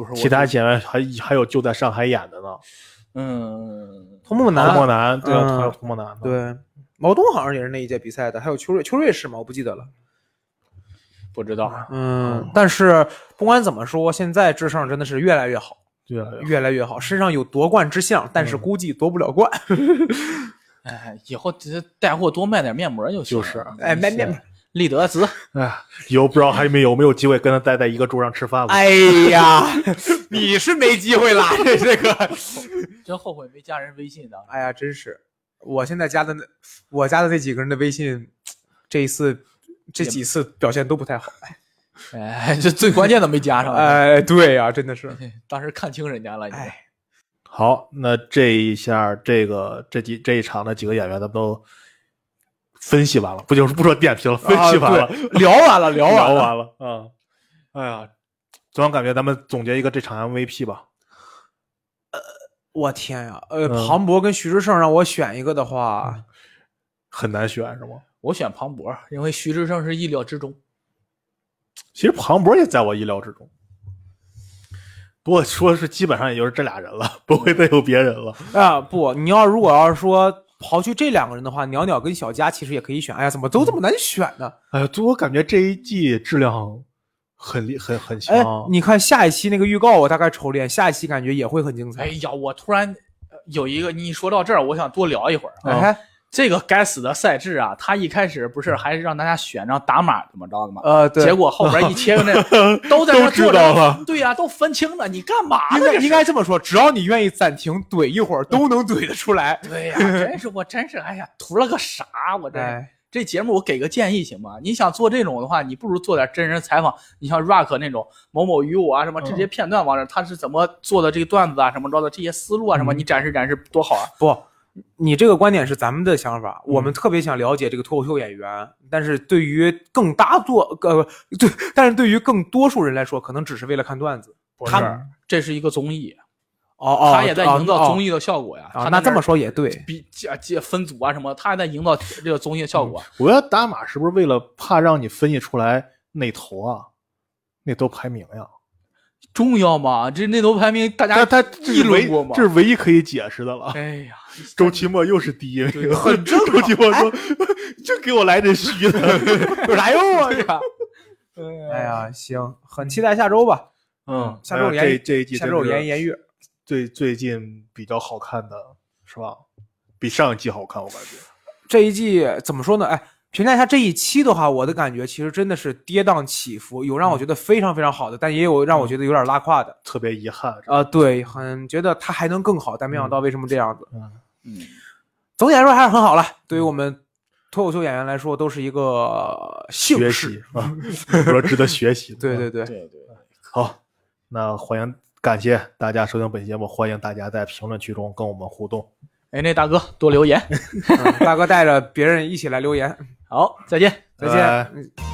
Speaker 2: 是我
Speaker 1: 其他演员还还有就在上海演的呢，
Speaker 2: 嗯，
Speaker 3: 童梦
Speaker 1: 童梦
Speaker 3: 楠，
Speaker 1: 楠对啊，
Speaker 3: 嗯
Speaker 1: 还有童梦楠呢，
Speaker 3: 对，毛东好像也是那一届比赛的，还有邱瑞，邱瑞是吗？我不记得了。
Speaker 2: 不知道，
Speaker 3: 嗯，但是不管怎么说，现在志胜真的是越来越好，
Speaker 1: 对啊，对啊
Speaker 3: 越来越好，身上有夺冠之相，但是估计夺不了冠。
Speaker 2: 哎，以后直接带货多卖点面膜就行了。
Speaker 1: 嗯就是
Speaker 3: 哎卖面膜，
Speaker 2: 利德兹，
Speaker 1: 哎，以后不知道还没有没有机会跟他待在一个桌上吃饭了。
Speaker 3: 哎 <laughs> 呀，你是没机会啦，这这个。
Speaker 2: 真后悔没加人微信呢。
Speaker 3: 哎呀，真是，我现在加的那我加的那几个人的微信，这一次这几次表现都不太好。
Speaker 2: 哎，这最关键的没加上。，
Speaker 3: 哎，对呀、真的是，
Speaker 2: <laughs> 当时看清人家了。
Speaker 3: 哎，
Speaker 1: 好，那这一下这个这几这一场的几个演员咱们都分析完了，不就是不说点评了，分析完了，
Speaker 3: 啊对聊完了，聊
Speaker 1: 聊
Speaker 3: 完了。
Speaker 1: 完了啊、哎呀，总感觉咱们总结一个这场 MVP 吧，
Speaker 3: 我天呀、呃，
Speaker 1: 嗯
Speaker 3: 庞博跟徐志胜让我选一个的话，
Speaker 1: 很难选是吗？
Speaker 2: 我选庞博，因为徐志胜是意料之中。
Speaker 1: 其实庞博也在我意料之中，不过说是基本上也就是这俩人了，不会再有别人了。
Speaker 3: 啊，不，你要如果要是说刨去这两个人的话，鸟鸟跟小佳其实也可以选。哎呀，怎么都这么难选呢？
Speaker 1: 哎呀，就我感觉这一季质量很厉很很强
Speaker 3: 哎，，你看下一期那个预告，我大概瞅了一眼，下一期感觉也会很精彩。
Speaker 2: 哎呀，我突然呃有一个，你说到这儿，我想多聊一会儿
Speaker 1: 嗯
Speaker 2: 啊。
Speaker 3: 哎
Speaker 2: 这个该死的赛制啊，他一开始不是还是让大家选让打码怎么着的吗？
Speaker 3: 呃，对，
Speaker 2: 结果后边一切那 <laughs> 都在那
Speaker 1: 都知
Speaker 2: 坐着
Speaker 1: 道了
Speaker 2: 对呀、都分清了，你干嘛
Speaker 3: 应
Speaker 2: 呢？
Speaker 3: 该应该这么说，只要你愿意暂停怼一会儿，都能怼得出 <laughs> 来。
Speaker 2: 对呀、真是我真是，哎呀，图了个啥？我这、
Speaker 3: 哎，
Speaker 2: 这节目我给个建议行吗？你想做这种的话，你不如做点真人采访，你像 Rock 那种某某与我啊什
Speaker 3: 嗯
Speaker 2: 么这些片段往这，他是怎么做的这个段子啊什么着的这些思路啊什
Speaker 3: 嗯
Speaker 2: 么，你展示展示多好啊！
Speaker 3: 不，你这个观点是咱们的想法，我们特别想了解这个脱口秀演员，但是对于更大多呃对，但是对于更多数人来说，可能只是为了看段子。
Speaker 2: 他
Speaker 3: 他
Speaker 2: 这是一个综艺，
Speaker 3: 哦哦，
Speaker 2: 他也在营造综
Speaker 3: 艺
Speaker 2: 艺的效果呀。
Speaker 3: 啊。
Speaker 2: 他
Speaker 3: 那
Speaker 2: 在
Speaker 3: 这
Speaker 2: 儿
Speaker 3: 么说也 <laughs> 对，
Speaker 2: 比啊这分组啊什么，他还在营造这个综艺的
Speaker 3: 嗯
Speaker 2: 效果。啊
Speaker 1: 我要打码是不是为了怕让你分析出来那头啊，那头排名呀？
Speaker 2: 重要吗？这那头排名大家
Speaker 1: 但他
Speaker 2: 议论过吗？
Speaker 1: 这是唯一可以解释的了。
Speaker 2: 哎呀，
Speaker 1: 周奇墨又是第一名，
Speaker 2: 对
Speaker 1: 很正 <laughs> 周奇墨说：“就给我来这虚
Speaker 3: <laughs>
Speaker 1: 的，
Speaker 3: 嗯
Speaker 1: 有啥用啊
Speaker 2: 对呀、
Speaker 3: 哎呀，行，很期待下周吧，？”
Speaker 1: 嗯，
Speaker 3: 下周有
Speaker 1: 这
Speaker 3: 言
Speaker 1: 这一季
Speaker 3: 下
Speaker 1: 真
Speaker 3: 周有
Speaker 1: 是
Speaker 3: 言言语。
Speaker 1: 最最近比较好看的是吧？比上一季好看，我感觉。
Speaker 3: 这一季怎么说呢？哎，评价一下这一期的话，我的感觉其实真的是跌宕起伏，有让我觉得非常非常好的，但也有让我觉得有点拉胯的。
Speaker 1: 特别遗憾，
Speaker 3: 啊、对，很觉得他还能更好，但没想到为什么这样子。
Speaker 2: 嗯，
Speaker 3: 总体来说还是很好了，对于
Speaker 1: 嗯
Speaker 3: 我们脱口秀演员来说，都是一个呃幸
Speaker 1: 学
Speaker 3: 事
Speaker 1: 习。嗯啊， <laughs> 我说值得学习的。
Speaker 3: <laughs> 对对对，
Speaker 2: 对对，
Speaker 1: 好，那欢迎感谢大家收听本节目，欢迎大家在评论区中跟我们互动。
Speaker 2: 哎，那大哥多留言。
Speaker 3: 嗯大哥带着别人一起来留言，
Speaker 2: 好，再见。
Speaker 1: 拜
Speaker 3: 再
Speaker 1: 拜
Speaker 3: 见。嗯